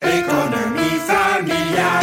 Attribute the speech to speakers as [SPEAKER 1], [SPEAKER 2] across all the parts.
[SPEAKER 1] Économie familiale.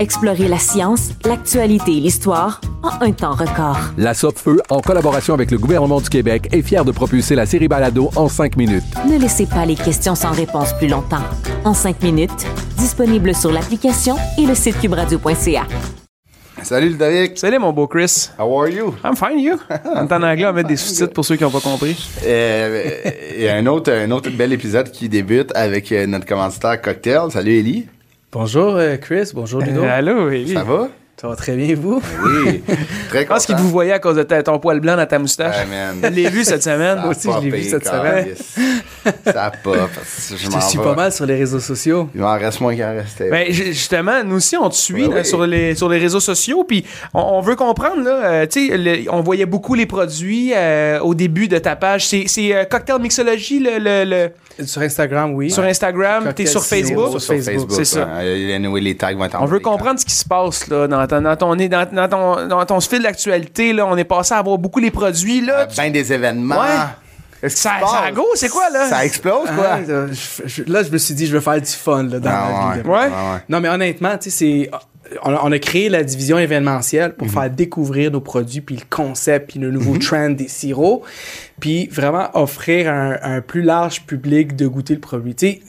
[SPEAKER 2] Explorez la science, l'actualité et l'histoire en un temps record.
[SPEAKER 3] La Feu, en collaboration avec le gouvernement du Québec, est fière de propulser la série Balado en cinq minutes.
[SPEAKER 2] Ne laissez pas les questions sans réponse plus longtemps. En cinq minutes, disponible sur l'application et le site cubradio.ca.
[SPEAKER 4] Salut Ludovic,
[SPEAKER 5] Salut mon beau Chris.
[SPEAKER 4] how are you?
[SPEAKER 5] I'm fine, you. On est en anglais, on met des sous-titres pour ceux qui n'ont pas compris.
[SPEAKER 4] Euh, Il y a un autre, un autre bel épisode qui débute avec euh, notre commanditaire cocktail. Salut Ellie,
[SPEAKER 6] Bonjour euh, Chris, bonjour Ludo.
[SPEAKER 5] Euh, allô, Élie.
[SPEAKER 4] ça va?
[SPEAKER 6] Ça va très bien vous?
[SPEAKER 4] Oui, très content.
[SPEAKER 5] Je pense qu'ils vous voyaient à cause de ta- ton poil blanc dans ta moustache.
[SPEAKER 4] Ah, man.
[SPEAKER 5] Je l'ai vu cette semaine.
[SPEAKER 4] Ça a
[SPEAKER 5] Moi aussi, je l'ai vu
[SPEAKER 4] popé,
[SPEAKER 5] cette semaine.
[SPEAKER 4] câlisse. Ça a pas. Je
[SPEAKER 6] Je
[SPEAKER 4] m'en
[SPEAKER 6] suis
[SPEAKER 4] vais.
[SPEAKER 6] pas mal sur les réseaux sociaux.
[SPEAKER 4] Il m'en reste moins qu'il en restait.
[SPEAKER 5] Ben, ju- justement, nous aussi, on te suit
[SPEAKER 4] Ben
[SPEAKER 5] là,
[SPEAKER 4] oui.
[SPEAKER 5] sur, les, sur les réseaux sociaux, puis on, on veut comprendre, là, euh, tu sais, le- on voyait beaucoup les produits euh, au début de ta page. C'est, c'est, euh, Cocktail Mixology le, le- le-
[SPEAKER 6] Sur Instagram, oui.
[SPEAKER 5] sur Instagram, t'es
[SPEAKER 6] Cocktail
[SPEAKER 5] sur
[SPEAKER 6] Sino,
[SPEAKER 5] Facebook.
[SPEAKER 6] sur Facebook.
[SPEAKER 5] C'est ça.
[SPEAKER 4] hein. Euh, anyway, les tags vont être
[SPEAKER 5] On veut
[SPEAKER 4] envoyés.
[SPEAKER 5] comprendre ce qui se passe là, dans, ton, dans, ton, dans, dans ton, dans ton fil d'actualité. Là, on est passé à avoir beaucoup les produits. Là,
[SPEAKER 4] Ah,
[SPEAKER 5] tu-
[SPEAKER 4] Ben des événements.
[SPEAKER 5] Ouais.
[SPEAKER 4] Qu'est-ce qui
[SPEAKER 5] Ça-
[SPEAKER 4] se passe?
[SPEAKER 5] ça go, c'est quoi, là?
[SPEAKER 4] Ça explose
[SPEAKER 6] Ah,
[SPEAKER 4] quoi?
[SPEAKER 6] euh, je- je- là, je me suis dit, je vais faire du fun là, dans
[SPEAKER 4] Ah,
[SPEAKER 6] ma vie.
[SPEAKER 5] Ouais.
[SPEAKER 6] Non, mais honnêtement, tu sais, c'est- On a, on a créé la division événementielle
[SPEAKER 4] Mhm.
[SPEAKER 6] pour faire découvrir nos produits, puis le concept, puis le nouveau trend des sirops, puis vraiment offrir à un, à un plus large public de goûter le produit. Tu sais,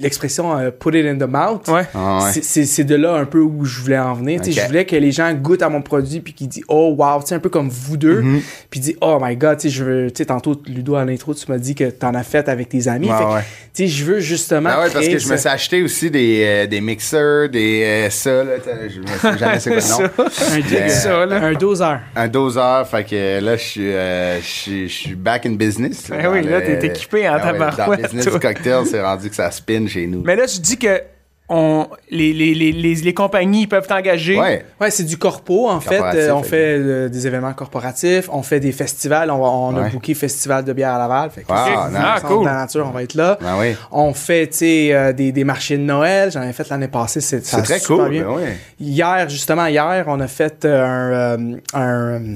[SPEAKER 6] l'expression euh, put it in the mouth,
[SPEAKER 5] Ouais.
[SPEAKER 4] Ah ouais.
[SPEAKER 6] c'est- c'est c'est de là un peu où je voulais en venir. Tu sais,
[SPEAKER 4] Ok.
[SPEAKER 6] Je voulais que les gens goûtent à mon produit puis qu'ils disent oh wow, tu sais, un peu comme vous deux,
[SPEAKER 4] Mhm.
[SPEAKER 6] puis ils disent oh my god, tu sais, je veux, tu sais, tantôt Ludo à l'intro, tu m'as dit que t'en as fait avec tes amis.
[SPEAKER 4] Ouais,
[SPEAKER 6] Fait que,
[SPEAKER 4] ouais.
[SPEAKER 6] tu sais, je veux justement.
[SPEAKER 4] Ah ouais, parce
[SPEAKER 6] créer
[SPEAKER 4] que je me
[SPEAKER 6] ça.
[SPEAKER 4] suis acheté aussi des, euh, des mixeurs, des euh, ça, là, t'as- je me souviens jamais c'est quoi le nom.
[SPEAKER 6] un,
[SPEAKER 4] Euh,
[SPEAKER 5] ça, là.
[SPEAKER 6] un doseur.
[SPEAKER 4] Un doseur, fait que là, je suis, euh, je suis, je suis back in business.
[SPEAKER 5] Ben oui,
[SPEAKER 4] Dans
[SPEAKER 5] là,
[SPEAKER 4] le-
[SPEAKER 5] t'es équipé en
[SPEAKER 4] Ah ouais, Dans
[SPEAKER 5] tabarouette,
[SPEAKER 4] le business
[SPEAKER 5] toi.
[SPEAKER 4] du cocktail, c'est rendu que ça spin chez nous.
[SPEAKER 5] Mais là, tu dis que on, les, les, les, les, les compagnies peuvent t'engager.
[SPEAKER 4] ouais.
[SPEAKER 6] Ouais, c'est du corpo, en fait.
[SPEAKER 4] Corporatif,
[SPEAKER 6] Euh, on
[SPEAKER 4] fait
[SPEAKER 6] fait euh, des événements corporatifs, on fait des festivals. On, va- on
[SPEAKER 4] Ouais.
[SPEAKER 6] a booké Festival de bière à Laval. Fait que
[SPEAKER 4] Wow,
[SPEAKER 6] c'est-
[SPEAKER 4] nice.
[SPEAKER 6] dans le
[SPEAKER 5] Ah,
[SPEAKER 6] centre
[SPEAKER 5] cool.
[SPEAKER 6] de la nature, on va être là.
[SPEAKER 4] Ben oui.
[SPEAKER 6] On fait, tu sais, euh, des, des marchés de Noël. J'en ai fait l'année passée. C'est ça
[SPEAKER 4] C'est
[SPEAKER 6] a
[SPEAKER 4] très
[SPEAKER 6] super
[SPEAKER 4] cool,
[SPEAKER 6] bien.
[SPEAKER 4] ben oui.
[SPEAKER 6] Hier, justement, hier, on a fait euh, un, euh, un, euh,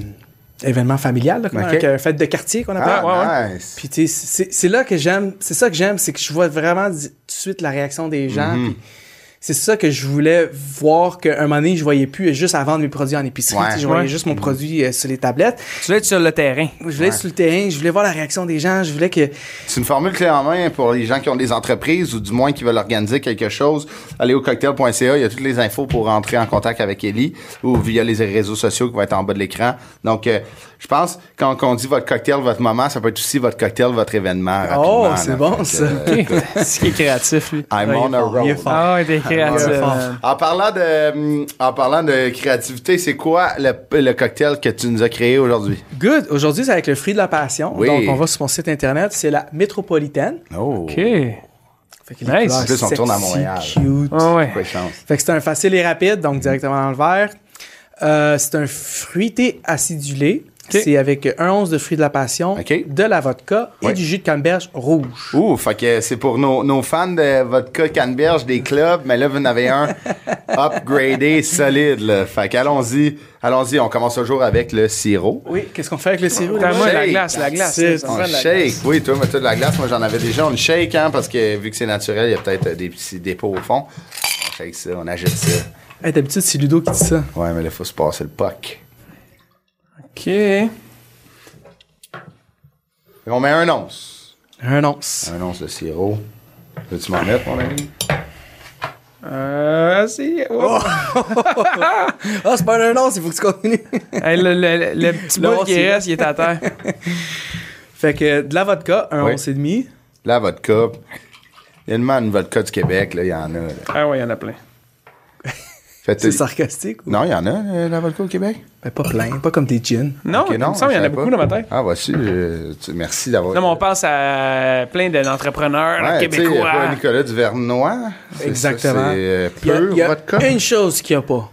[SPEAKER 6] événement familial, là, comment-
[SPEAKER 4] Ok.
[SPEAKER 6] un fête de quartier qu'on appelle.
[SPEAKER 4] Ah,
[SPEAKER 5] ouais,
[SPEAKER 4] nice.
[SPEAKER 6] Puis tu sais, c'est c'est là que j'aime, c'est ça que j'aime, c'est que je vois vraiment di- tout de suite la réaction des gens.
[SPEAKER 4] Mhm.
[SPEAKER 6] puis C'est ça que je voulais voir qu'un moment donné, je voyais plus euh, juste à vendre mes produits en épicerie.
[SPEAKER 4] Ouais. Mhm.
[SPEAKER 6] tu sais, Je voyais
[SPEAKER 5] Ouais.
[SPEAKER 6] juste mon produit euh, sur les tablettes.
[SPEAKER 5] Tu veux être sur le terrain.
[SPEAKER 6] Je voulais être sur le terrain, je voulais voir la réaction des gens, je voulais que...
[SPEAKER 4] C'est une formule clé en main pour les gens qui ont des entreprises ou du moins qui veulent organiser quelque chose. Allez au cocktail.ca, il y a toutes les infos pour entrer en contact avec Ellie ou via les réseaux sociaux qui vont être en bas de l'écran. Donc, euh, je pense quand on dit votre cocktail, votre moment, ça peut être aussi votre cocktail, votre événement.
[SPEAKER 6] Oh,
[SPEAKER 4] rapidement,
[SPEAKER 6] c'est
[SPEAKER 4] là.
[SPEAKER 6] bon
[SPEAKER 4] Fait que,
[SPEAKER 6] ça.
[SPEAKER 4] euh,
[SPEAKER 5] Ce qui est créatif, lui.
[SPEAKER 4] I'm on a roll.
[SPEAKER 5] Ah, ouais, t'es créatif.
[SPEAKER 4] Ouais. En parlant de, hum, en parlant de créativité, c'est quoi le, le cocktail que tu nous as créé aujourd'hui?
[SPEAKER 6] Good. Aujourd'hui, c'est avec le fruit de la passion.
[SPEAKER 4] Oui.
[SPEAKER 6] Donc, on va sur mon site internet, c'est la Métropolitaine.
[SPEAKER 4] Oh.
[SPEAKER 5] OK.
[SPEAKER 6] Fait que
[SPEAKER 5] Nice.
[SPEAKER 6] couleurs
[SPEAKER 4] En plus, on tourne à
[SPEAKER 6] sexy,
[SPEAKER 4] Montréal.
[SPEAKER 6] cute.
[SPEAKER 5] Ah ouais.
[SPEAKER 4] Quoi de chance.
[SPEAKER 6] Fait que c'est un facile et rapide, donc directement dans le verre. Euh, c'est un fruité acidulé.
[SPEAKER 5] Ok.
[SPEAKER 6] C'est avec un once de fruits de la passion,
[SPEAKER 4] Ok.
[SPEAKER 6] de la vodka
[SPEAKER 4] Ouais.
[SPEAKER 6] et du jus de canneberge rouge.
[SPEAKER 4] Ouh, fait que c'est pour nos, nos fans de vodka canneberge des clubs, mais là, vous en avez un upgradé, solide, là. Fait qu'allons-y, allons-y, on commence toujours avec le sirop.
[SPEAKER 6] Oui, qu'est-ce qu'on fait avec le sirop?
[SPEAKER 5] Attends, moi, la
[SPEAKER 4] Shake.
[SPEAKER 5] glace, la glace.
[SPEAKER 6] C'est-
[SPEAKER 5] là, ça me
[SPEAKER 4] On
[SPEAKER 5] fait de la
[SPEAKER 4] shake. Oui, toi, mais toi, de la glace, moi, j'en avais déjà. On le shake, hein, parce que vu que c'est naturel, il y a peut-être euh, des petits dépôts au fond. On shake ça, on agite ça.
[SPEAKER 6] Hey, D'habitude, c'est Ludo qui dit ça.
[SPEAKER 4] Ouais, mais là, faut se passer le puck.
[SPEAKER 5] glace. OK.
[SPEAKER 4] Et on met un once.
[SPEAKER 6] Un once.
[SPEAKER 4] Un once de sirop. Veux-tu m'en mettre, mon ami?
[SPEAKER 5] Euh, si.
[SPEAKER 6] Oh, Ah, c'est pas un annonce, il faut que tu continues.
[SPEAKER 5] Hey, le, le- le petit
[SPEAKER 6] Le
[SPEAKER 5] bout qui
[SPEAKER 6] rôti.
[SPEAKER 5] reste, il est à terre.
[SPEAKER 6] fait que de la vodka, un
[SPEAKER 4] Oui.
[SPEAKER 6] 11,5.
[SPEAKER 4] La vodka. Il y a une man- une vodka du Québec, là, il y en a. là.
[SPEAKER 5] Ah ouais, il y en a plein.
[SPEAKER 4] Fait que-
[SPEAKER 6] C'est sarcastique ou?
[SPEAKER 4] Non, il y en a, euh, la vodka au Québec?
[SPEAKER 6] Ben, pas plein, pas comme des gins.
[SPEAKER 5] Non,
[SPEAKER 4] Ok,
[SPEAKER 5] Ah, il me
[SPEAKER 4] je
[SPEAKER 5] semble, il y en a
[SPEAKER 4] savais
[SPEAKER 5] beaucoup
[SPEAKER 4] pas.
[SPEAKER 5] dans ma tête.
[SPEAKER 4] Ah, voici. je- tu- Merci d'avoir.
[SPEAKER 5] Non, mais on pense à plein d'entrepreneurs
[SPEAKER 4] Ouais, tu sais, il y a pas
[SPEAKER 5] québécois.
[SPEAKER 4] Nicolas Duvernois. C'est
[SPEAKER 6] Exactement.
[SPEAKER 4] ça, C'est euh,
[SPEAKER 6] Il y a-
[SPEAKER 4] peu
[SPEAKER 6] il y a
[SPEAKER 4] vodka.
[SPEAKER 6] une chose qu'il n'y a pas.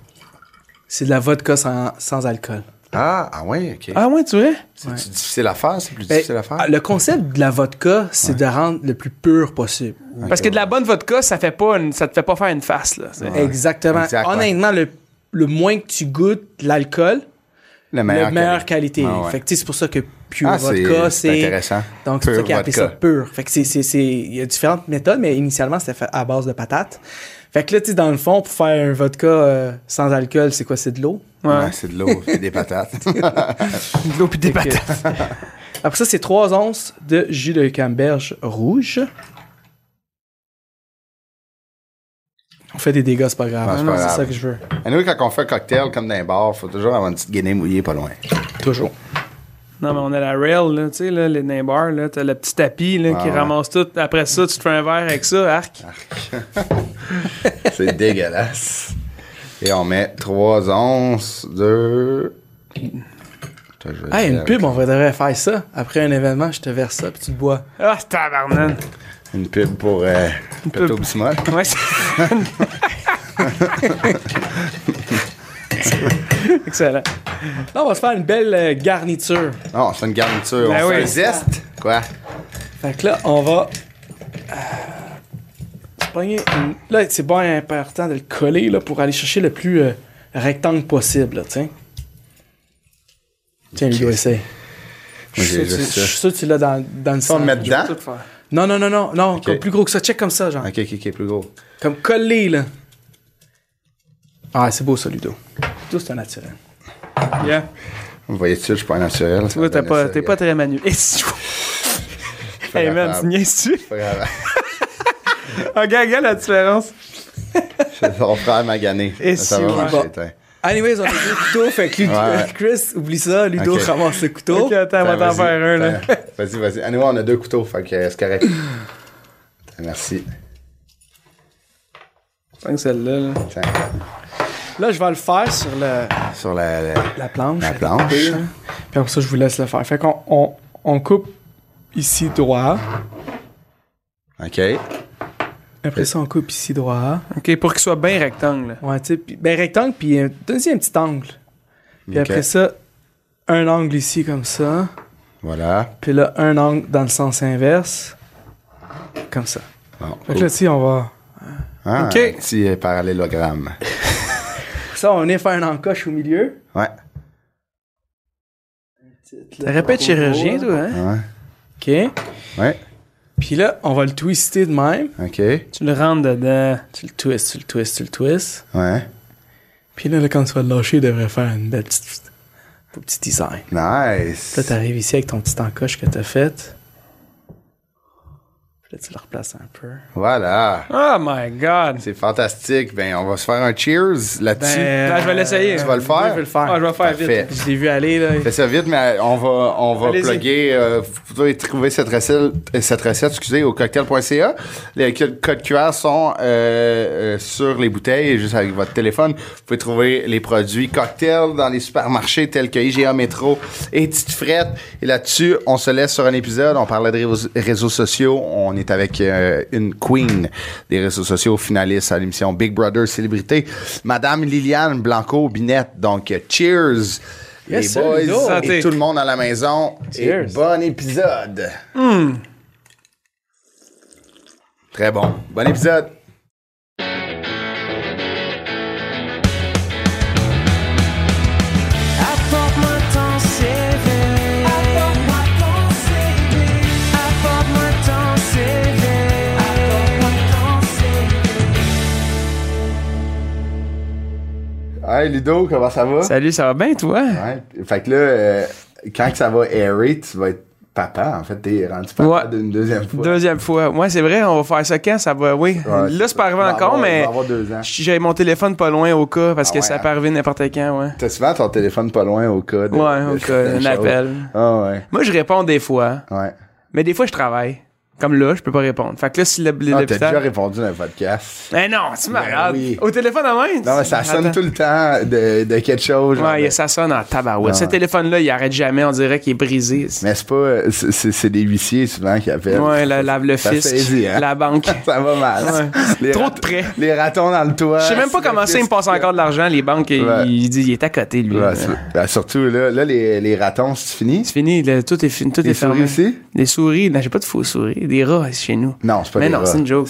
[SPEAKER 6] C'est de la vodka sans, sans alcool.
[SPEAKER 4] Ah, ah ouais, ok.
[SPEAKER 5] Ah ouais, tu vois?
[SPEAKER 4] C'est difficile à faire, c'est plus
[SPEAKER 6] Ben,
[SPEAKER 4] difficile à faire.
[SPEAKER 6] le concept de la vodka, c'est de la rendre le plus pur possible.
[SPEAKER 5] Parce que de la bonne vodka, ça fait pas une- ça te fait pas faire une face. Là. C'est-
[SPEAKER 6] Exactement.
[SPEAKER 4] Exact, ouais.
[SPEAKER 6] Honnêtement, le, le moins que tu goûtes l'alcool,
[SPEAKER 4] Le
[SPEAKER 6] la meilleure qualité.
[SPEAKER 4] Ah, ouais.
[SPEAKER 6] Fait que, tu sais, c'est pour ça que Pure
[SPEAKER 4] Ah, c'est-
[SPEAKER 6] Vodka,
[SPEAKER 4] c'est
[SPEAKER 6] c'est.
[SPEAKER 4] intéressant.
[SPEAKER 6] Donc, c'est pour ça
[SPEAKER 4] Pure
[SPEAKER 6] qu'ils appellent ça
[SPEAKER 4] vodka.
[SPEAKER 6] pur. Fait que c'est- c'est- c'est- Il y a différentes méthodes, mais initialement, c'était fait à base de patates. Fait que là, tu sais, dans le fond, pour faire un vodka euh, sans alcool, c'est quoi C'est de l'eau.
[SPEAKER 4] Ouais, c'est de l'eau, c'est des patates.
[SPEAKER 5] De l'eau pis des patates.
[SPEAKER 6] Après ça, c'est 3 onces de jus de camberge rouge. On fait des dégâts, c'est pas grave.
[SPEAKER 4] Ouais, c'est
[SPEAKER 6] Non,
[SPEAKER 4] pas
[SPEAKER 6] c'est
[SPEAKER 4] grave.
[SPEAKER 6] ça que je veux.
[SPEAKER 4] Et nous, quand on fait un cocktail comme dans un bar, faut toujours avoir une petite guinée mouillée pas loin.
[SPEAKER 6] Toujours.
[SPEAKER 5] Non, mais on a la rail, là, tu sais, là, les name bars, là, t'as le petit tapis là,
[SPEAKER 4] ouais.
[SPEAKER 5] qui ramasse tout. Après ça, tu te fais un verre avec ça, Ah, arc.
[SPEAKER 4] C'est dégueulasse. Et on met 3 onces de. Attends, je vais
[SPEAKER 6] Hey, une
[SPEAKER 4] faire-
[SPEAKER 6] pub, on va- devrait faire ça. Après un événement, je te verse ça, puis tu le bois.
[SPEAKER 5] Ah, c'est tabarnane.
[SPEAKER 4] Une pub pour euh, Coteau Bismol.
[SPEAKER 5] Ouais, c'est- Excellent.
[SPEAKER 6] Là, on va se faire une belle euh, garniture.
[SPEAKER 4] Non, c'est une garniture.
[SPEAKER 5] Ben
[SPEAKER 4] on Ah, fait
[SPEAKER 5] oui.
[SPEAKER 4] un zeste. Quoi?
[SPEAKER 6] Fait que là, on va. euh, pogner une- Là, c'est bien important de le coller là, pour aller chercher le plus euh, rectangle possible, là, tiens. Tiens, Ludo, essaye. Je
[SPEAKER 4] Moi,
[SPEAKER 6] suis sûr
[SPEAKER 4] j'ai
[SPEAKER 6] que tu-
[SPEAKER 4] juste
[SPEAKER 6] je
[SPEAKER 4] ça.
[SPEAKER 6] suis sûr que tu l'as dans, dans le
[SPEAKER 4] Ça, on
[SPEAKER 6] sang.
[SPEAKER 4] le met dedans?
[SPEAKER 5] Tout faire.
[SPEAKER 6] Non, non, non, non, non, comme plus gros que ça. Check comme ça, genre.
[SPEAKER 4] Ok, ok, ok, plus gros.
[SPEAKER 6] Comme collé, là. Ah, c'est beau ça, Ludo. Tout c'est un naturel.
[SPEAKER 5] Yeah.
[SPEAKER 4] Vous voyez-tu, je suis pas naturel.
[SPEAKER 5] Tu vois, t'es pas, t'es pas très manuel. Et si- Hey man, tu niaises-tu? Ah, Regarde, regarde la différence.
[SPEAKER 4] Son frère m'a gagné.
[SPEAKER 5] Et
[SPEAKER 4] Ça
[SPEAKER 5] si,
[SPEAKER 4] va
[SPEAKER 5] ouais.
[SPEAKER 4] marcher,
[SPEAKER 6] Bon.
[SPEAKER 4] tiens.
[SPEAKER 6] Anyways, on a dit le couteau, fait que Ludo,
[SPEAKER 4] Ouais.
[SPEAKER 6] Chris, oublie ça, Ludo
[SPEAKER 4] Ok.
[SPEAKER 6] ramasse le couteau.
[SPEAKER 5] Ok, attends, on va t'en
[SPEAKER 4] Vas-y,
[SPEAKER 5] faire un, là.
[SPEAKER 4] attends. Vas-y, vas-y. Anyway, on a deux couteaux, fait que euh, c'est correct. Attends, Merci.
[SPEAKER 5] Tant que celle-là, là.
[SPEAKER 4] Tiens,
[SPEAKER 6] Là, je vais le faire sur le-
[SPEAKER 4] Sur la, la-
[SPEAKER 6] la planche.
[SPEAKER 4] la planche.
[SPEAKER 6] Puis après ça, je vous laisse le faire. Fait qu'on on, on coupe ici droit.
[SPEAKER 4] OK.
[SPEAKER 6] Après ça, on coupe ici droit.
[SPEAKER 5] OK, pour qu'il soit bien rectangle. là.
[SPEAKER 6] Ouais, tu sais, puis- ben rectangle, puis euh, donnez-y un petit angle. Puis
[SPEAKER 4] Ok.
[SPEAKER 6] après ça, un angle ici comme ça.
[SPEAKER 4] Voilà.
[SPEAKER 6] Puis là, un angle dans le sens inverse. Comme ça.
[SPEAKER 4] Bon,
[SPEAKER 6] Fait que
[SPEAKER 4] cool.
[SPEAKER 6] là, tu sais, on va...
[SPEAKER 4] Ah,
[SPEAKER 5] OK.
[SPEAKER 4] un petit euh, parallélogramme.
[SPEAKER 6] Ça, on est faire un encoche au milieu.
[SPEAKER 4] Ouais.
[SPEAKER 5] Ça répète chirurgien, toi, hein?
[SPEAKER 4] Ouais.
[SPEAKER 6] OK.
[SPEAKER 4] Ouais.
[SPEAKER 6] Puis là, on va le twister de même.
[SPEAKER 4] OK. Ouais.
[SPEAKER 5] Tu le rentres dedans.
[SPEAKER 6] Tu le twists, tu le twists, tu le twists. Puis là, là, quand tu vas le lâcher, il devrait faire une belle petite... Beau petit design.
[SPEAKER 4] Nice.
[SPEAKER 6] Puis là, t'arrives ici avec ton petit encoche que t'as fait. Puis là, tu le replaces un peu.
[SPEAKER 4] Voilà.
[SPEAKER 5] Oh my God!
[SPEAKER 4] C'est fantastique. Ben, on va se faire un cheers là-dessus.
[SPEAKER 5] Ben, je vais l'essayer.
[SPEAKER 4] tu vas le faire?
[SPEAKER 6] Je vais le faire.
[SPEAKER 5] Ah, je vais le faire
[SPEAKER 4] Parfait.
[SPEAKER 5] vite.
[SPEAKER 6] Je l'ai vu aller, là.
[SPEAKER 4] Fais ça vite, mais euh, on va, on va
[SPEAKER 5] Allez-y.
[SPEAKER 4] plugger. euh, vous pouvez trouver cette recette, euh, cette recette excusez, au cocktail.ca. Les co- codes QR sont euh, euh, sur les bouteilles, et juste avec votre téléphone. Vous pouvez trouver les produits cocktails dans les supermarchés tels que IGA Métro et Tite Frette. Et là-dessus, on se laisse sur un épisode. On parlait de réseaux- réseaux sociaux. On est avec euh, une queen des réseaux sociaux, finaliste à l'émission Big Brother Célébrité, Madame Liliane Blanco-Binette. Donc, euh, cheers!
[SPEAKER 6] Yes,
[SPEAKER 4] les
[SPEAKER 6] sir,
[SPEAKER 4] boys
[SPEAKER 6] Ludo.
[SPEAKER 5] Santé.
[SPEAKER 4] et tout le monde à la maison.
[SPEAKER 6] Cheers.
[SPEAKER 4] Et bon épisode.
[SPEAKER 5] Hmm.
[SPEAKER 4] Très bon. Bon épisode. Hey Ludo, comment ça va?
[SPEAKER 5] Salut, ça va bien, toi?
[SPEAKER 4] Ouais. Fait que là, euh, quand que ça va airer, tu vas être papa, en fait. T'es rendu papa
[SPEAKER 5] Ouais.
[SPEAKER 4] d'une deuxième fois.
[SPEAKER 5] Deuxième fois. Ouais, c'est vrai, on va faire ça quand ça va. Oui.
[SPEAKER 4] Ouais,
[SPEAKER 5] là, c'est pas arrivé
[SPEAKER 4] va
[SPEAKER 5] encore,
[SPEAKER 4] avoir-
[SPEAKER 5] mais
[SPEAKER 4] va avoir deux ans.
[SPEAKER 5] j'avais mon téléphone pas loin au cas parce
[SPEAKER 4] Ah
[SPEAKER 5] que
[SPEAKER 4] ouais,
[SPEAKER 5] ça
[SPEAKER 4] hein.
[SPEAKER 5] peut arriver n'importe quand, ouais.
[SPEAKER 4] T'as souvent ton téléphone pas loin au cas de-
[SPEAKER 5] Ouais,
[SPEAKER 4] de-
[SPEAKER 5] au cas,
[SPEAKER 4] de
[SPEAKER 5] un
[SPEAKER 4] choses.
[SPEAKER 5] appel.
[SPEAKER 4] Ah ouais,
[SPEAKER 5] Moi, je réponds des fois,
[SPEAKER 4] ouais. Ah,
[SPEAKER 5] mais des fois, je travaille. Comme là, je peux pas répondre. Fait que là, si le-
[SPEAKER 4] Ah, T'as déjà
[SPEAKER 5] l'hôpital.
[SPEAKER 4] répondu dans le podcast.
[SPEAKER 5] Eh non, tu malade.
[SPEAKER 4] oui.
[SPEAKER 5] Au téléphone à main?
[SPEAKER 4] Non, mais ça sonne tout le temps de, de quelque chose. genre
[SPEAKER 5] Ouais,
[SPEAKER 4] de-
[SPEAKER 5] ça sonne en tabarouette.
[SPEAKER 4] Ah Ouais.
[SPEAKER 5] Ce téléphone-là, il arrête jamais. On dirait qu'il est brisé.
[SPEAKER 4] Mais c'est pas. euh, c'est- C'est c'est des huissiers souvent qui appellent.
[SPEAKER 5] Ouais, la- la- le
[SPEAKER 4] Ça
[SPEAKER 5] fisc,
[SPEAKER 4] saisit, hein?
[SPEAKER 5] la banque.
[SPEAKER 4] Ça va mal.
[SPEAKER 5] Ouais.
[SPEAKER 4] Les
[SPEAKER 5] Trop
[SPEAKER 4] rat-
[SPEAKER 5] de prêts.
[SPEAKER 4] Les ratons dans le toit.
[SPEAKER 5] Je sais même pas
[SPEAKER 4] Le
[SPEAKER 5] comment ça, il me
[SPEAKER 4] fisc-
[SPEAKER 5] passe encore de l'argent. Les banques, il-
[SPEAKER 4] Ouais.
[SPEAKER 5] il dit, il est à côté, lui.
[SPEAKER 4] Ouais, c'est- ben, surtout, là, là les, les ratons, c'est fini.
[SPEAKER 5] C'est fini, là, tout est fini, tout
[SPEAKER 4] Les
[SPEAKER 5] est fermé.
[SPEAKER 4] souris aussi?
[SPEAKER 5] Des souris, non, j'ai pas de faux souris, des rats chez nous.
[SPEAKER 4] Non, c'est pas
[SPEAKER 5] Mais
[SPEAKER 4] des
[SPEAKER 5] non,
[SPEAKER 4] rats.
[SPEAKER 5] c'est une joke.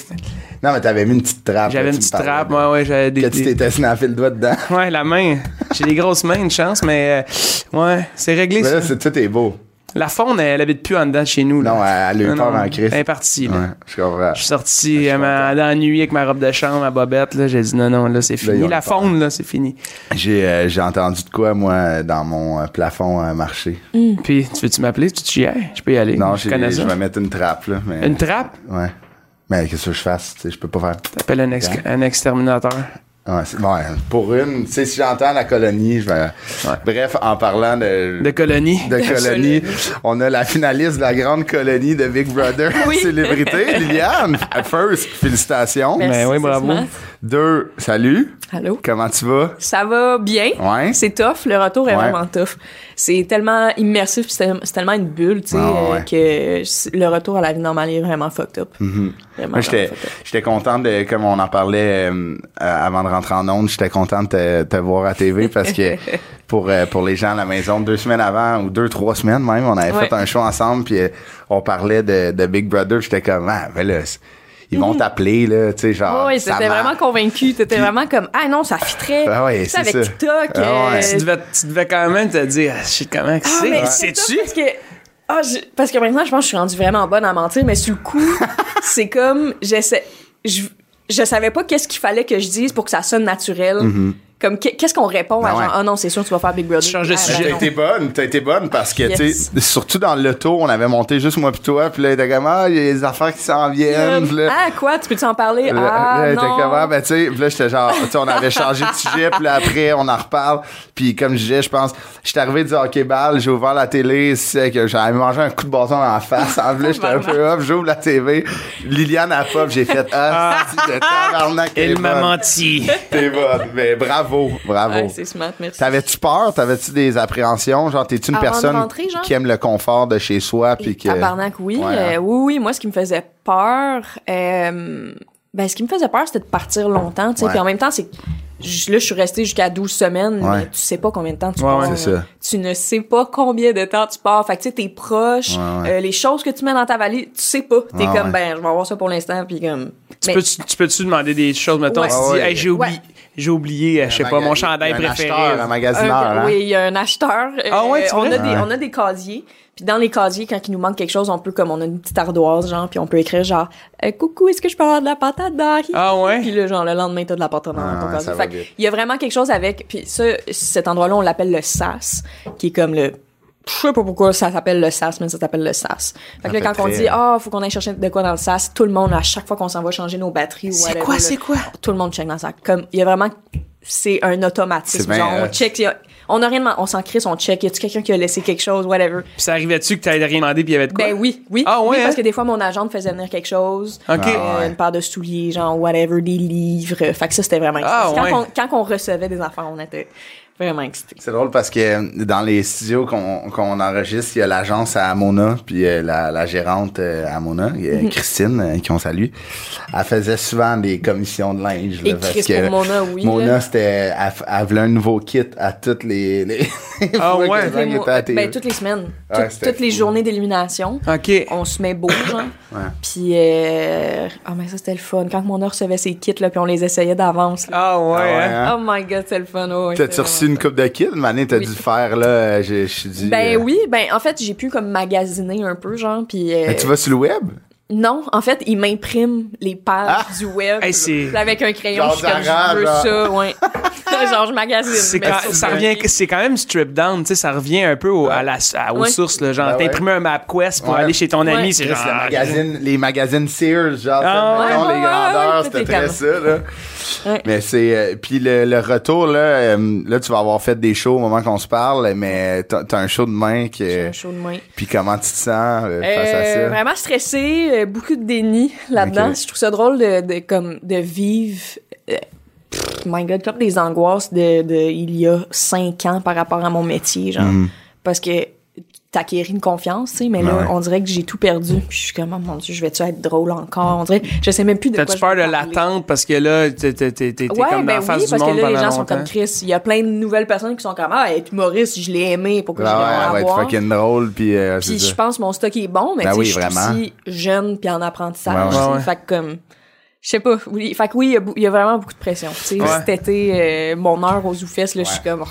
[SPEAKER 4] Non, mais t'avais mis une petite trappe.
[SPEAKER 5] J'avais
[SPEAKER 4] là, tu
[SPEAKER 5] une
[SPEAKER 4] me
[SPEAKER 5] petite
[SPEAKER 4] parlais,
[SPEAKER 5] trappe,
[SPEAKER 4] là,
[SPEAKER 5] ouais, ouais, j'avais des,
[SPEAKER 4] Que tu
[SPEAKER 5] des-
[SPEAKER 4] t'étais snappé le doigt dedans.
[SPEAKER 5] Ouais, la main. J'ai des grosses mains, une chance, mais euh, ouais, c'est réglé.
[SPEAKER 4] Mais là,
[SPEAKER 5] ça.
[SPEAKER 4] c'est- tout est beau.
[SPEAKER 5] La faune, elle, elle habite plus en dedans de chez nous. là.
[SPEAKER 4] Non, elle- elle a eu
[SPEAKER 5] Non,
[SPEAKER 4] peur
[SPEAKER 5] non,
[SPEAKER 4] en Christ.
[SPEAKER 5] Elle est partie, là.
[SPEAKER 4] Ouais, je comprends.
[SPEAKER 5] Je suis sorti euh, ma- dans la nuit avec ma robe de chambre, ma bobette, là, j'ai dit non, non, là, c'est
[SPEAKER 4] ils
[SPEAKER 5] fini.
[SPEAKER 4] ont
[SPEAKER 5] La
[SPEAKER 4] eu peur.
[SPEAKER 5] faune, là, c'est fini.
[SPEAKER 4] J'ai euh, j'ai entendu de quoi, moi, dans mon euh, plafond à marché.
[SPEAKER 7] Mm.
[SPEAKER 5] Puis, tu veux-tu m'appeler? Tu t'y es? Je peux y aller.
[SPEAKER 4] Non,
[SPEAKER 5] je
[SPEAKER 4] j'ai-
[SPEAKER 5] connais
[SPEAKER 4] je
[SPEAKER 5] ça.
[SPEAKER 4] vais mettre une trappe, là. mais-
[SPEAKER 5] Une trappe?
[SPEAKER 4] Ouais. Mais qu'est-ce que je fasse? Tu sais, je peux pas faire.
[SPEAKER 5] T'appelles un, ex-
[SPEAKER 4] Hein?
[SPEAKER 5] un exterminateur.
[SPEAKER 4] Ouais, c'est- ouais, pour une, tu sais, si j'entends la colonie, je vais. Bref, en parlant de.
[SPEAKER 5] De colonie.
[SPEAKER 4] de colonie. On a la finaliste de la grande colonie de Big Brother célébrité, Liliane. First, félicitations.
[SPEAKER 5] Ben oui, bravo.
[SPEAKER 4] Deux, salut.
[SPEAKER 7] Allô?
[SPEAKER 4] Comment tu vas?
[SPEAKER 7] Ça va bien.
[SPEAKER 4] Ouais.
[SPEAKER 7] C'est tough. Le retour est
[SPEAKER 4] Ouais.
[SPEAKER 7] vraiment tough. C'est tellement immersif, puis c'est c'est tellement une bulle, tu sais,
[SPEAKER 4] Ah ouais.
[SPEAKER 7] euh, que c- le retour à la vie normale est vraiment fucked up. Vraiment,
[SPEAKER 4] Mm-hmm. Moi, j'étais,
[SPEAKER 7] vraiment fucked up.
[SPEAKER 4] j'étais content de, comme on en parlait euh, euh, avant de rentrer en ondes, j'étais content de te, te voir à TV parce que pour, euh, pour les gens à la maison, deux semaines avant ou deux, trois semaines même, on avait
[SPEAKER 7] Ouais.
[SPEAKER 4] fait un show ensemble puis euh, on parlait de, de Big Brother. J'étais comme, ah, ben là, c'est- ils vont t'appeler, là, tu sais, genre.
[SPEAKER 7] Mm-hmm. Oh, Oui,
[SPEAKER 4] ça
[SPEAKER 7] t'étais
[SPEAKER 4] marche.
[SPEAKER 7] vraiment convaincu. T'étais vraiment comme, ah non, ça fitrait.
[SPEAKER 4] Ah ouais,
[SPEAKER 7] Tu sais,
[SPEAKER 4] c'est
[SPEAKER 7] avec
[SPEAKER 4] ça.
[SPEAKER 7] TikTok.
[SPEAKER 4] Ah ouais.
[SPEAKER 7] euh,
[SPEAKER 5] Tu devais, tu devais quand même te dire, ah, je sais comment que
[SPEAKER 7] Ah,
[SPEAKER 5] c'est.
[SPEAKER 7] mais c'est tough
[SPEAKER 5] Sais-tu?
[SPEAKER 7] Parce que, ah, je- parce que maintenant, je pense que je suis rendue vraiment bonne à mentir, mais sur le coup, c'est comme, j'essaie, je, je savais pas qu'est-ce qu'il fallait que je dise pour que ça sonne naturel. Comme, qu'est- qu'est-ce qu'on répond à
[SPEAKER 4] Mm-hmm. Ben
[SPEAKER 7] genre,
[SPEAKER 4] ouais.
[SPEAKER 7] ah non, c'est sûr, tu vas faire Big Brother.
[SPEAKER 5] Tu changes de
[SPEAKER 7] Ah,
[SPEAKER 5] sujet.
[SPEAKER 7] ben
[SPEAKER 4] T'as
[SPEAKER 7] non.
[SPEAKER 4] été bonne, t'as été bonne parce que, tu
[SPEAKER 7] Yes.
[SPEAKER 4] sais, surtout dans l'auto, on avait monté juste moi pis toi, pis là, t'es comme, ah, il y a des affaires qui s'en viennent, pis là.
[SPEAKER 7] Ah, quoi? Tu peux-tu en parler?
[SPEAKER 4] Là,
[SPEAKER 7] ah,
[SPEAKER 4] là, elle était
[SPEAKER 7] non.
[SPEAKER 4] comme, ah, ben, tu sais, puis là, j'étais genre, tu sais, on avait changé de sujet, puis là, après, on en reparle. Puis, comme je disais, je pense, j'étais arrivé du hockey-ball, j'ai ouvert la télé, c'est que j'avais mangé un coup de bâton en face. En plus, j'étais un peu off, j'ouvre la TV. Liliane a pop, j'ai fait, ah, c'est de tabarnak, t'es
[SPEAKER 5] Elle m'a
[SPEAKER 4] bonne.
[SPEAKER 5] menti.
[SPEAKER 4] T'es bonne, mais bravo, bravo.
[SPEAKER 7] Ouais, c'est smart, merci.
[SPEAKER 4] T'avais-tu peur? T'avais-tu des appréhensions? Genre, t'es-tu une
[SPEAKER 7] Avant de
[SPEAKER 4] personne
[SPEAKER 7] rentrer, genre?
[SPEAKER 4] qui aime le confort de chez soi? Puis que...
[SPEAKER 7] Tabarnak, oui.
[SPEAKER 4] Ouais, hein.
[SPEAKER 7] euh, oui, oui. Moi, ce qui me faisait peur, euh, ben, ce qui me faisait peur, c'était de partir longtemps, tu sais.
[SPEAKER 4] Ouais.
[SPEAKER 7] Puis en même temps, c'est que je- là, je suis restée jusqu'à 12 semaines,
[SPEAKER 4] Ouais.
[SPEAKER 7] mais tu sais pas combien de temps tu
[SPEAKER 5] Ouais,
[SPEAKER 7] pars.
[SPEAKER 5] ouais,
[SPEAKER 4] c'est
[SPEAKER 7] là.
[SPEAKER 4] ça.
[SPEAKER 7] Tu ne sais pas combien de temps tu pars. Fait que, tu sais, tes proches,
[SPEAKER 4] Ouais, ouais.
[SPEAKER 7] euh, les choses que tu mets dans ta valise, tu sais pas.
[SPEAKER 4] Ouais,
[SPEAKER 7] T'es comme,
[SPEAKER 4] ouais.
[SPEAKER 7] ben, je vais avoir ça pour l'instant, puis comme...
[SPEAKER 5] Tu
[SPEAKER 7] mais-
[SPEAKER 5] peux-tu tu peux-tu demander des choses, mettons,
[SPEAKER 7] Ouais.
[SPEAKER 5] tu dis,
[SPEAKER 4] Ah ouais.
[SPEAKER 5] Hey, j'ai oublié,
[SPEAKER 7] Ouais.
[SPEAKER 5] j'ai oublié, euh, je sais pas, mon chandail
[SPEAKER 4] un
[SPEAKER 5] préféré.
[SPEAKER 4] Acheteur, un magasineur,
[SPEAKER 7] Un-
[SPEAKER 4] hein?
[SPEAKER 7] Oui, il y a un acheteur. euh,
[SPEAKER 5] Ah ouais, tu
[SPEAKER 7] on a,
[SPEAKER 5] vois?
[SPEAKER 7] des, on a des casiers. Puis dans les casiers, quand il nous manque quelque chose, on peut, comme on a une petite ardoise, genre, puis on peut écrire genre Euh, Coucou, est-ce que je peux avoir de la patate dans
[SPEAKER 5] Ah ouais?
[SPEAKER 7] Puis là, genre, le lendemain, t'as de la patate dans
[SPEAKER 4] Ah
[SPEAKER 7] ton
[SPEAKER 4] ouais,
[SPEAKER 7] casier.
[SPEAKER 4] ça va
[SPEAKER 7] Fait que
[SPEAKER 4] vite.
[SPEAKER 7] il y a vraiment quelque chose avec. Puis ça, cet endroit-là, on l'appelle le SAS, qui est comme le. Je sais pas pourquoi ça s'appelle le SAS, mais ça s'appelle le SAS. Fait que
[SPEAKER 4] Ça
[SPEAKER 7] là,
[SPEAKER 4] fait
[SPEAKER 7] quand on
[SPEAKER 4] très-
[SPEAKER 7] dit Ah, faut qu'on aille chercher de quoi dans le SAS, tout le monde, à chaque fois qu'on s'en va changer nos batteries ou
[SPEAKER 5] C'est
[SPEAKER 7] whatever,
[SPEAKER 5] quoi,
[SPEAKER 7] là,
[SPEAKER 5] c'est quoi?
[SPEAKER 7] tout le monde check dans le sac. Comme, il y a vraiment, c'est un
[SPEAKER 4] C'est
[SPEAKER 7] automatisme.
[SPEAKER 4] bien,
[SPEAKER 7] Genre,
[SPEAKER 4] euh,
[SPEAKER 7] on check, il y a- on a rien demandé, on s'en crisse, on check. Y a-tu quelqu'un qui a laissé quelque chose, whatever?
[SPEAKER 5] Puis ça arrivait-tu que t'allais rien demander, puis il y avait de quoi?
[SPEAKER 7] Ben oui, oui.
[SPEAKER 5] Ah ouais?
[SPEAKER 7] Oui, parce que
[SPEAKER 5] hein?
[SPEAKER 7] des fois, mon agent me faisait venir quelque chose.
[SPEAKER 5] Ok.
[SPEAKER 4] Ah ouais.
[SPEAKER 7] Une paire de souliers, genre, whatever, des livres. Fait que ça, c'était vraiment
[SPEAKER 5] Ah
[SPEAKER 7] excitant. quand,
[SPEAKER 5] ouais.
[SPEAKER 7] on, quand on recevait des affaires, on était vraiment excités.
[SPEAKER 4] C'est drôle parce que dans les studios qu'on qu'on enregistre, il y a l'agence à Amona, puis euh, la, la gérante euh, à Amona, il y a
[SPEAKER 7] Mhm.
[SPEAKER 4] Christine, euh, qui on salue. Elle faisait souvent des commissions de linge. là,
[SPEAKER 7] Et
[SPEAKER 4] parce
[SPEAKER 7] Chris,
[SPEAKER 4] que
[SPEAKER 7] pour Mona, oui,
[SPEAKER 4] Mona,
[SPEAKER 7] là.
[SPEAKER 4] c'était, elle, f- elle voulait un nouveau kit à toutes les, les
[SPEAKER 5] Ah
[SPEAKER 4] fois que
[SPEAKER 5] ouais?
[SPEAKER 4] le
[SPEAKER 7] Tous les
[SPEAKER 4] linge
[SPEAKER 7] mois-
[SPEAKER 4] était à TV.
[SPEAKER 7] ben, toutes les semaines.
[SPEAKER 4] Ouais,
[SPEAKER 7] Tout-
[SPEAKER 4] c'était
[SPEAKER 7] toutes les
[SPEAKER 4] fou.
[SPEAKER 7] journées d'élimination.
[SPEAKER 4] Ah.
[SPEAKER 5] OK.
[SPEAKER 7] On se met beau, genre. Puis, euh, ah, mais ça, c'était le fun. Quand mon heure recevait ses kits, là, puis on les essayait d'avance. là.
[SPEAKER 5] Ah ouais,
[SPEAKER 4] Ah ouais,
[SPEAKER 5] hein?
[SPEAKER 4] hein?
[SPEAKER 7] Oh my god, c'est le fun. ouais, ouais,
[SPEAKER 4] T'as-tu
[SPEAKER 7] c'est
[SPEAKER 4] reçu
[SPEAKER 7] vraiment
[SPEAKER 4] une coupe de kit? Mané, t'as
[SPEAKER 7] Oui.
[SPEAKER 4] dû faire, là, euh, je je suis dit... euh,
[SPEAKER 7] Ben oui, ben en fait, j'ai pu comme magasiner un peu, genre, puis... euh,
[SPEAKER 4] Mais tu vas Ah! sur le web?
[SPEAKER 7] Non, en fait, ils m'impriment les pages du web
[SPEAKER 5] Hey, c'est-
[SPEAKER 7] avec ben un crayon. Je suis
[SPEAKER 5] Genre
[SPEAKER 7] comme, je
[SPEAKER 5] d'arabe,
[SPEAKER 7] veux
[SPEAKER 5] genre.
[SPEAKER 7] ça, ouais. genre, je magasine.
[SPEAKER 5] C'est
[SPEAKER 7] mais
[SPEAKER 5] quand,
[SPEAKER 7] ça,
[SPEAKER 5] ça
[SPEAKER 7] c'est-
[SPEAKER 5] revient, c'est quand même strip down, tu sais, ça revient un peu au- à la, à- aux
[SPEAKER 7] Ouais.
[SPEAKER 5] sources, là, genre
[SPEAKER 4] Ben ouais.
[SPEAKER 5] t'imprimes un MapQuest pour
[SPEAKER 4] Ouais.
[SPEAKER 5] aller chez ton ami, c'est
[SPEAKER 4] Chris,
[SPEAKER 5] genre
[SPEAKER 4] le magazine- les magazines Sears, genre,
[SPEAKER 5] Ah,
[SPEAKER 4] ça, mettons,
[SPEAKER 5] ouais,
[SPEAKER 4] les
[SPEAKER 5] ouais,
[SPEAKER 4] grandeurs,
[SPEAKER 5] ouais,
[SPEAKER 4] c'était
[SPEAKER 5] tout est
[SPEAKER 4] très
[SPEAKER 5] calme.
[SPEAKER 4] ça, là.
[SPEAKER 7] Ouais.
[SPEAKER 4] Mais c'est. euh, puis le, le retour, là, euh, là, tu vas avoir fait des shows au moment qu'on se parle, mais t'as t'as un show de main qui.
[SPEAKER 7] un show de main.
[SPEAKER 4] Puis comment tu te sens euh, face à
[SPEAKER 7] Euh,
[SPEAKER 4] ça?
[SPEAKER 7] Vraiment stressée, euh, beaucoup de déni là-dedans.
[SPEAKER 4] Ok.
[SPEAKER 7] Je trouve ça drôle de, de, comme, de vivre, euh, pff, my God, comme des angoisses de, de il y a cinq ans par rapport à mon métier, genre.
[SPEAKER 4] Hmm.
[SPEAKER 8] Mhm.
[SPEAKER 7] Parce que t'acquéris une confiance, tu sais, mais là,
[SPEAKER 8] Ouais.
[SPEAKER 7] on dirait que j'ai tout perdu. Puis je suis comme, oh mon Dieu, je vais-tu être drôle encore? On dirait, je sais même plus de quoi
[SPEAKER 5] T'as-tu
[SPEAKER 7] je
[SPEAKER 5] peur de l'attente parce que là, t'es t'es- t'es- t'es
[SPEAKER 7] ouais,
[SPEAKER 5] comme dans
[SPEAKER 7] ben
[SPEAKER 5] la face
[SPEAKER 7] oui,
[SPEAKER 5] du
[SPEAKER 7] parce
[SPEAKER 5] monde
[SPEAKER 7] que là, les
[SPEAKER 5] pendant
[SPEAKER 7] gens sont
[SPEAKER 5] longtemps.
[SPEAKER 7] comme Chris. Il y a plein de nouvelles personnes qui sont comme Ah, être humoriste, je l'ai aimé, pourquoi
[SPEAKER 4] Ah
[SPEAKER 7] je
[SPEAKER 4] ouais,
[SPEAKER 7] vais
[SPEAKER 4] elle va être
[SPEAKER 7] avoir?
[SPEAKER 4] fucking drôle, puis. euh,
[SPEAKER 7] Puis
[SPEAKER 4] c'est
[SPEAKER 7] je
[SPEAKER 4] ça.
[SPEAKER 7] pense que mon stock est bon, mais
[SPEAKER 4] Ben
[SPEAKER 7] tu sais,
[SPEAKER 4] oui,
[SPEAKER 7] je suis
[SPEAKER 4] vraiment.
[SPEAKER 7] aussi jeune puis en apprentissage.
[SPEAKER 4] Ouais, ouais.
[SPEAKER 7] tu sais.
[SPEAKER 4] Ouais.
[SPEAKER 7] Fait que comme. Je sais pas. Oui, fait que oui, il y a bou- il y, a vraiment beaucoup de pression. Tu sais,
[SPEAKER 4] Ouais.
[SPEAKER 7] cet été, euh, mon heure aux oufesses, là, je suis comme.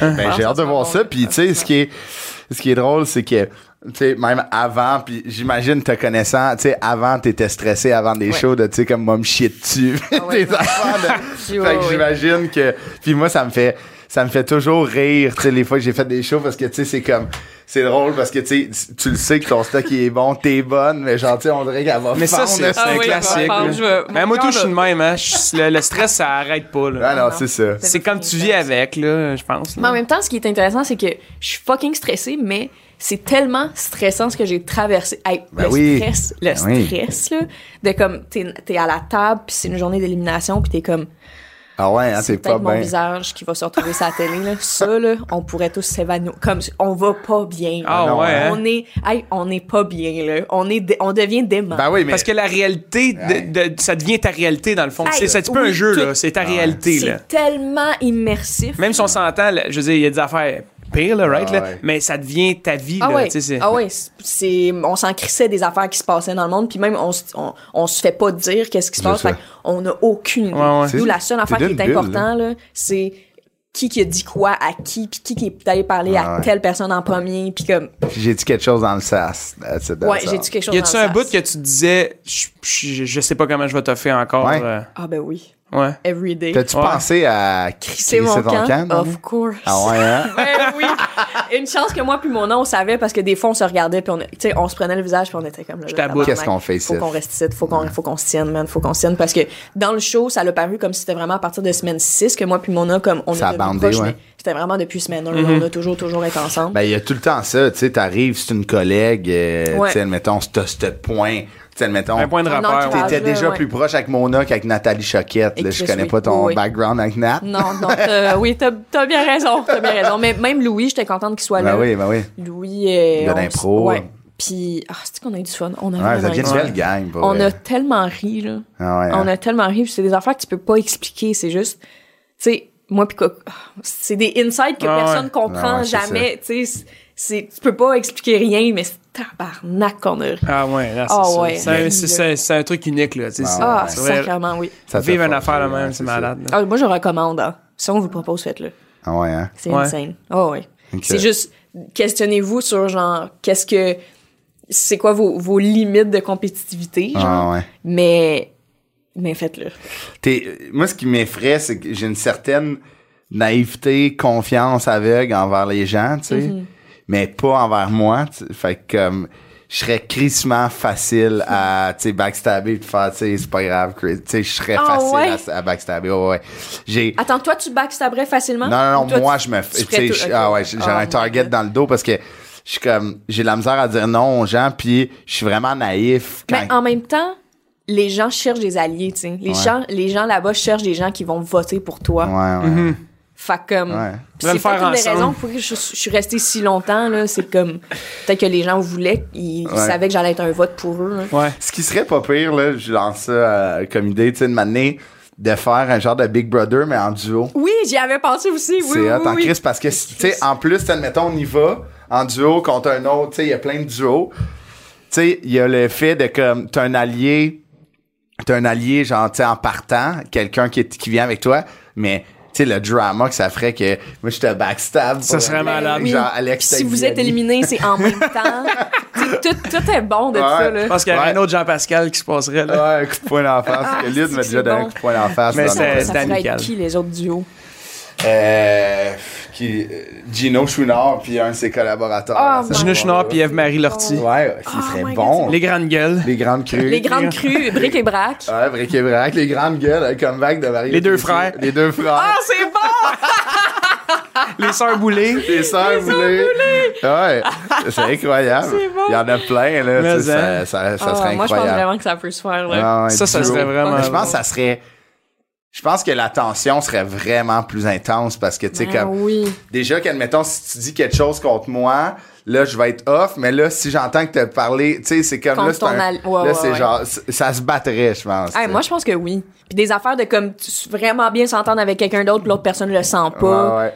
[SPEAKER 4] Ben,
[SPEAKER 7] Ah,
[SPEAKER 4] j'ai hâte de voir ça. Puis, tu sais, ce qui est, ce qui est drôle, c'est que, tu sais, même avant, puis j'imagine te connaissant, tu sais, avant, t'étais stressé avant des
[SPEAKER 9] Ouais.
[SPEAKER 4] shows de, tu sais, comme, moi, me chier dessus.
[SPEAKER 7] Ah
[SPEAKER 4] Des affaires de- fait que j'imagine que, puis moi, ça me fait, ça me fait toujours rire, tu sais, les fois que j'ai fait des shows parce que, tu sais, c'est comme, c'est drôle parce que, tu sais, tu le sais que ton stock, il est bon, t'es bonne, mais genre, tu sais, on dirait qu'elle va
[SPEAKER 5] Mais ça,
[SPEAKER 4] fendre,
[SPEAKER 5] c'est
[SPEAKER 4] là,
[SPEAKER 5] c'est
[SPEAKER 7] Ah
[SPEAKER 5] un classique. là. Mais moi, tout, je suis de même. hein. Je- Le, le stress, ça arrête pas. Là.
[SPEAKER 4] Ah non, c'est ça.
[SPEAKER 5] C'est comme tu vis avec, là, je pense. là.
[SPEAKER 7] Mais en même temps, ce qui est intéressant, c'est que je suis fucking stressée, mais c'est tellement stressant ce que j'ai traversé. Hey,
[SPEAKER 4] Ben
[SPEAKER 7] le
[SPEAKER 4] oui.
[SPEAKER 7] stress, le
[SPEAKER 4] Ben oui.
[SPEAKER 7] stress, là, de comme, t'es t'es à la table, puis c'est une journée d'élimination, puis t'es comme,
[SPEAKER 4] Ah ouais, hein,
[SPEAKER 7] c'est
[SPEAKER 4] c'est pas
[SPEAKER 7] peut-être mon
[SPEAKER 4] bien.
[SPEAKER 7] visage qui va se retrouver sur la télé, là. Ça, là, on pourrait tous s'évanouir. Comme, on va pas bien.
[SPEAKER 4] Ben
[SPEAKER 7] là.
[SPEAKER 5] Ah ouais, hein?
[SPEAKER 7] On est, hey, on est pas bien, là. On est, dé- on devient dément.
[SPEAKER 4] Ben,
[SPEAKER 5] Parce que la réalité, de- de- ça devient ta réalité, dans le fond.
[SPEAKER 7] Hey,
[SPEAKER 5] C'est c'est un petit peu
[SPEAKER 7] oui,
[SPEAKER 5] un jeu,
[SPEAKER 7] tout.
[SPEAKER 5] là. C'est ta
[SPEAKER 4] Ah
[SPEAKER 5] réalité, là.
[SPEAKER 7] c'est tellement immersif.
[SPEAKER 5] Même si on s'entend, là, je veux dire, il y a des affaires pires, là, right?
[SPEAKER 7] Ah
[SPEAKER 5] là,
[SPEAKER 7] ouais.
[SPEAKER 5] Mais ça devient ta vie,
[SPEAKER 7] Ah
[SPEAKER 5] là.
[SPEAKER 7] ouais.
[SPEAKER 5] tu sais, c'est-
[SPEAKER 7] Ah ouais, c'est- c'est on s'en crissait des affaires qui se passaient dans le monde puis même on se- on, on se fait pas dire qu'est-ce qui se
[SPEAKER 5] C'est
[SPEAKER 7] passe,
[SPEAKER 5] ça.
[SPEAKER 7] fait qu'on n'a aucune idée.
[SPEAKER 5] Ouais, ouais.
[SPEAKER 7] Nous
[SPEAKER 5] C'est-
[SPEAKER 7] la seule
[SPEAKER 5] t'es
[SPEAKER 7] affaire qui
[SPEAKER 5] dans
[SPEAKER 7] est
[SPEAKER 5] une bulle,
[SPEAKER 7] importante là, c'est qui qui a dit quoi à qui puis qui qui est allé parler à
[SPEAKER 4] Ouais.
[SPEAKER 7] telle personne en premier puis comme
[SPEAKER 4] Puis j'ai dit quelque chose dans le sas. that's it, that's
[SPEAKER 7] Ouais,
[SPEAKER 4] all.
[SPEAKER 7] j'ai dit quelque chose
[SPEAKER 5] Y a-tu
[SPEAKER 7] dans
[SPEAKER 5] un
[SPEAKER 7] le
[SPEAKER 5] bout que tu te disais, je, je- je sais pas comment je vais te faire encore? euh,
[SPEAKER 7] ah ben oui,
[SPEAKER 5] Ouais.
[SPEAKER 7] every day.
[SPEAKER 4] T'as-tu pensé à
[SPEAKER 7] C'est
[SPEAKER 4] crisser
[SPEAKER 7] mon
[SPEAKER 4] c'est ton
[SPEAKER 7] camp,
[SPEAKER 4] camp?
[SPEAKER 7] of
[SPEAKER 4] Dani?
[SPEAKER 7] course.
[SPEAKER 4] Ah ouais, hein?
[SPEAKER 7] Ben oui. Une chance que moi puis mon nom on savait parce que des fois on se regardait puis on, tu sais, on se prenait le visage puis on était comme là,
[SPEAKER 4] Je
[SPEAKER 7] là,
[SPEAKER 4] t'aboute. Qu'est-ce
[SPEAKER 7] tabarnak,
[SPEAKER 4] qu'on fait
[SPEAKER 7] Faut
[SPEAKER 4] ici?
[SPEAKER 7] qu'on reste ici, faut qu'on faut qu'on se tienne man, faut qu'on se tienne parce que dans le show ça l'a paru comme si c'était vraiment à partir de semaine 6 que moi puis mon nom comme on
[SPEAKER 4] Ça a
[SPEAKER 7] est
[SPEAKER 4] bandé,
[SPEAKER 7] devenus proches,
[SPEAKER 4] ouais.
[SPEAKER 7] mais c'était vraiment depuis semaine 1,
[SPEAKER 4] Mhm.
[SPEAKER 7] on a toujours toujours été ensemble.
[SPEAKER 4] Ben, il y a tout le temps ça. Tu sais, t'arrives, c'est une collègue, euh,
[SPEAKER 7] Ouais.
[SPEAKER 4] tu sais, admettons, c'est ce point. Tu sais, admettons.
[SPEAKER 5] Un point
[SPEAKER 7] Ah
[SPEAKER 5] de Un rapport, entourage,
[SPEAKER 4] T'étais
[SPEAKER 7] là,
[SPEAKER 4] déjà
[SPEAKER 7] ouais.
[SPEAKER 4] plus proche avec Mona qu'avec Nathalie Choquette. là. je
[SPEAKER 7] Chris,
[SPEAKER 4] connais
[SPEAKER 7] oui.
[SPEAKER 4] pas ton
[SPEAKER 7] Oui, oui.
[SPEAKER 4] background avec Nat.
[SPEAKER 7] Non, non, t'as- oui, t'as t'as bien raison, t'as bien raison. Mais même Louis, j'étais contente qu'il soit
[SPEAKER 4] Ben
[SPEAKER 7] là.
[SPEAKER 4] oui, ben oui.
[SPEAKER 7] Louis et
[SPEAKER 4] Il y a de l'impro.
[SPEAKER 7] Ouais. Puis ah, c'est qu'on a eu du fun. On a
[SPEAKER 4] Ouais, vous
[SPEAKER 7] vraiment
[SPEAKER 4] aviez
[SPEAKER 7] eu
[SPEAKER 4] une
[SPEAKER 7] du
[SPEAKER 4] belle
[SPEAKER 7] fun.
[SPEAKER 4] gang, pour
[SPEAKER 7] On
[SPEAKER 4] vrai.
[SPEAKER 7] a tellement ri là.
[SPEAKER 4] Ah ouais,
[SPEAKER 7] on
[SPEAKER 4] hein.
[SPEAKER 7] a tellement ri, puis c'est des affaires que tu peux pas expliquer, c'est juste tu sais moi puis Coco- c'est des insights que
[SPEAKER 8] Ah ouais.
[SPEAKER 7] personne comprend
[SPEAKER 8] Ah ouais, c'est
[SPEAKER 7] jamais, tu sais c'est- c'est tu peux pas expliquer rien mais c'est tabarnak qu'on a ri.
[SPEAKER 5] Ah ouais, là, c'est
[SPEAKER 7] Ah
[SPEAKER 5] ça.
[SPEAKER 7] ouais,
[SPEAKER 5] C'est un-
[SPEAKER 7] oui,
[SPEAKER 5] c'est-
[SPEAKER 7] là.
[SPEAKER 5] c'est un, c'est un truc unique, là. tu sais, c'est-
[SPEAKER 7] Ah,
[SPEAKER 5] c'est vrai.
[SPEAKER 7] sacrément, oui.
[SPEAKER 5] Ça Vivre une affaire la même, c'est malade. là.
[SPEAKER 7] Ah, moi je recommande. hein. Si on vous propose faites-le.
[SPEAKER 4] Ah ouais, hein?
[SPEAKER 7] C'est insane. Oh oui.
[SPEAKER 4] Ok.
[SPEAKER 7] C'est juste questionnez-vous sur genre qu'est-ce que c'est quoi vos, vos limites de compétitivité genre.
[SPEAKER 4] Ah ouais.
[SPEAKER 7] Mais mais faites-le.
[SPEAKER 4] T'es- moi, ce qui m'effraie, c'est que j'ai une certaine naïveté, confiance aveugle envers les gens, tu sais,
[SPEAKER 7] Mhm.
[SPEAKER 4] mais pas envers moi. tu sais. Fait que, comme, je serais crissement facile à, tu sais, backstabber puis faire, tu sais, c'est pas grave, Chris. Tu sais, je serais
[SPEAKER 7] Ah
[SPEAKER 4] facile
[SPEAKER 7] ouais?
[SPEAKER 4] à, à backstabber. Ouais, ouais. J'ai.
[SPEAKER 7] Attends, toi tu backstabrais facilement
[SPEAKER 4] Non, non,
[SPEAKER 7] Ou
[SPEAKER 4] non,
[SPEAKER 7] toi,
[SPEAKER 4] moi,
[SPEAKER 7] tu-
[SPEAKER 4] je me.
[SPEAKER 7] tu
[SPEAKER 4] fais-
[SPEAKER 7] ferais
[SPEAKER 4] tu sais,
[SPEAKER 7] tout-
[SPEAKER 4] je-
[SPEAKER 7] ok.
[SPEAKER 4] Ah ouais, j'ai j'ai
[SPEAKER 7] Ah,
[SPEAKER 4] un
[SPEAKER 7] mon
[SPEAKER 4] target dans le dos parce que je suis comme. J'ai de la misère à dire non aux gens, puis je suis vraiment naïf quand
[SPEAKER 7] Mais en même temps, les gens cherchent des alliés, tu sais. Les
[SPEAKER 4] Ouais.
[SPEAKER 7] gens, les gens là-bas cherchent des gens qui vont voter pour toi.
[SPEAKER 4] Ouais, ouais.
[SPEAKER 7] Mm-hmm.
[SPEAKER 4] Mhm.
[SPEAKER 7] Fait que, comme.
[SPEAKER 4] Ouais.
[SPEAKER 7] Puis
[SPEAKER 4] On va
[SPEAKER 7] C'est
[SPEAKER 4] le faire
[SPEAKER 7] peut-être une des
[SPEAKER 4] ensemble.
[SPEAKER 7] raisons pour lesquelles je, je suis restée si longtemps, là. C'est comme. Peut-être que les gens voulaient, ils, ils
[SPEAKER 4] Ouais.
[SPEAKER 7] savaient que j'allais être un vote pour eux. là.
[SPEAKER 4] Ce qui serait pas pire, là, je lance ça euh, comme idée, tu sais, de m'amener de faire un genre de Big Brother, mais en duo.
[SPEAKER 7] Oui, j'y avais pensé aussi. Oui,
[SPEAKER 4] c'est
[SPEAKER 7] oui,
[SPEAKER 4] hot en
[SPEAKER 7] oui.
[SPEAKER 4] crise parce que, tu sais, en plus, admettons, on y va en duo contre un autre, tu sais, il y a plein de duos. Tu sais, il y a le fait de comme, t'as un allié, t'as un allié, genre, tu sais, en partant, quelqu'un qui, est- qui vient avec toi, mais. Tu sais, le drama que ça ferait que moi je te backstab.
[SPEAKER 5] Ça
[SPEAKER 4] pour-
[SPEAKER 5] serait malade.
[SPEAKER 4] Genre, Alex
[SPEAKER 7] Puis si vous êtes
[SPEAKER 4] Tagliani.
[SPEAKER 7] éliminé, c'est en même temps. Tu sais, tout, tout est bon de ça, là.
[SPEAKER 6] Je pense qu'il y aurait un autre Jean-Pascal qui se passerait. Là.
[SPEAKER 4] Ouais, coup de poing d'en face.
[SPEAKER 7] Ah,
[SPEAKER 4] que Lyd
[SPEAKER 7] c'est
[SPEAKER 4] m'a
[SPEAKER 7] que
[SPEAKER 4] déjà
[SPEAKER 7] c'est
[SPEAKER 4] donné un
[SPEAKER 7] bon.
[SPEAKER 4] coup de poing d'en face.
[SPEAKER 6] Mais
[SPEAKER 4] dans
[SPEAKER 6] c'est-
[SPEAKER 4] mon-
[SPEAKER 6] c'est
[SPEAKER 7] Ça pourrait
[SPEAKER 6] amical.
[SPEAKER 7] être qui, les autres duos?
[SPEAKER 4] Euh, qui, Gino Chouinard puis un de ses collaborateurs.
[SPEAKER 7] Ah,
[SPEAKER 4] là,
[SPEAKER 7] my
[SPEAKER 4] ça-
[SPEAKER 6] Gino Chouinard puis Eve-Marie Lortie.
[SPEAKER 4] Ouais, qui serait
[SPEAKER 7] my
[SPEAKER 4] bon.
[SPEAKER 6] Les grandes gueules.
[SPEAKER 4] Les grandes crues.
[SPEAKER 7] Les grandes crues, briques et braques.
[SPEAKER 4] Ouais, bric et brac, les grandes gueules, le comeback de Marie.
[SPEAKER 6] Les deux frères.
[SPEAKER 4] Les deux frères.
[SPEAKER 7] Ah, c'est bon!
[SPEAKER 6] Les sœurs boulées.
[SPEAKER 4] les sœurs voulaient. Ouais, c'est incroyable.
[SPEAKER 7] C'est bon.
[SPEAKER 4] Il y en a plein, là.
[SPEAKER 6] Mais
[SPEAKER 4] tu sais,
[SPEAKER 6] hein.
[SPEAKER 4] ça, ça, ça
[SPEAKER 7] Ah,
[SPEAKER 4] serait incroyable.
[SPEAKER 7] Moi, je pense vraiment que ça peut se faire, là.
[SPEAKER 4] Ah ouais,
[SPEAKER 6] Ça, ça
[SPEAKER 4] duo.
[SPEAKER 6] serait vraiment
[SPEAKER 4] Mais Je pense
[SPEAKER 6] bon.
[SPEAKER 4] que ça serait. Je pense que la tension serait vraiment plus intense parce que, tu sais,
[SPEAKER 7] Ah
[SPEAKER 4] comme.
[SPEAKER 7] oui.
[SPEAKER 4] Déjà qu'admettons, si tu dis quelque chose contre moi, là, je vais être off, mais là, si j'entends que t'as parlé, tu sais, c'est comme.
[SPEAKER 7] Contre
[SPEAKER 4] là, c'est
[SPEAKER 7] ton
[SPEAKER 4] un-
[SPEAKER 7] al-
[SPEAKER 4] là,
[SPEAKER 7] ouais, ouais,
[SPEAKER 4] c'est
[SPEAKER 7] ouais.
[SPEAKER 4] genre. c- Ça se battrait, je pense. tu
[SPEAKER 7] Hey,
[SPEAKER 4] sais.
[SPEAKER 7] moi, je pense que oui. Puis des affaires de comme tu- vraiment bien s'entendre avec quelqu'un d'autre, puis l'autre personne le sent pas.
[SPEAKER 4] Ouais, ouais.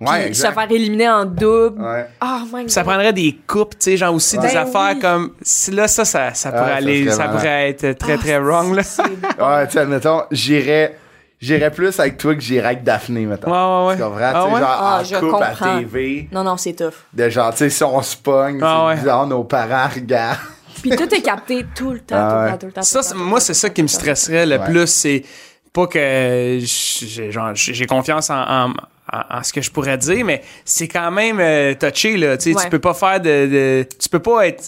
[SPEAKER 7] Puis
[SPEAKER 4] Ouais,
[SPEAKER 7] se
[SPEAKER 4] exact.
[SPEAKER 7] faire éliminer en double.
[SPEAKER 4] Ouais.
[SPEAKER 7] Oh my god.
[SPEAKER 6] Ça prendrait des coupes, tu sais, genre aussi des
[SPEAKER 7] Ben
[SPEAKER 6] affaires
[SPEAKER 7] oui.
[SPEAKER 6] comme. si- Là, ça, ça, ça pourrait
[SPEAKER 4] ça
[SPEAKER 6] aller.
[SPEAKER 4] serait
[SPEAKER 6] Ça
[SPEAKER 4] malade.
[SPEAKER 6] pourrait être
[SPEAKER 7] Ah,
[SPEAKER 6] très, très wrong, là.
[SPEAKER 4] Ouais, tu sais, admettons, j'irais. J'irais plus avec toi que j'irais avec Daphné, maintenant.
[SPEAKER 6] Ouais, ouais, ouais.
[SPEAKER 4] Tu comprends?
[SPEAKER 6] Ah,
[SPEAKER 4] tu sais,
[SPEAKER 6] ouais?
[SPEAKER 4] genre,
[SPEAKER 7] Ah,
[SPEAKER 4] en
[SPEAKER 7] je
[SPEAKER 4] couple à
[SPEAKER 7] comprends.
[SPEAKER 4] TV.
[SPEAKER 7] Non, non, c'est tough.
[SPEAKER 4] De genre, tu sais, si on se pogne,
[SPEAKER 6] Ah, ouais.
[SPEAKER 4] c'est bizarre, nos parents regardent.
[SPEAKER 7] Puis tout est capté tout le temps,
[SPEAKER 4] Ah
[SPEAKER 7] tout le
[SPEAKER 4] ouais.
[SPEAKER 7] temps, tout le temps.
[SPEAKER 6] Ça,
[SPEAKER 7] tout
[SPEAKER 6] c'est-
[SPEAKER 7] le temps,
[SPEAKER 6] moi,
[SPEAKER 7] tout
[SPEAKER 6] c'est
[SPEAKER 7] le
[SPEAKER 6] ça
[SPEAKER 7] temps,
[SPEAKER 6] qui me
[SPEAKER 7] tout le temps.
[SPEAKER 6] stresserait le
[SPEAKER 4] Ouais.
[SPEAKER 6] plus. C'est pas que j'ai genre, j'ai- j'ai confiance en, en- en- en ce que je pourrais dire, mais c'est quand même euh, touché, là. Tu sais,
[SPEAKER 7] Ouais.
[SPEAKER 6] Tu peux pas faire de, de- Tu peux pas être.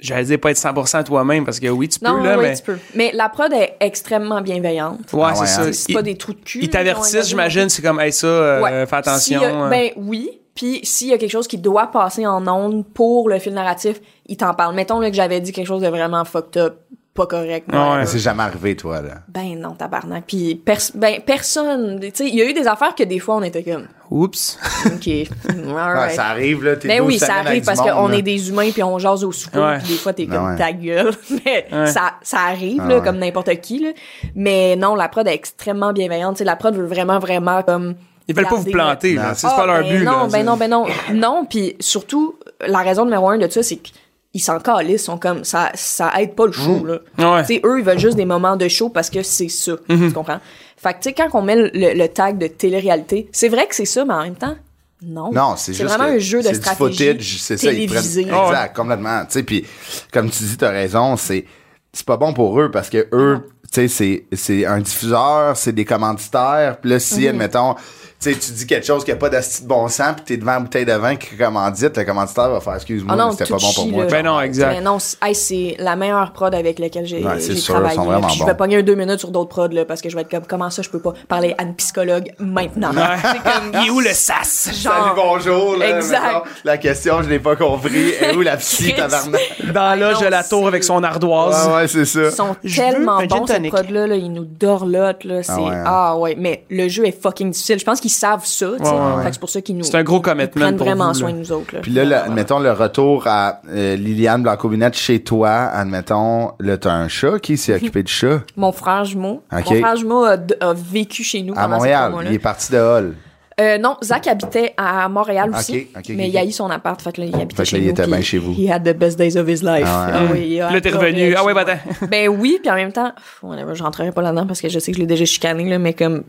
[SPEAKER 6] J'allais dire pas être 100% toi-même parce que oui, tu
[SPEAKER 7] Non,
[SPEAKER 6] peux, là,
[SPEAKER 7] oui,
[SPEAKER 6] mais.
[SPEAKER 7] tu peux. Mais la prod est extrêmement bienveillante.
[SPEAKER 6] Ouais,
[SPEAKER 4] Ah ouais,
[SPEAKER 6] c'est
[SPEAKER 4] hein.
[SPEAKER 6] ça.
[SPEAKER 7] C'est
[SPEAKER 6] Ils-
[SPEAKER 7] pas des trous de cul. qui
[SPEAKER 6] Ils
[SPEAKER 7] ont été
[SPEAKER 6] t'avertissent, j'imagine, c'est comme, hey, ça, euh,
[SPEAKER 7] Ouais.
[SPEAKER 6] fais attention.
[SPEAKER 7] S'il y a-
[SPEAKER 6] euh.
[SPEAKER 7] ben oui. Puis s'il y a quelque chose qui doit passer en ondes pour le fil narratif, il t'en parle. Mettons là, que j'avais dit quelque chose de vraiment fucked up, pas correct.
[SPEAKER 6] Ah ouais,
[SPEAKER 4] C'est jamais arrivé, toi, là.
[SPEAKER 7] Ben non, tabarnak. Puis pers- ben, personne. Tu sais, il y a eu des affaires que des fois on était comme,
[SPEAKER 6] Oups.
[SPEAKER 7] ok, alright.
[SPEAKER 4] Ouais, ça arrive, là. T'es
[SPEAKER 7] Ben
[SPEAKER 4] 12
[SPEAKER 7] oui, ça
[SPEAKER 4] semaines avec
[SPEAKER 7] arrive
[SPEAKER 4] du
[SPEAKER 7] parce
[SPEAKER 4] monde,
[SPEAKER 7] qu'on
[SPEAKER 4] là.
[SPEAKER 7] est des humains puis on jase au souper
[SPEAKER 6] Ouais.
[SPEAKER 7] puis des fois t'es
[SPEAKER 4] Ah
[SPEAKER 7] comme
[SPEAKER 4] ouais. Ah
[SPEAKER 7] ta gueule. Mais
[SPEAKER 6] Ouais.
[SPEAKER 7] ça, ça arrive là, comme n'importe qui là. Mais non, la prod est extrêmement bienveillante. Tu sais, la prod veut vraiment vraiment comme
[SPEAKER 6] Ils veulent pas vous
[SPEAKER 7] garder
[SPEAKER 6] planter,
[SPEAKER 4] Non,
[SPEAKER 6] là.
[SPEAKER 4] c'est
[SPEAKER 6] C'est pas
[SPEAKER 7] Ah,
[SPEAKER 6] leur
[SPEAKER 7] ben
[SPEAKER 6] but,
[SPEAKER 7] Non,
[SPEAKER 6] là.
[SPEAKER 7] ben non, ben non. Non, puis surtout, la raison numéro un de ça, c'est qu'ils s'en calissent, ils sont comme, ça, ça aide pas le show, là.
[SPEAKER 6] Mm. Ouais. Mm-hmm.
[SPEAKER 7] Tu sais, eux, ils veulent juste des moments de show parce que c'est ça, tu comprends? Fait que, tu sais, quand on met le, le tag de télé-réalité, c'est vrai que c'est ça, mais en même temps, non.
[SPEAKER 4] Non, c'est juste.
[SPEAKER 7] Oh, vraiment
[SPEAKER 4] que
[SPEAKER 7] un jeu de
[SPEAKER 4] c'est du
[SPEAKER 7] stratégie
[SPEAKER 4] footage, c'est ça, ils
[SPEAKER 7] télévisé.
[SPEAKER 6] Ah
[SPEAKER 4] prennent- Exact, complètement. Tu sais, puis comme tu dis, t'as raison, c'est c'est pas bon pour eux parce que eux, tu sais, c'est c'est un diffuseur, c'est des commanditaires. Puis là,
[SPEAKER 7] Mhm.
[SPEAKER 4] si, admettons, tu sais, tu dis quelque chose qui a pas d'asti de bon sens, puis t'es devant la bouteille de vin qui commandite, le commanditaire va faire excuse-moi,
[SPEAKER 7] Ah non,
[SPEAKER 4] mais c'était
[SPEAKER 7] tout
[SPEAKER 4] pas bon pour
[SPEAKER 7] chie,
[SPEAKER 4] moi.
[SPEAKER 7] là.
[SPEAKER 6] Ben non, exact.
[SPEAKER 7] Mais non, c'est hey, c'est la meilleure prod avec laquelle j'ai
[SPEAKER 4] Ouais, c'est
[SPEAKER 7] j'ai
[SPEAKER 4] sûr,
[SPEAKER 7] travaillé.
[SPEAKER 4] ils sont
[SPEAKER 7] là.
[SPEAKER 4] vraiment
[SPEAKER 7] Puis je vais
[SPEAKER 4] bons.
[SPEAKER 7] pogner un deux minutes sur d'autres prods là, parce que je vais être comme comment ça je peux pas parler à une psychologue maintenant. C'est comme
[SPEAKER 6] Il est où le sas?
[SPEAKER 7] genre
[SPEAKER 4] Salut, bonjour. Là,
[SPEAKER 7] Exact.
[SPEAKER 4] mettons, la question, je l'ai pas compris. Et où la psy,
[SPEAKER 7] Chris.
[SPEAKER 4] tabarnak?
[SPEAKER 6] Dans l'âge
[SPEAKER 7] Ben non,
[SPEAKER 6] de la tour
[SPEAKER 7] c'est-
[SPEAKER 6] avec son ardoise.
[SPEAKER 4] Ouais, ouais, c'est ça.
[SPEAKER 7] Ils sont
[SPEAKER 6] Je
[SPEAKER 7] tellement
[SPEAKER 6] veux un gin
[SPEAKER 7] bons, ces
[SPEAKER 6] tonic.
[SPEAKER 7] prods-là. Là, ils nous dorlotent. Là, c'est... Ah,
[SPEAKER 4] ouais,
[SPEAKER 7] ouais,
[SPEAKER 4] hein.
[SPEAKER 7] Mais le jeu est fucking difficile. Je pense qu'ils savent ça. tu sais. Fait que c'est pour ça qu'ils nous.
[SPEAKER 6] C'est un gros
[SPEAKER 7] ils
[SPEAKER 6] commitment
[SPEAKER 7] prennent
[SPEAKER 6] pour
[SPEAKER 7] vraiment
[SPEAKER 6] vous, là.
[SPEAKER 7] soin de nous autres. Là.
[SPEAKER 4] Puis là, le- admettons le retour à euh, Liliane Blanco-Binette chez toi. Admettons, là, t'as un chat. Qui s'est occupé du chat?
[SPEAKER 7] Mon frère Jumeau.
[SPEAKER 4] Ok.
[SPEAKER 7] Mon frère Jumeau a, a vécu chez nous
[SPEAKER 4] À
[SPEAKER 7] pendant ces
[SPEAKER 4] Montréal.
[SPEAKER 7] trois
[SPEAKER 4] Il est
[SPEAKER 7] mois-là.
[SPEAKER 4] parti de Hall.
[SPEAKER 7] Euh, non, Zach habitait à Montréal
[SPEAKER 4] Ok,
[SPEAKER 7] aussi.
[SPEAKER 4] ok, ok,
[SPEAKER 7] mais
[SPEAKER 4] ok.
[SPEAKER 7] il a eu son appart. Fait que là, il habitait
[SPEAKER 4] Fait que
[SPEAKER 7] chez
[SPEAKER 4] là, il
[SPEAKER 7] nous.
[SPEAKER 4] était bien
[SPEAKER 7] puis
[SPEAKER 4] chez vous.
[SPEAKER 7] He had the best days of his life.
[SPEAKER 4] Ah ouais,
[SPEAKER 7] Ah
[SPEAKER 4] hein.
[SPEAKER 7] oui, il a
[SPEAKER 6] Puis là, t'es
[SPEAKER 7] adoré
[SPEAKER 6] revenu.
[SPEAKER 7] être
[SPEAKER 6] Ah ouais,
[SPEAKER 7] chez moi.
[SPEAKER 6] va-t'en.
[SPEAKER 7] Ben oui, puis en même temps, pff, whatever, je rentrerai pas là-dedans parce que je sais que je l'ai déjà chicané, là, mais comme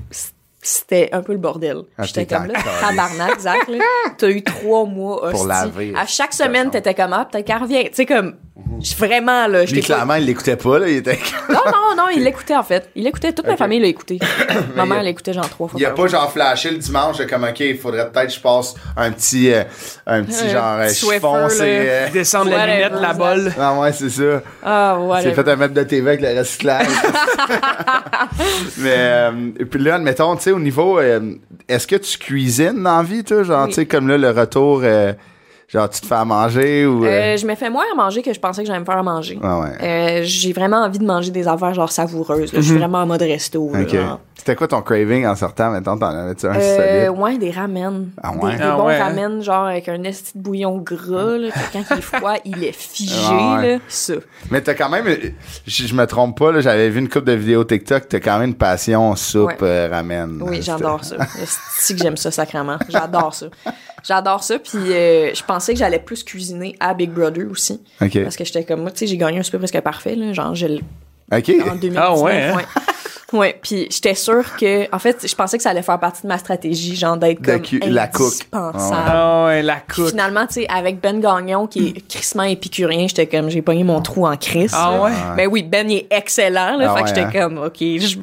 [SPEAKER 7] c'était un peu le bordel.
[SPEAKER 4] Ah,
[SPEAKER 7] J'étais
[SPEAKER 4] t'es
[SPEAKER 7] comme là,
[SPEAKER 4] encore.
[SPEAKER 7] tabarnak, Zach, là, t'as eu trois mois
[SPEAKER 4] Pour
[SPEAKER 7] hostie.
[SPEAKER 4] laver,
[SPEAKER 7] À chaque
[SPEAKER 4] de toute
[SPEAKER 7] semaine,
[SPEAKER 4] façon.
[SPEAKER 7] t'étais comme, ah, peut-être qu'elle revient. Tu sais, comme, j- vraiment, là,
[SPEAKER 4] Lui,
[SPEAKER 7] j'étais pas...
[SPEAKER 4] clairement, il l'écoutait pas, là. Il était.
[SPEAKER 7] Non, non, non, il l'écoutait, en fait. Il l'écoutait, toute ma
[SPEAKER 4] Ok.
[SPEAKER 7] famille l'a écouté. ma
[SPEAKER 4] Mais il
[SPEAKER 7] mère
[SPEAKER 4] a-
[SPEAKER 7] l'écoutait genre trois fois.
[SPEAKER 4] Il a
[SPEAKER 7] par
[SPEAKER 4] pas, genre, flashé le dimanche, de comme, OK, il faudrait peut-être que je passe un petit, euh, un petit,
[SPEAKER 7] Un
[SPEAKER 4] genre, euh,
[SPEAKER 7] petit
[SPEAKER 4] chiffon,
[SPEAKER 7] Swiffer,
[SPEAKER 4] c'est. euh,
[SPEAKER 6] Descendre la
[SPEAKER 7] Whatever,
[SPEAKER 6] lunette, la
[SPEAKER 7] Zach.
[SPEAKER 6] bolle.
[SPEAKER 4] Ah ouais, c'est ça.
[SPEAKER 7] jour. Ah, voilà.
[SPEAKER 4] C'est fait un meuble de TV avec le recyclage. Mais euh, et puis là, admettons, tu sais, au niveau, euh, est-ce que tu cuisines dans la vie, toi, genre,
[SPEAKER 7] Oui.
[SPEAKER 4] tu sais, comme là le retour, euh, genre tu te fais à manger ou. euh,
[SPEAKER 7] Euh, je me fais moins à manger que je pensais que j'allais me faire à manger.
[SPEAKER 4] Ah ouais.
[SPEAKER 7] Euh, j'ai vraiment envie de manger des affaires genre savoureuses. là. Je suis vraiment en mode resto. là,
[SPEAKER 4] Mhm. ok.
[SPEAKER 7] genre.
[SPEAKER 4] C'était quoi ton craving en sortant, mettons, t'en avais-tu un
[SPEAKER 7] Euh,
[SPEAKER 4] solide?
[SPEAKER 7] ouais, des ramen.
[SPEAKER 4] Ah ouais?
[SPEAKER 7] Des, des
[SPEAKER 6] Ah
[SPEAKER 7] bons
[SPEAKER 6] ouais, hein?
[SPEAKER 7] ramen, genre avec un esti de bouillon gras. Là, que quand il est froid, il est figé.
[SPEAKER 4] Ah ouais.
[SPEAKER 7] là, ça.
[SPEAKER 4] Mais t'as quand même, euh, je je me trompe pas, là, j'avais vu une coupe de vidéos TikTok, t'as quand même une passion soupe,
[SPEAKER 7] Ouais.
[SPEAKER 4] euh, ramen.
[SPEAKER 7] Oui,
[SPEAKER 4] Euh,
[SPEAKER 7] j'adore ça. C'est que j'aime ça sacrément. J'adore ça. J'adore ça. Puis euh, je pensais que j'allais plus cuisiner à Big Brother aussi.
[SPEAKER 4] Ok.
[SPEAKER 7] Parce que j'étais comme moi, tu sais, j'ai gagné un super presque parfait. Là, genre, je l'ai-
[SPEAKER 4] c'était- Ok.
[SPEAKER 7] en 2019.
[SPEAKER 6] Ah ouais, hein?
[SPEAKER 7] ouais. Ouais, puis j'étais sûre que, en fait, je pensais que ça allait faire partie de ma stratégie, genre d'être
[SPEAKER 4] La
[SPEAKER 7] comme
[SPEAKER 4] cu- la cook.
[SPEAKER 7] indispensable.
[SPEAKER 5] Ah ouais, la
[SPEAKER 7] Puis
[SPEAKER 5] cook.
[SPEAKER 7] Finalement, tu sais, avec Ben Gagnon, qui est crissement épicurien, j'étais comme, j'ai pogné mon trou en crisse.
[SPEAKER 5] Ah
[SPEAKER 7] là.
[SPEAKER 5] ouais?
[SPEAKER 7] Ben oui, Ben, il est excellent, là.
[SPEAKER 4] Ah
[SPEAKER 7] fait
[SPEAKER 4] ouais,
[SPEAKER 7] que j'étais
[SPEAKER 4] hein?
[SPEAKER 7] comme, OK, je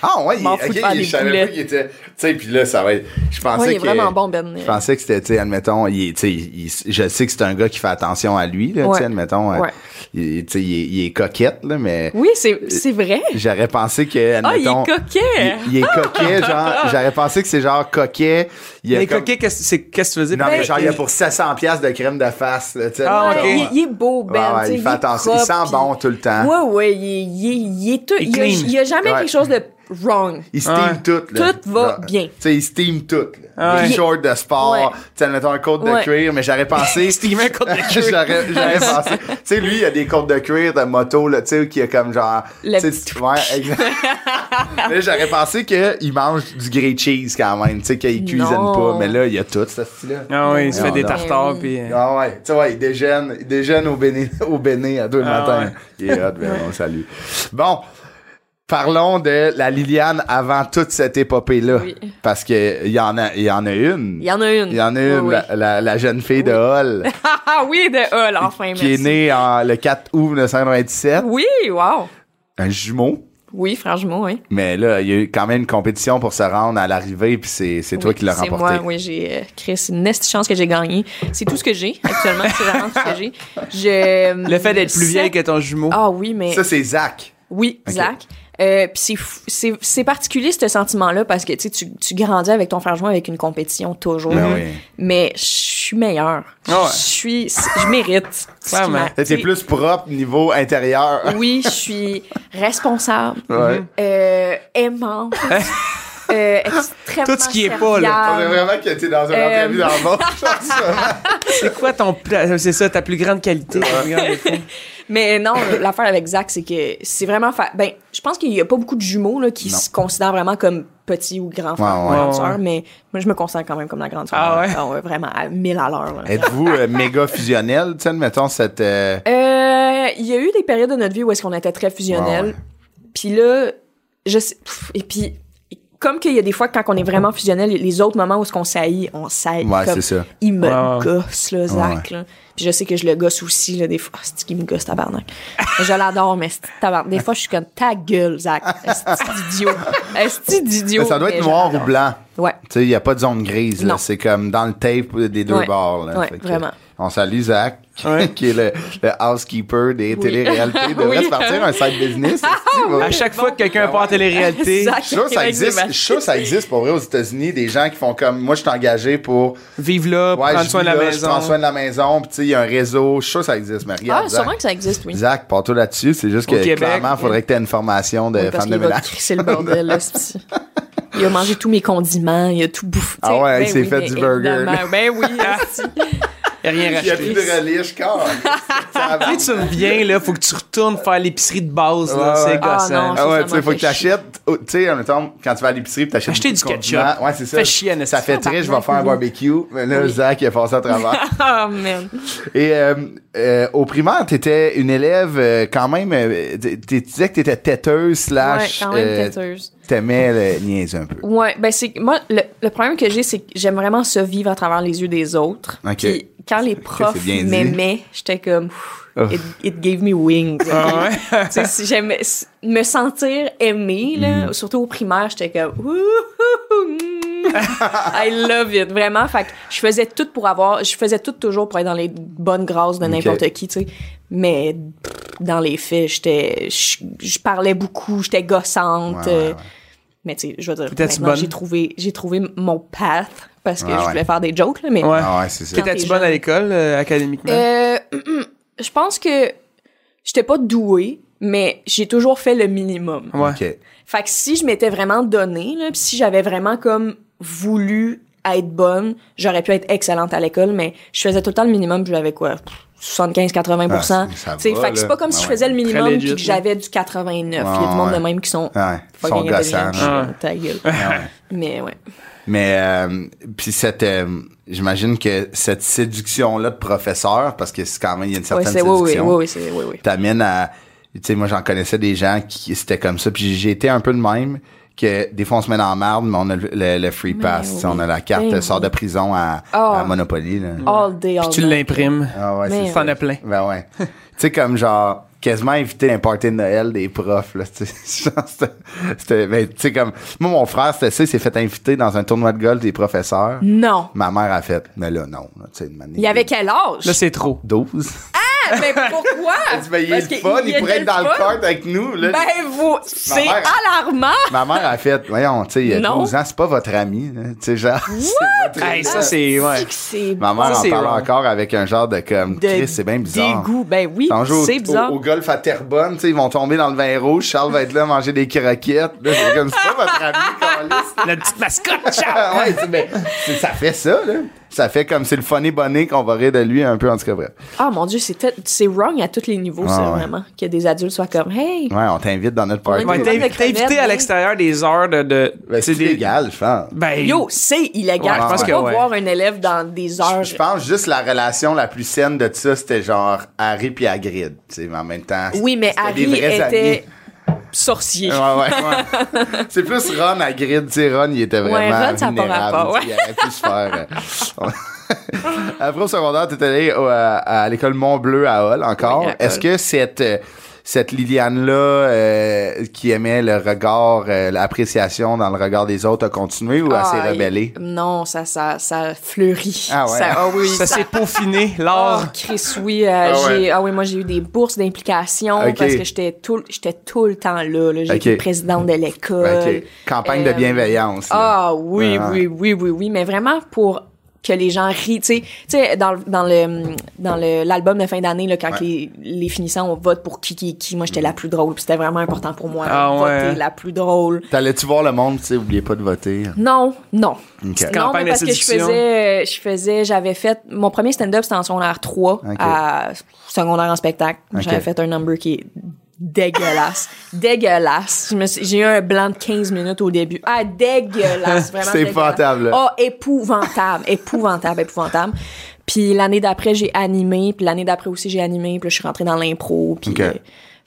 [SPEAKER 4] Ah ouais, il,
[SPEAKER 7] m'en fous
[SPEAKER 4] ok,
[SPEAKER 7] de faire
[SPEAKER 4] il-
[SPEAKER 7] des
[SPEAKER 4] je savais
[SPEAKER 7] poulets.
[SPEAKER 4] pas qu'il était. Tu sais, puis là, ça va être. Je pensais
[SPEAKER 7] Ouais, il est
[SPEAKER 4] que-
[SPEAKER 7] vraiment bon, Ben.
[SPEAKER 4] Je pensais que c'était, tu sais, admettons, il, est- tu sais, il- je sais que c'est un gars qui fait attention à lui, là, tu sais,
[SPEAKER 7] Ouais.
[SPEAKER 4] admettons. euh,
[SPEAKER 7] Ouais.
[SPEAKER 4] il- tu sais, il, est- il est coquette, là, mais.
[SPEAKER 7] Oui, c'est c'est vrai.
[SPEAKER 4] J'aurais pensé que,
[SPEAKER 7] Ah, il
[SPEAKER 4] admettons.
[SPEAKER 7] est coquet! Ah!
[SPEAKER 4] il, il est coquet, genre. J'aurais pensé que c'est genre coquet. Il a
[SPEAKER 5] Les
[SPEAKER 4] comme-
[SPEAKER 5] coquets, qu'est-ce c'est- qu'est-ce que tu faisais? Ben, euh,
[SPEAKER 4] Non, mais genre, il y a pour 700 pièces de crème de face, là, tu sais.
[SPEAKER 5] Ah,
[SPEAKER 4] admettons,
[SPEAKER 5] ok.
[SPEAKER 4] ouais.
[SPEAKER 7] Il, il est beau,
[SPEAKER 4] Ouais,
[SPEAKER 7] Ben.
[SPEAKER 4] ouais,
[SPEAKER 7] tu sais,
[SPEAKER 4] il fait attention. il
[SPEAKER 7] est
[SPEAKER 4] sent
[SPEAKER 7] propre,
[SPEAKER 4] bon tout le temps.
[SPEAKER 7] puis- Ouais, ouais, il, est- il, est- il est tout.
[SPEAKER 4] Il est
[SPEAKER 7] Il y a,
[SPEAKER 4] clean.
[SPEAKER 7] il y a jamais
[SPEAKER 4] Ouais.
[SPEAKER 7] quelque chose de wrong.
[SPEAKER 4] Il steam tout. Là.
[SPEAKER 7] Tout va
[SPEAKER 4] Là,
[SPEAKER 7] bien.
[SPEAKER 4] Tu sais, il steam tout.
[SPEAKER 7] Ouais.
[SPEAKER 5] Ah
[SPEAKER 4] Là. Des
[SPEAKER 7] Il-
[SPEAKER 4] shorts de sport,
[SPEAKER 7] Ouais.
[SPEAKER 4] tu sais, admettons un côte de
[SPEAKER 7] Ouais.
[SPEAKER 4] cuir, mais j'aurais pensé...
[SPEAKER 5] Steamer un côte de cuir.
[SPEAKER 4] j'aurais, j'aurais pensé... Tu sais, lui, il a des côtes de cuir de moto, là, tu sais, qui a comme genre...
[SPEAKER 7] Le
[SPEAKER 4] tu sais, tu- Ouais, exact. mais j'aurais pensé qu'il mange du grey cheese quand même, tu sais, qu'il cuisine
[SPEAKER 7] Non.
[SPEAKER 4] pas, mais là, il y a tout, ce style-là.
[SPEAKER 5] Ah oui, il se
[SPEAKER 4] Non,
[SPEAKER 5] fait des
[SPEAKER 4] non.
[SPEAKER 5] tartares, puis... euh,
[SPEAKER 4] Ah ouais, tu sais, ouais, il déjeune, il déjeune au Béné, au Béné à deux le
[SPEAKER 5] Ah
[SPEAKER 4] matin.
[SPEAKER 5] ouais.
[SPEAKER 4] Il est hot, ben, on le salue. Bon, parlons de la Liliane avant toute cette épopée-là.
[SPEAKER 7] Oui.
[SPEAKER 4] Parce qu'il y, en a- il y en a une.
[SPEAKER 7] Il y en a une.
[SPEAKER 4] Il y en a une,
[SPEAKER 7] Oui, oui.
[SPEAKER 4] la, la- la jeune fille de Hall,
[SPEAKER 7] Ah oui, de Hull, enfin,
[SPEAKER 4] qui est
[SPEAKER 7] merci.
[SPEAKER 4] née en- le 4 août 1927.
[SPEAKER 7] Oui, wow.
[SPEAKER 4] Un jumeau.
[SPEAKER 7] Oui, franchement, oui.
[SPEAKER 4] Mais là, il y a eu quand même une compétition pour se rendre à l'arrivée, puis c'est c'est toi
[SPEAKER 7] Oui,
[SPEAKER 4] qui l'as
[SPEAKER 7] C'est
[SPEAKER 4] remporté.
[SPEAKER 7] moi, oui, j'ai euh, Chris, une neste chance que j'ai gagné. C'est tout ce que j'ai actuellement, c'est vraiment tout ce que j'ai. Je, euh,
[SPEAKER 5] Le fait d'être plus vieille que ton jumeau.
[SPEAKER 7] Ah oui, mais
[SPEAKER 4] Ça, c'est Zach.
[SPEAKER 7] oui,
[SPEAKER 4] Ok.
[SPEAKER 7] Zach. Euh, puis c'est fou- c'est c'est particulier ce sentiment là parce que tu sais, tu tu grandis avec ton frère jumeau avec une compétition toujours.
[SPEAKER 4] Ben oui.
[SPEAKER 7] Mais je suis meilleure.
[SPEAKER 5] Ah ouais.
[SPEAKER 7] Je suis je mérite. ce qui
[SPEAKER 5] Ouais, mais
[SPEAKER 7] m'a-
[SPEAKER 4] T'étais plus propre niveau intérieur.
[SPEAKER 7] Oui, je suis responsable,
[SPEAKER 4] Ouais.
[SPEAKER 7] euh, aimante, euh, extrêmement
[SPEAKER 5] Hein? Tout ce qui est pas, là.
[SPEAKER 4] On est
[SPEAKER 7] serviable.
[SPEAKER 4] vraiment que t'es dans une
[SPEAKER 7] Ah. Euh,
[SPEAKER 4] entrevue d'embauche.
[SPEAKER 5] C'est quoi ton... pla- C'est ça, ta plus grande qualité. ta plus grande défaut.
[SPEAKER 7] Mais non, l'affaire avec Zach, c'est que c'est vraiment. fa- Ben, je pense qu'il y a pas beaucoup de jumeaux là, qui
[SPEAKER 4] Non.
[SPEAKER 7] se considèrent vraiment comme petits ou grands frères
[SPEAKER 4] Ouais,
[SPEAKER 7] ou
[SPEAKER 4] ouais.
[SPEAKER 7] grande
[SPEAKER 5] Ouais,
[SPEAKER 7] sœur,
[SPEAKER 5] ouais.
[SPEAKER 7] mais moi, je me considère quand même comme la grande sœur.
[SPEAKER 5] Ah ouais?
[SPEAKER 7] vraiment à 1000 à l'heure. là.
[SPEAKER 4] Êtes-vous euh, méga fusionnel, tu sais, mettons cette. euh,
[SPEAKER 7] Euh, Il y a eu des périodes de notre vie où est-ce qu'on était très fusionnels.
[SPEAKER 4] Ouais, ouais.
[SPEAKER 7] Puis là, je sais. pff, Et puis, comme qu'il y a des fois, quand on est vraiment fusionnel, les autres moments où est-ce qu'on s'haït, on s'haït.
[SPEAKER 4] Ouais,
[SPEAKER 7] comme
[SPEAKER 4] c'est ça.
[SPEAKER 7] Il me
[SPEAKER 5] Ouais, ouais.
[SPEAKER 7] gosse, là, Zach. là. Puis je sais que je le gosse aussi, là, des fois. Ah, c'est qu'il me gosse, tabarnak. je l'adore, mais c'est tabarnak. Des fois, je suis comme ta gueule, Zach. Est-ce d'idiot? Est-ce d'idiot?
[SPEAKER 4] mais ça doit
[SPEAKER 7] mais
[SPEAKER 4] être noir ou blanc.
[SPEAKER 7] Ouais.
[SPEAKER 4] Tu sais, il n'y a pas de zone grise. là.
[SPEAKER 7] Non.
[SPEAKER 4] C'est comme dans le tape des deux
[SPEAKER 7] Ouais.
[SPEAKER 4] bords. Là.
[SPEAKER 7] Ouais,
[SPEAKER 4] Fait que,
[SPEAKER 7] vraiment.
[SPEAKER 4] On salue Zach,
[SPEAKER 5] Ouais.
[SPEAKER 4] qui est le, le housekeeper des téléréalités. Il devrait
[SPEAKER 7] Oui.
[SPEAKER 4] se partir un site business. esti, Ben ouais.
[SPEAKER 5] À chaque fois que quelqu'un part en télé-réalité,
[SPEAKER 7] Zach,
[SPEAKER 4] Je suis sûr que ça
[SPEAKER 7] avec des
[SPEAKER 4] existe. Je
[SPEAKER 7] masques.
[SPEAKER 4] suis sûr que ça existe pour vrai aux États-Unis, des gens qui font comme moi, je suis engagé pour
[SPEAKER 5] vive là,
[SPEAKER 4] ouais,
[SPEAKER 5] prendre
[SPEAKER 4] je
[SPEAKER 5] soin de
[SPEAKER 4] vis
[SPEAKER 5] la
[SPEAKER 4] là, Je
[SPEAKER 5] maison.
[SPEAKER 4] prends soin de la maison, puis tu sais, il y a un réseau. Je suis sûr que ça existe, mais regarde.
[SPEAKER 7] Ah,
[SPEAKER 4] Zach.
[SPEAKER 7] sûrement que ça existe, oui.
[SPEAKER 4] Zach, partout là-dessus, c'est juste
[SPEAKER 5] Au
[SPEAKER 4] que
[SPEAKER 5] Québec.
[SPEAKER 4] clairement, il faudrait que tu aies une formation de
[SPEAKER 7] Oui, parce
[SPEAKER 4] Euh, femme de
[SPEAKER 7] qu'il va
[SPEAKER 4] ménage.
[SPEAKER 7] crisser le bordel, là, c'est- Il a mangé tous mes condiments, il a tout bouffé. Ben
[SPEAKER 4] Ah ouais, il s'est fait
[SPEAKER 7] mais
[SPEAKER 4] du burger,
[SPEAKER 7] évidemment.
[SPEAKER 4] là.
[SPEAKER 7] Ben oui, esti.
[SPEAKER 5] Y a rien
[SPEAKER 4] Il y a plus de
[SPEAKER 5] racheté.
[SPEAKER 4] relish, quand
[SPEAKER 5] Tu sais, tu reviens, là, faut que tu retournes faire l'épicerie de base, là,
[SPEAKER 4] Ouais,
[SPEAKER 5] c'est
[SPEAKER 4] ouais.
[SPEAKER 5] gossant.
[SPEAKER 7] Ah, non.
[SPEAKER 4] Ah ouais,
[SPEAKER 7] Ça,
[SPEAKER 4] tu
[SPEAKER 7] ça
[SPEAKER 4] sais, faut
[SPEAKER 7] m'a
[SPEAKER 4] que
[SPEAKER 7] fait chier.
[SPEAKER 4] t'achètes. oh, Tu sais, en même temps, quand tu vas à l'épicerie, t'achètes.
[SPEAKER 5] Acheter
[SPEAKER 4] beaucoup
[SPEAKER 5] du
[SPEAKER 4] de
[SPEAKER 5] ketchup.
[SPEAKER 4] condiments. Ouais, c'est ça.
[SPEAKER 5] Fait chier, Anastas.
[SPEAKER 4] Ça fait très, je vais faire un
[SPEAKER 7] Tabarnak,
[SPEAKER 4] barbecue. Mais là, Zach, il a passé à travers.
[SPEAKER 7] Ah, man.
[SPEAKER 4] Et euh, euh, au primaire, t'étais une élève euh, quand même. euh, t- Tu disais que t'étais têteuse, slash.
[SPEAKER 7] Ouais, quand même
[SPEAKER 4] euh,
[SPEAKER 7] têteuse.
[SPEAKER 4] T'aimais le niaiser un peu.
[SPEAKER 7] Ouais, ben c'est moi le, le problème que j'ai c'est que j'aime vraiment ça vivre à travers les yeux des autres.
[SPEAKER 4] Ok.
[SPEAKER 7] Puis quand les
[SPEAKER 4] c'est
[SPEAKER 7] profs
[SPEAKER 4] bien dit. Oh.
[SPEAKER 7] m'aimaient, j'étais comme Ouf,
[SPEAKER 4] Ouf.
[SPEAKER 7] it, it gave me wings.
[SPEAKER 5] Ah ouais?
[SPEAKER 7] Tu sais, si j'aimais si- me sentir aimée
[SPEAKER 4] Mm-hmm.
[SPEAKER 7] là, surtout au primaire, j'étais comme Ouh, ouh, ouh, mm, I love it vraiment. Fait que je faisais tout pour avoir, je faisais tout toujours pour être dans les bonnes grâces de n'importe qui, tu sais. Mais pff, dans les faits, j'étais je je parlais beaucoup, j'étais
[SPEAKER 4] Ouais,
[SPEAKER 7] gossante.
[SPEAKER 4] ouais,
[SPEAKER 7] euh,
[SPEAKER 4] ouais.
[SPEAKER 7] mais tu sais, je veux dire,
[SPEAKER 5] T'étais-tu
[SPEAKER 7] maintenant,
[SPEAKER 5] bonne?
[SPEAKER 7] j'ai trouvé, j'ai trouvé mon path parce que
[SPEAKER 4] Ah Ouais,
[SPEAKER 7] je voulais
[SPEAKER 4] ouais.
[SPEAKER 7] faire des jokes, là, mais
[SPEAKER 5] Ouais.
[SPEAKER 4] Ah ouais, c'est ça.
[SPEAKER 7] Quand
[SPEAKER 5] T'étais-tu
[SPEAKER 7] t'es
[SPEAKER 5] bonne à
[SPEAKER 7] jeune.
[SPEAKER 5] l'école, euh, académiquement?
[SPEAKER 7] Euh, je pense que j'étais pas douée, mais j'ai toujours fait le minimum.
[SPEAKER 5] ouais.
[SPEAKER 4] Ok.
[SPEAKER 7] Fait que si je m'étais vraiment donnée, là, pis si j'avais vraiment comme voulu être bonne, j'aurais pu être excellente à l'école, mais je faisais tout le temps le minimum, puis j'avais quoi? 75-80%.
[SPEAKER 4] Ah, ça va,
[SPEAKER 7] T'sais, fait que
[SPEAKER 4] là.
[SPEAKER 7] c'est
[SPEAKER 4] Ah
[SPEAKER 7] pas comme si
[SPEAKER 4] Ouais,
[SPEAKER 7] je faisais le minimum
[SPEAKER 5] Très
[SPEAKER 7] et
[SPEAKER 5] legit,
[SPEAKER 7] que j'avais du 89. Il y a
[SPEAKER 4] Ouais,
[SPEAKER 7] du monde
[SPEAKER 4] ouais. Ah
[SPEAKER 7] de même qui sont
[SPEAKER 4] Ouais, ils sont
[SPEAKER 7] fucking intelligents.
[SPEAKER 4] gossants. hein.
[SPEAKER 7] Je suis
[SPEAKER 4] là. Ah
[SPEAKER 7] comme, Ta gueule. Mais ouais.
[SPEAKER 4] Mais euh, puis cette euh, j'imagine que cette séduction là de professeur parce que c'est quand même il y a une certaine
[SPEAKER 7] ouais, c'est, oui, oui,
[SPEAKER 4] séduction
[SPEAKER 7] oui, oui, c'est, oui, oui.
[SPEAKER 4] t'amène à Tu sais, moi, j'en connaissais des gens qui c'était comme ça. Puis j'étais un peu le même que des fois, on se met dans la marde, mais on a le, le- le free pass. tu sais, On a la carte
[SPEAKER 7] Ben
[SPEAKER 4] sort de prison à,
[SPEAKER 7] Ah.
[SPEAKER 4] à Monopoly. Là.
[SPEAKER 7] All day, all
[SPEAKER 5] Mm. Puis tu
[SPEAKER 7] night.
[SPEAKER 5] l'imprimes.
[SPEAKER 4] Ah ouais, c'est
[SPEAKER 7] Mais
[SPEAKER 4] ça.
[SPEAKER 5] T'en as plein.
[SPEAKER 4] Ben ouais. tu sais, comme genre, quasiment éviter l'importé de Noël des profs, là. Tu sais, Genre, c'était- c'était- ben, tu sais, comme, moi, mon frère, c'était ça, il s'est fait inviter dans un tournoi de golf des professeurs.
[SPEAKER 7] Non.
[SPEAKER 4] Ma mère a fait, mais là, non, là, tu sais, de manière.
[SPEAKER 7] Il y
[SPEAKER 5] Mm.
[SPEAKER 7] avait quel âge?
[SPEAKER 5] Là, c'est trop.
[SPEAKER 4] 12.
[SPEAKER 7] Ah, mais pourquoi?
[SPEAKER 4] Ben, il est
[SPEAKER 7] Parce
[SPEAKER 4] le
[SPEAKER 7] que
[SPEAKER 4] fun, il
[SPEAKER 7] était
[SPEAKER 4] pourrait être dans le
[SPEAKER 7] fun.
[SPEAKER 4] court avec nous, là.
[SPEAKER 7] Ben, vous, c'est
[SPEAKER 4] mère- hein.
[SPEAKER 7] alarmant.
[SPEAKER 4] Ma mère a fait, voyons, tu sais, il y a
[SPEAKER 7] Non.
[SPEAKER 4] 12 ans, c'est pas votre ami, là. Tu sais, genre, c'est votre
[SPEAKER 5] Hey,
[SPEAKER 7] Ah.
[SPEAKER 5] ça, c'est. Ouais.
[SPEAKER 7] C'est que c'est
[SPEAKER 4] Ma mère
[SPEAKER 5] Ça,
[SPEAKER 4] en
[SPEAKER 5] c'est
[SPEAKER 4] parle
[SPEAKER 5] wrong.
[SPEAKER 4] encore avec un genre de comme
[SPEAKER 7] de
[SPEAKER 4] Chris, c'est bien bizarre.
[SPEAKER 7] dégoût. Ben oui,
[SPEAKER 4] On joue au-
[SPEAKER 7] c'est bizarre.
[SPEAKER 4] Au, au golf à Terrebonne, tu sais, ils vont tomber dans le vin rouge, Charles va être là à manger des croquettes. Là, c'est comme c'est pas votre ami qu'on
[SPEAKER 5] Notre petite mascotte, Charles!
[SPEAKER 4] ouais, c'est- mais c'est- ça fait ça, là. Ça fait comme c'est le funny bonnet qu'on va rire de lui un peu, en tout cas, bref.
[SPEAKER 7] Ah mon dieu, c'est tel- c'est wrong à tous les niveaux,
[SPEAKER 4] Ah,
[SPEAKER 7] ça,
[SPEAKER 4] ouais.
[SPEAKER 7] vraiment. Que des adultes soient comme, hey,
[SPEAKER 4] Ouais, on t'invite dans notre party.
[SPEAKER 5] Ouais,
[SPEAKER 7] Ouais,
[SPEAKER 5] t'es-
[SPEAKER 7] avec
[SPEAKER 5] t'es
[SPEAKER 7] Fred,
[SPEAKER 5] invité à
[SPEAKER 7] oui.
[SPEAKER 5] l'extérieur des heures de. de-
[SPEAKER 4] Ben, c'est
[SPEAKER 5] des-
[SPEAKER 4] légal, je pense.
[SPEAKER 5] Ben,
[SPEAKER 7] yo, c'est illégal.
[SPEAKER 5] Ouais,
[SPEAKER 7] tu
[SPEAKER 5] je pense
[SPEAKER 7] peux
[SPEAKER 5] que
[SPEAKER 7] pas
[SPEAKER 5] ouais.
[SPEAKER 7] voir un élève dans des heures.
[SPEAKER 4] Je pense juste la relation la plus saine de ça, c'était genre Harry puis Hagrid, tu sais, mais en même temps.
[SPEAKER 7] oui, mais
[SPEAKER 4] c'était des
[SPEAKER 7] Harry
[SPEAKER 4] vrais amis.
[SPEAKER 7] était sorcier.
[SPEAKER 4] Ouais, ouais, ouais. C'est plus Ron à grid. Tu sais, Ron, il était vraiment
[SPEAKER 7] Ouais, Ron, ça a pas
[SPEAKER 4] vulnérable.
[SPEAKER 7] rapport, ouais.
[SPEAKER 4] Il aurait pu se faire... euh, Après, au secondaire, t'es allé au- à, à l'école Mont-Bleu à Hall, encore.
[SPEAKER 7] Oui, à Hull.
[SPEAKER 4] Est-ce que cette... euh, Cette Liliane-là, euh, qui aimait le regard, euh, l'appréciation dans le regard des autres, a continué ou elle s'est
[SPEAKER 7] Ah,
[SPEAKER 4] rebellée?
[SPEAKER 7] il- Non, ça, ça, ça fleurit.
[SPEAKER 4] Ah ouais.
[SPEAKER 7] Ça, ah oui,
[SPEAKER 5] ça s'est peaufiné,
[SPEAKER 7] Oh,
[SPEAKER 5] l'art.
[SPEAKER 7] Chris, oui. euh,
[SPEAKER 4] Ah ouais.
[SPEAKER 7] j'ai- ah oui, moi, j'ai eu des bourses d'implication
[SPEAKER 4] Ok.
[SPEAKER 7] parce que j'étais tout, j'étais tout le temps là. là. J'ai
[SPEAKER 4] Ok.
[SPEAKER 7] été présidente de l'école.
[SPEAKER 4] Ben, Ok. Campagne de
[SPEAKER 7] Euh,
[SPEAKER 4] bienveillance. là.
[SPEAKER 7] Ah oui,
[SPEAKER 4] Ouais, ouais.
[SPEAKER 7] oui, oui, oui, oui, mais vraiment pour que les gens rient, tu sais, tu sais, dans, le- dans le dans le- l'album de fin d'année là, quand
[SPEAKER 4] Ouais.
[SPEAKER 7] les, les finissants on vote pour qui qui qui, moi j'étais la plus drôle, puis c'était vraiment important pour moi
[SPEAKER 5] Ah
[SPEAKER 7] de
[SPEAKER 5] ouais.
[SPEAKER 7] voter la plus drôle.
[SPEAKER 4] T'allais-tu voir le monde, tu sais, oubliez pas de voter. hein?
[SPEAKER 7] Non, non.
[SPEAKER 4] Ok.
[SPEAKER 7] Non,
[SPEAKER 5] Campagne
[SPEAKER 7] mais
[SPEAKER 5] de
[SPEAKER 7] parce que je
[SPEAKER 5] séduction.
[SPEAKER 7] faisais, je faisais, j'avais fait mon premier stand-up c'était en secondaire 3 à secondaire en spectacle. J'avais
[SPEAKER 4] Ok.
[SPEAKER 7] fait un number qui est dégueulasse, dégueulasse. Je me suis- J'ai eu un blanc de 15 minutes au début. Ah dégueulasse, vraiment.
[SPEAKER 4] C'est
[SPEAKER 7] dégueulasse.
[SPEAKER 4] épouvantable, là.
[SPEAKER 7] Ah épouvantable, épouvantable, épouvantable. Puis l'année d'après j'ai animé, puis l'année d'après aussi j'ai animé, puis là, je suis rentrée dans l'impro, puis
[SPEAKER 4] Ok.
[SPEAKER 7] euh,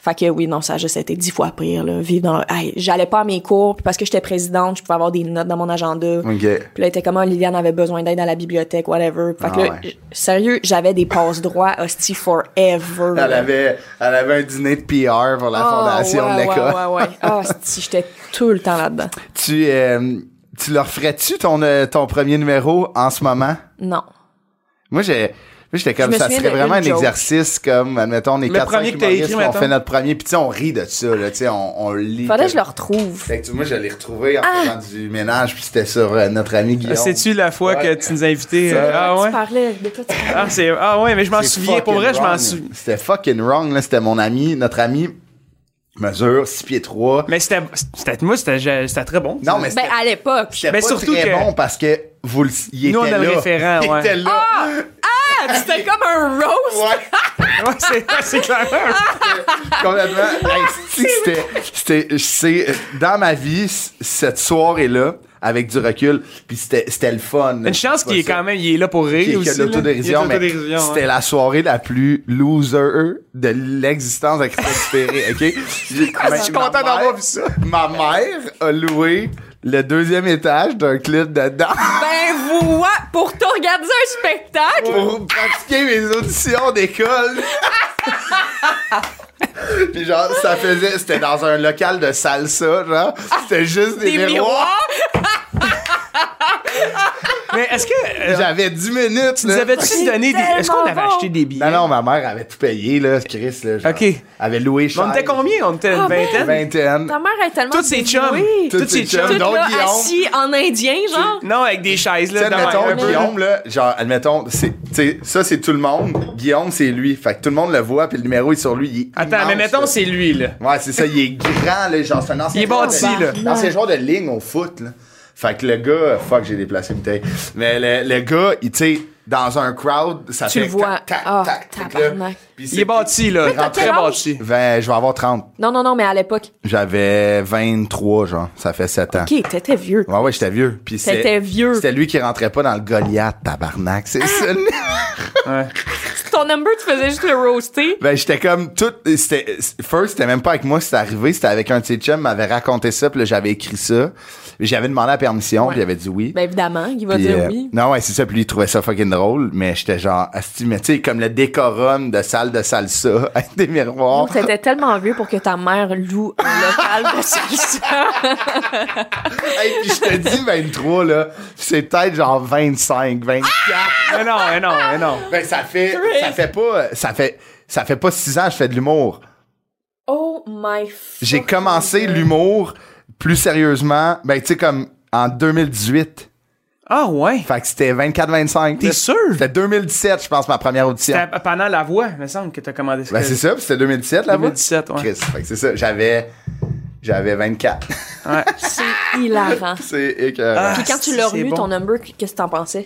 [SPEAKER 7] fait que oui, non, ça a juste été dix fois pire, là. Vivre dans le- Hey, J'allais pas à mes cours, puis parce que j'étais présidente, je pouvais avoir des notes dans mon agenda.
[SPEAKER 4] OK.
[SPEAKER 7] Puis là, il était comme, Ah, Liliane avait besoin d'aide à la bibliothèque, whatever. Fait que
[SPEAKER 4] Ah
[SPEAKER 7] là,
[SPEAKER 4] ouais.
[SPEAKER 7] j- sérieux, j'avais des passes droits hostie forever.
[SPEAKER 4] Elle
[SPEAKER 7] là.
[SPEAKER 4] avait, elle avait un dîner de PR pour la
[SPEAKER 7] Ah,
[SPEAKER 4] fondation
[SPEAKER 7] ouais,
[SPEAKER 4] de l'école.
[SPEAKER 7] Ouais, ouais, ouais. Ah, hostie, j'étais tout le temps là-dedans.
[SPEAKER 4] Tu, euh, tu leur ferais-tu ton, euh, ton premier numéro en ce moment?
[SPEAKER 7] Non.
[SPEAKER 4] Moi, j'ai. moi, J'étais
[SPEAKER 7] Je
[SPEAKER 4] comme
[SPEAKER 7] me
[SPEAKER 4] ça
[SPEAKER 7] souviens
[SPEAKER 4] serait
[SPEAKER 7] de
[SPEAKER 4] vraiment
[SPEAKER 7] une
[SPEAKER 4] un
[SPEAKER 7] joke.
[SPEAKER 4] exercice comme admettons on est
[SPEAKER 5] Le
[SPEAKER 4] 4
[SPEAKER 5] premier
[SPEAKER 4] 5
[SPEAKER 5] que t'as
[SPEAKER 4] humoristes
[SPEAKER 5] écrit,
[SPEAKER 4] on fait
[SPEAKER 5] mettons.
[SPEAKER 4] notre premier puis tu sais, on rit de ça là, tu sais on, on le lit.
[SPEAKER 7] Faudrait que
[SPEAKER 4] comme-
[SPEAKER 7] je Ah! le retrouve.
[SPEAKER 4] Fait que, moi je l'ai retrouvé en faisant du ménage puis c'était sur euh, notre ami Guillaume.
[SPEAKER 5] C'est-tu la fois
[SPEAKER 4] Ouais.
[SPEAKER 5] que tu nous as invités? euh, ah
[SPEAKER 7] Tu
[SPEAKER 5] ouais?
[SPEAKER 7] parlais de quoi tu parlais?
[SPEAKER 5] Ah, c'est- ah ouais, mais je m'en
[SPEAKER 4] C'est
[SPEAKER 5] souviens. Pour
[SPEAKER 4] fucking
[SPEAKER 5] vrai, je m'en
[SPEAKER 4] wrong.
[SPEAKER 5] souviens.
[SPEAKER 4] C'était fucking wrong là, c'était mon ami, notre ami mesure 6 pieds 3.
[SPEAKER 5] Mais c'était, c'était moi, c'était, je- c'était très bon.
[SPEAKER 4] Non mais
[SPEAKER 7] Ben,
[SPEAKER 4] c'était
[SPEAKER 7] à l'époque.
[SPEAKER 4] c'était
[SPEAKER 5] mais
[SPEAKER 4] pas
[SPEAKER 5] surtout
[SPEAKER 4] très
[SPEAKER 5] que-
[SPEAKER 4] bon parce que vous le il
[SPEAKER 5] Nous, on
[SPEAKER 4] était
[SPEAKER 5] a le
[SPEAKER 4] là.
[SPEAKER 5] référent,
[SPEAKER 4] Il
[SPEAKER 5] ouais.
[SPEAKER 4] était là.
[SPEAKER 7] Ah, c'était comme un roast.
[SPEAKER 4] Ouais.
[SPEAKER 5] Ouais, c'est, c'est clair.
[SPEAKER 4] Complètement. Hey, c'est- c'était- c'était- c'est dans ma vie c- cette soirée là avec du recul puis c'était c'était le fun.
[SPEAKER 5] Une chance qu'il est quand même, il est là pour rire
[SPEAKER 4] qui,
[SPEAKER 5] aussi.
[SPEAKER 4] a de l'autodérision,
[SPEAKER 5] là. Il y a de
[SPEAKER 4] mais
[SPEAKER 5] l'autodérision,
[SPEAKER 4] c'était
[SPEAKER 5] ouais.
[SPEAKER 4] la soirée la plus loser de l'existence de Christophe Ferré, OK? J'ai- ma-
[SPEAKER 5] Ah, je suis
[SPEAKER 4] ma
[SPEAKER 5] content
[SPEAKER 4] mère-
[SPEAKER 5] d'avoir vu ça.
[SPEAKER 4] Ma mère a loué le deuxième étage d'un club de danse
[SPEAKER 7] Ben, vous, pour t'organiser un spectacle.
[SPEAKER 4] pour pratiquer mes auditions d'école. Puis genre, ça faisait... C'était dans un local de salsa, genre. C'était juste des,
[SPEAKER 7] Des
[SPEAKER 4] miroirs.
[SPEAKER 7] miroirs.
[SPEAKER 5] Mais est-ce que. euh,
[SPEAKER 4] J'avais 10 minutes,
[SPEAKER 5] nous
[SPEAKER 4] là.
[SPEAKER 5] avais-tu donné des. Est-ce qu'on avait
[SPEAKER 7] tellement
[SPEAKER 5] acheté des billets?
[SPEAKER 4] Non, non, ma mère avait tout payé, là, Chris, là. genre,
[SPEAKER 5] OK.
[SPEAKER 4] Avait loué
[SPEAKER 5] Mais On était
[SPEAKER 4] chaise.
[SPEAKER 5] combien? On était une
[SPEAKER 7] Ah, ben.
[SPEAKER 5] vingtaine?
[SPEAKER 4] Vingtaine.
[SPEAKER 7] Ta mère est tellement.
[SPEAKER 5] Tous ses chums.
[SPEAKER 7] dévouée.
[SPEAKER 4] Tous
[SPEAKER 5] Tous
[SPEAKER 4] ses
[SPEAKER 5] ses
[SPEAKER 4] chums.
[SPEAKER 5] chums.
[SPEAKER 7] Toutes
[SPEAKER 4] Donc,
[SPEAKER 7] là,
[SPEAKER 4] Guillaume.
[SPEAKER 7] assis en indien, genre.
[SPEAKER 5] Non, avec des chaises,
[SPEAKER 4] Tu sais,
[SPEAKER 5] là. dans-
[SPEAKER 4] admettons,
[SPEAKER 5] un peu, là.
[SPEAKER 4] Guillaume, là, genre, admettons, c'est, tu sais, ça, c'est tout le monde. Guillaume, c'est lui. Fait que tout le monde le voit, puis le numéro est sur lui. Il est
[SPEAKER 5] Attends,
[SPEAKER 4] immense,
[SPEAKER 5] mais mettons,
[SPEAKER 4] là.
[SPEAKER 5] c'est lui, là.
[SPEAKER 4] Ouais, c'est ça, il est grand, là. Genre, c'est un ancien.
[SPEAKER 5] Il est
[SPEAKER 4] joueur
[SPEAKER 5] bâti,
[SPEAKER 4] de-
[SPEAKER 5] là.
[SPEAKER 4] un ancien joueur de ligne au foot, là. Fait que le gars, fuck, j'ai déplacé une taille. Mais le, le gars, il, tu sais, dans un crowd, ça
[SPEAKER 7] Tu
[SPEAKER 4] fait.
[SPEAKER 7] le vois.
[SPEAKER 4] Tac, tac,
[SPEAKER 7] Ah,
[SPEAKER 4] tac, tac,
[SPEAKER 7] tabarnak.
[SPEAKER 4] là. Puis c'est-
[SPEAKER 5] Il est bâti, là.
[SPEAKER 4] t'as
[SPEAKER 5] Très
[SPEAKER 4] quel âge?
[SPEAKER 5] bâti.
[SPEAKER 4] Ben, je vais avoir 30.
[SPEAKER 7] Non, non, non, mais à l'époque.
[SPEAKER 4] J'avais 23, genre. Ça fait 7 ans.
[SPEAKER 7] Ok, t'étais vieux.
[SPEAKER 4] Ouais, ouais, j'étais vieux. Puis c'est-
[SPEAKER 7] T'étais vieux.
[SPEAKER 5] Ah!
[SPEAKER 4] C'était lui qui rentrait pas dans le Goliath, tabarnak. C'est ça. le-
[SPEAKER 7] Tu ton number, tu faisais juste le roaster.
[SPEAKER 4] Ben, j'étais comme tout. C'était, first, c'était même pas avec moi, c'était arrivé. C'était avec un de ses chums, m'avait raconté ça, puis là, j'avais écrit ça. J'avais demandé la permission, puis il avait dit oui.
[SPEAKER 7] Ben évidemment, il va
[SPEAKER 4] Puis,
[SPEAKER 7] dire
[SPEAKER 4] euh,
[SPEAKER 7] oui.
[SPEAKER 4] Non, ouais, c'est ça. Puis lui, il trouvait ça fucking drôle. Mais j'étais genre, asti, mais tu sais, comme le décorum de salle de salsa avec des miroirs.
[SPEAKER 7] Donc, T'étais tellement vieux pour que ta mère loue un local de salsa.
[SPEAKER 4] Hey, puis je te dis 23, là. C'est peut-être genre 25, 24.
[SPEAKER 5] Mais non, mais non, mais
[SPEAKER 7] Ah!
[SPEAKER 5] non.
[SPEAKER 4] Ben, ça fait, ça fait pas, ça fait, ça fait pas 6 ans que je fais de l'humour.
[SPEAKER 7] Oh my
[SPEAKER 4] J'ai commencé l'humour plus sérieusement, ben, tu sais, comme en 2018.
[SPEAKER 5] Ah ouais?
[SPEAKER 4] Fait que c'était 24-25.
[SPEAKER 5] T'es sûr?
[SPEAKER 4] C'était 2017, je pense, ma première audition.
[SPEAKER 5] C'était pendant la voix, il me semble, que t'as commandé
[SPEAKER 4] Ben, c'est ça, puis c'était 2017, là-bas?
[SPEAKER 5] 2017, ouais.
[SPEAKER 4] Chris, fait que c'est ça. J'avais, j'avais 24.
[SPEAKER 5] Ouais.
[SPEAKER 7] C'est hilarant.
[SPEAKER 4] c'est écœurant.
[SPEAKER 5] Ah.
[SPEAKER 7] Puis quand tu l'as
[SPEAKER 4] c'est
[SPEAKER 7] relu,
[SPEAKER 4] bon.
[SPEAKER 7] ton number, qu'est-ce que t'en pensais?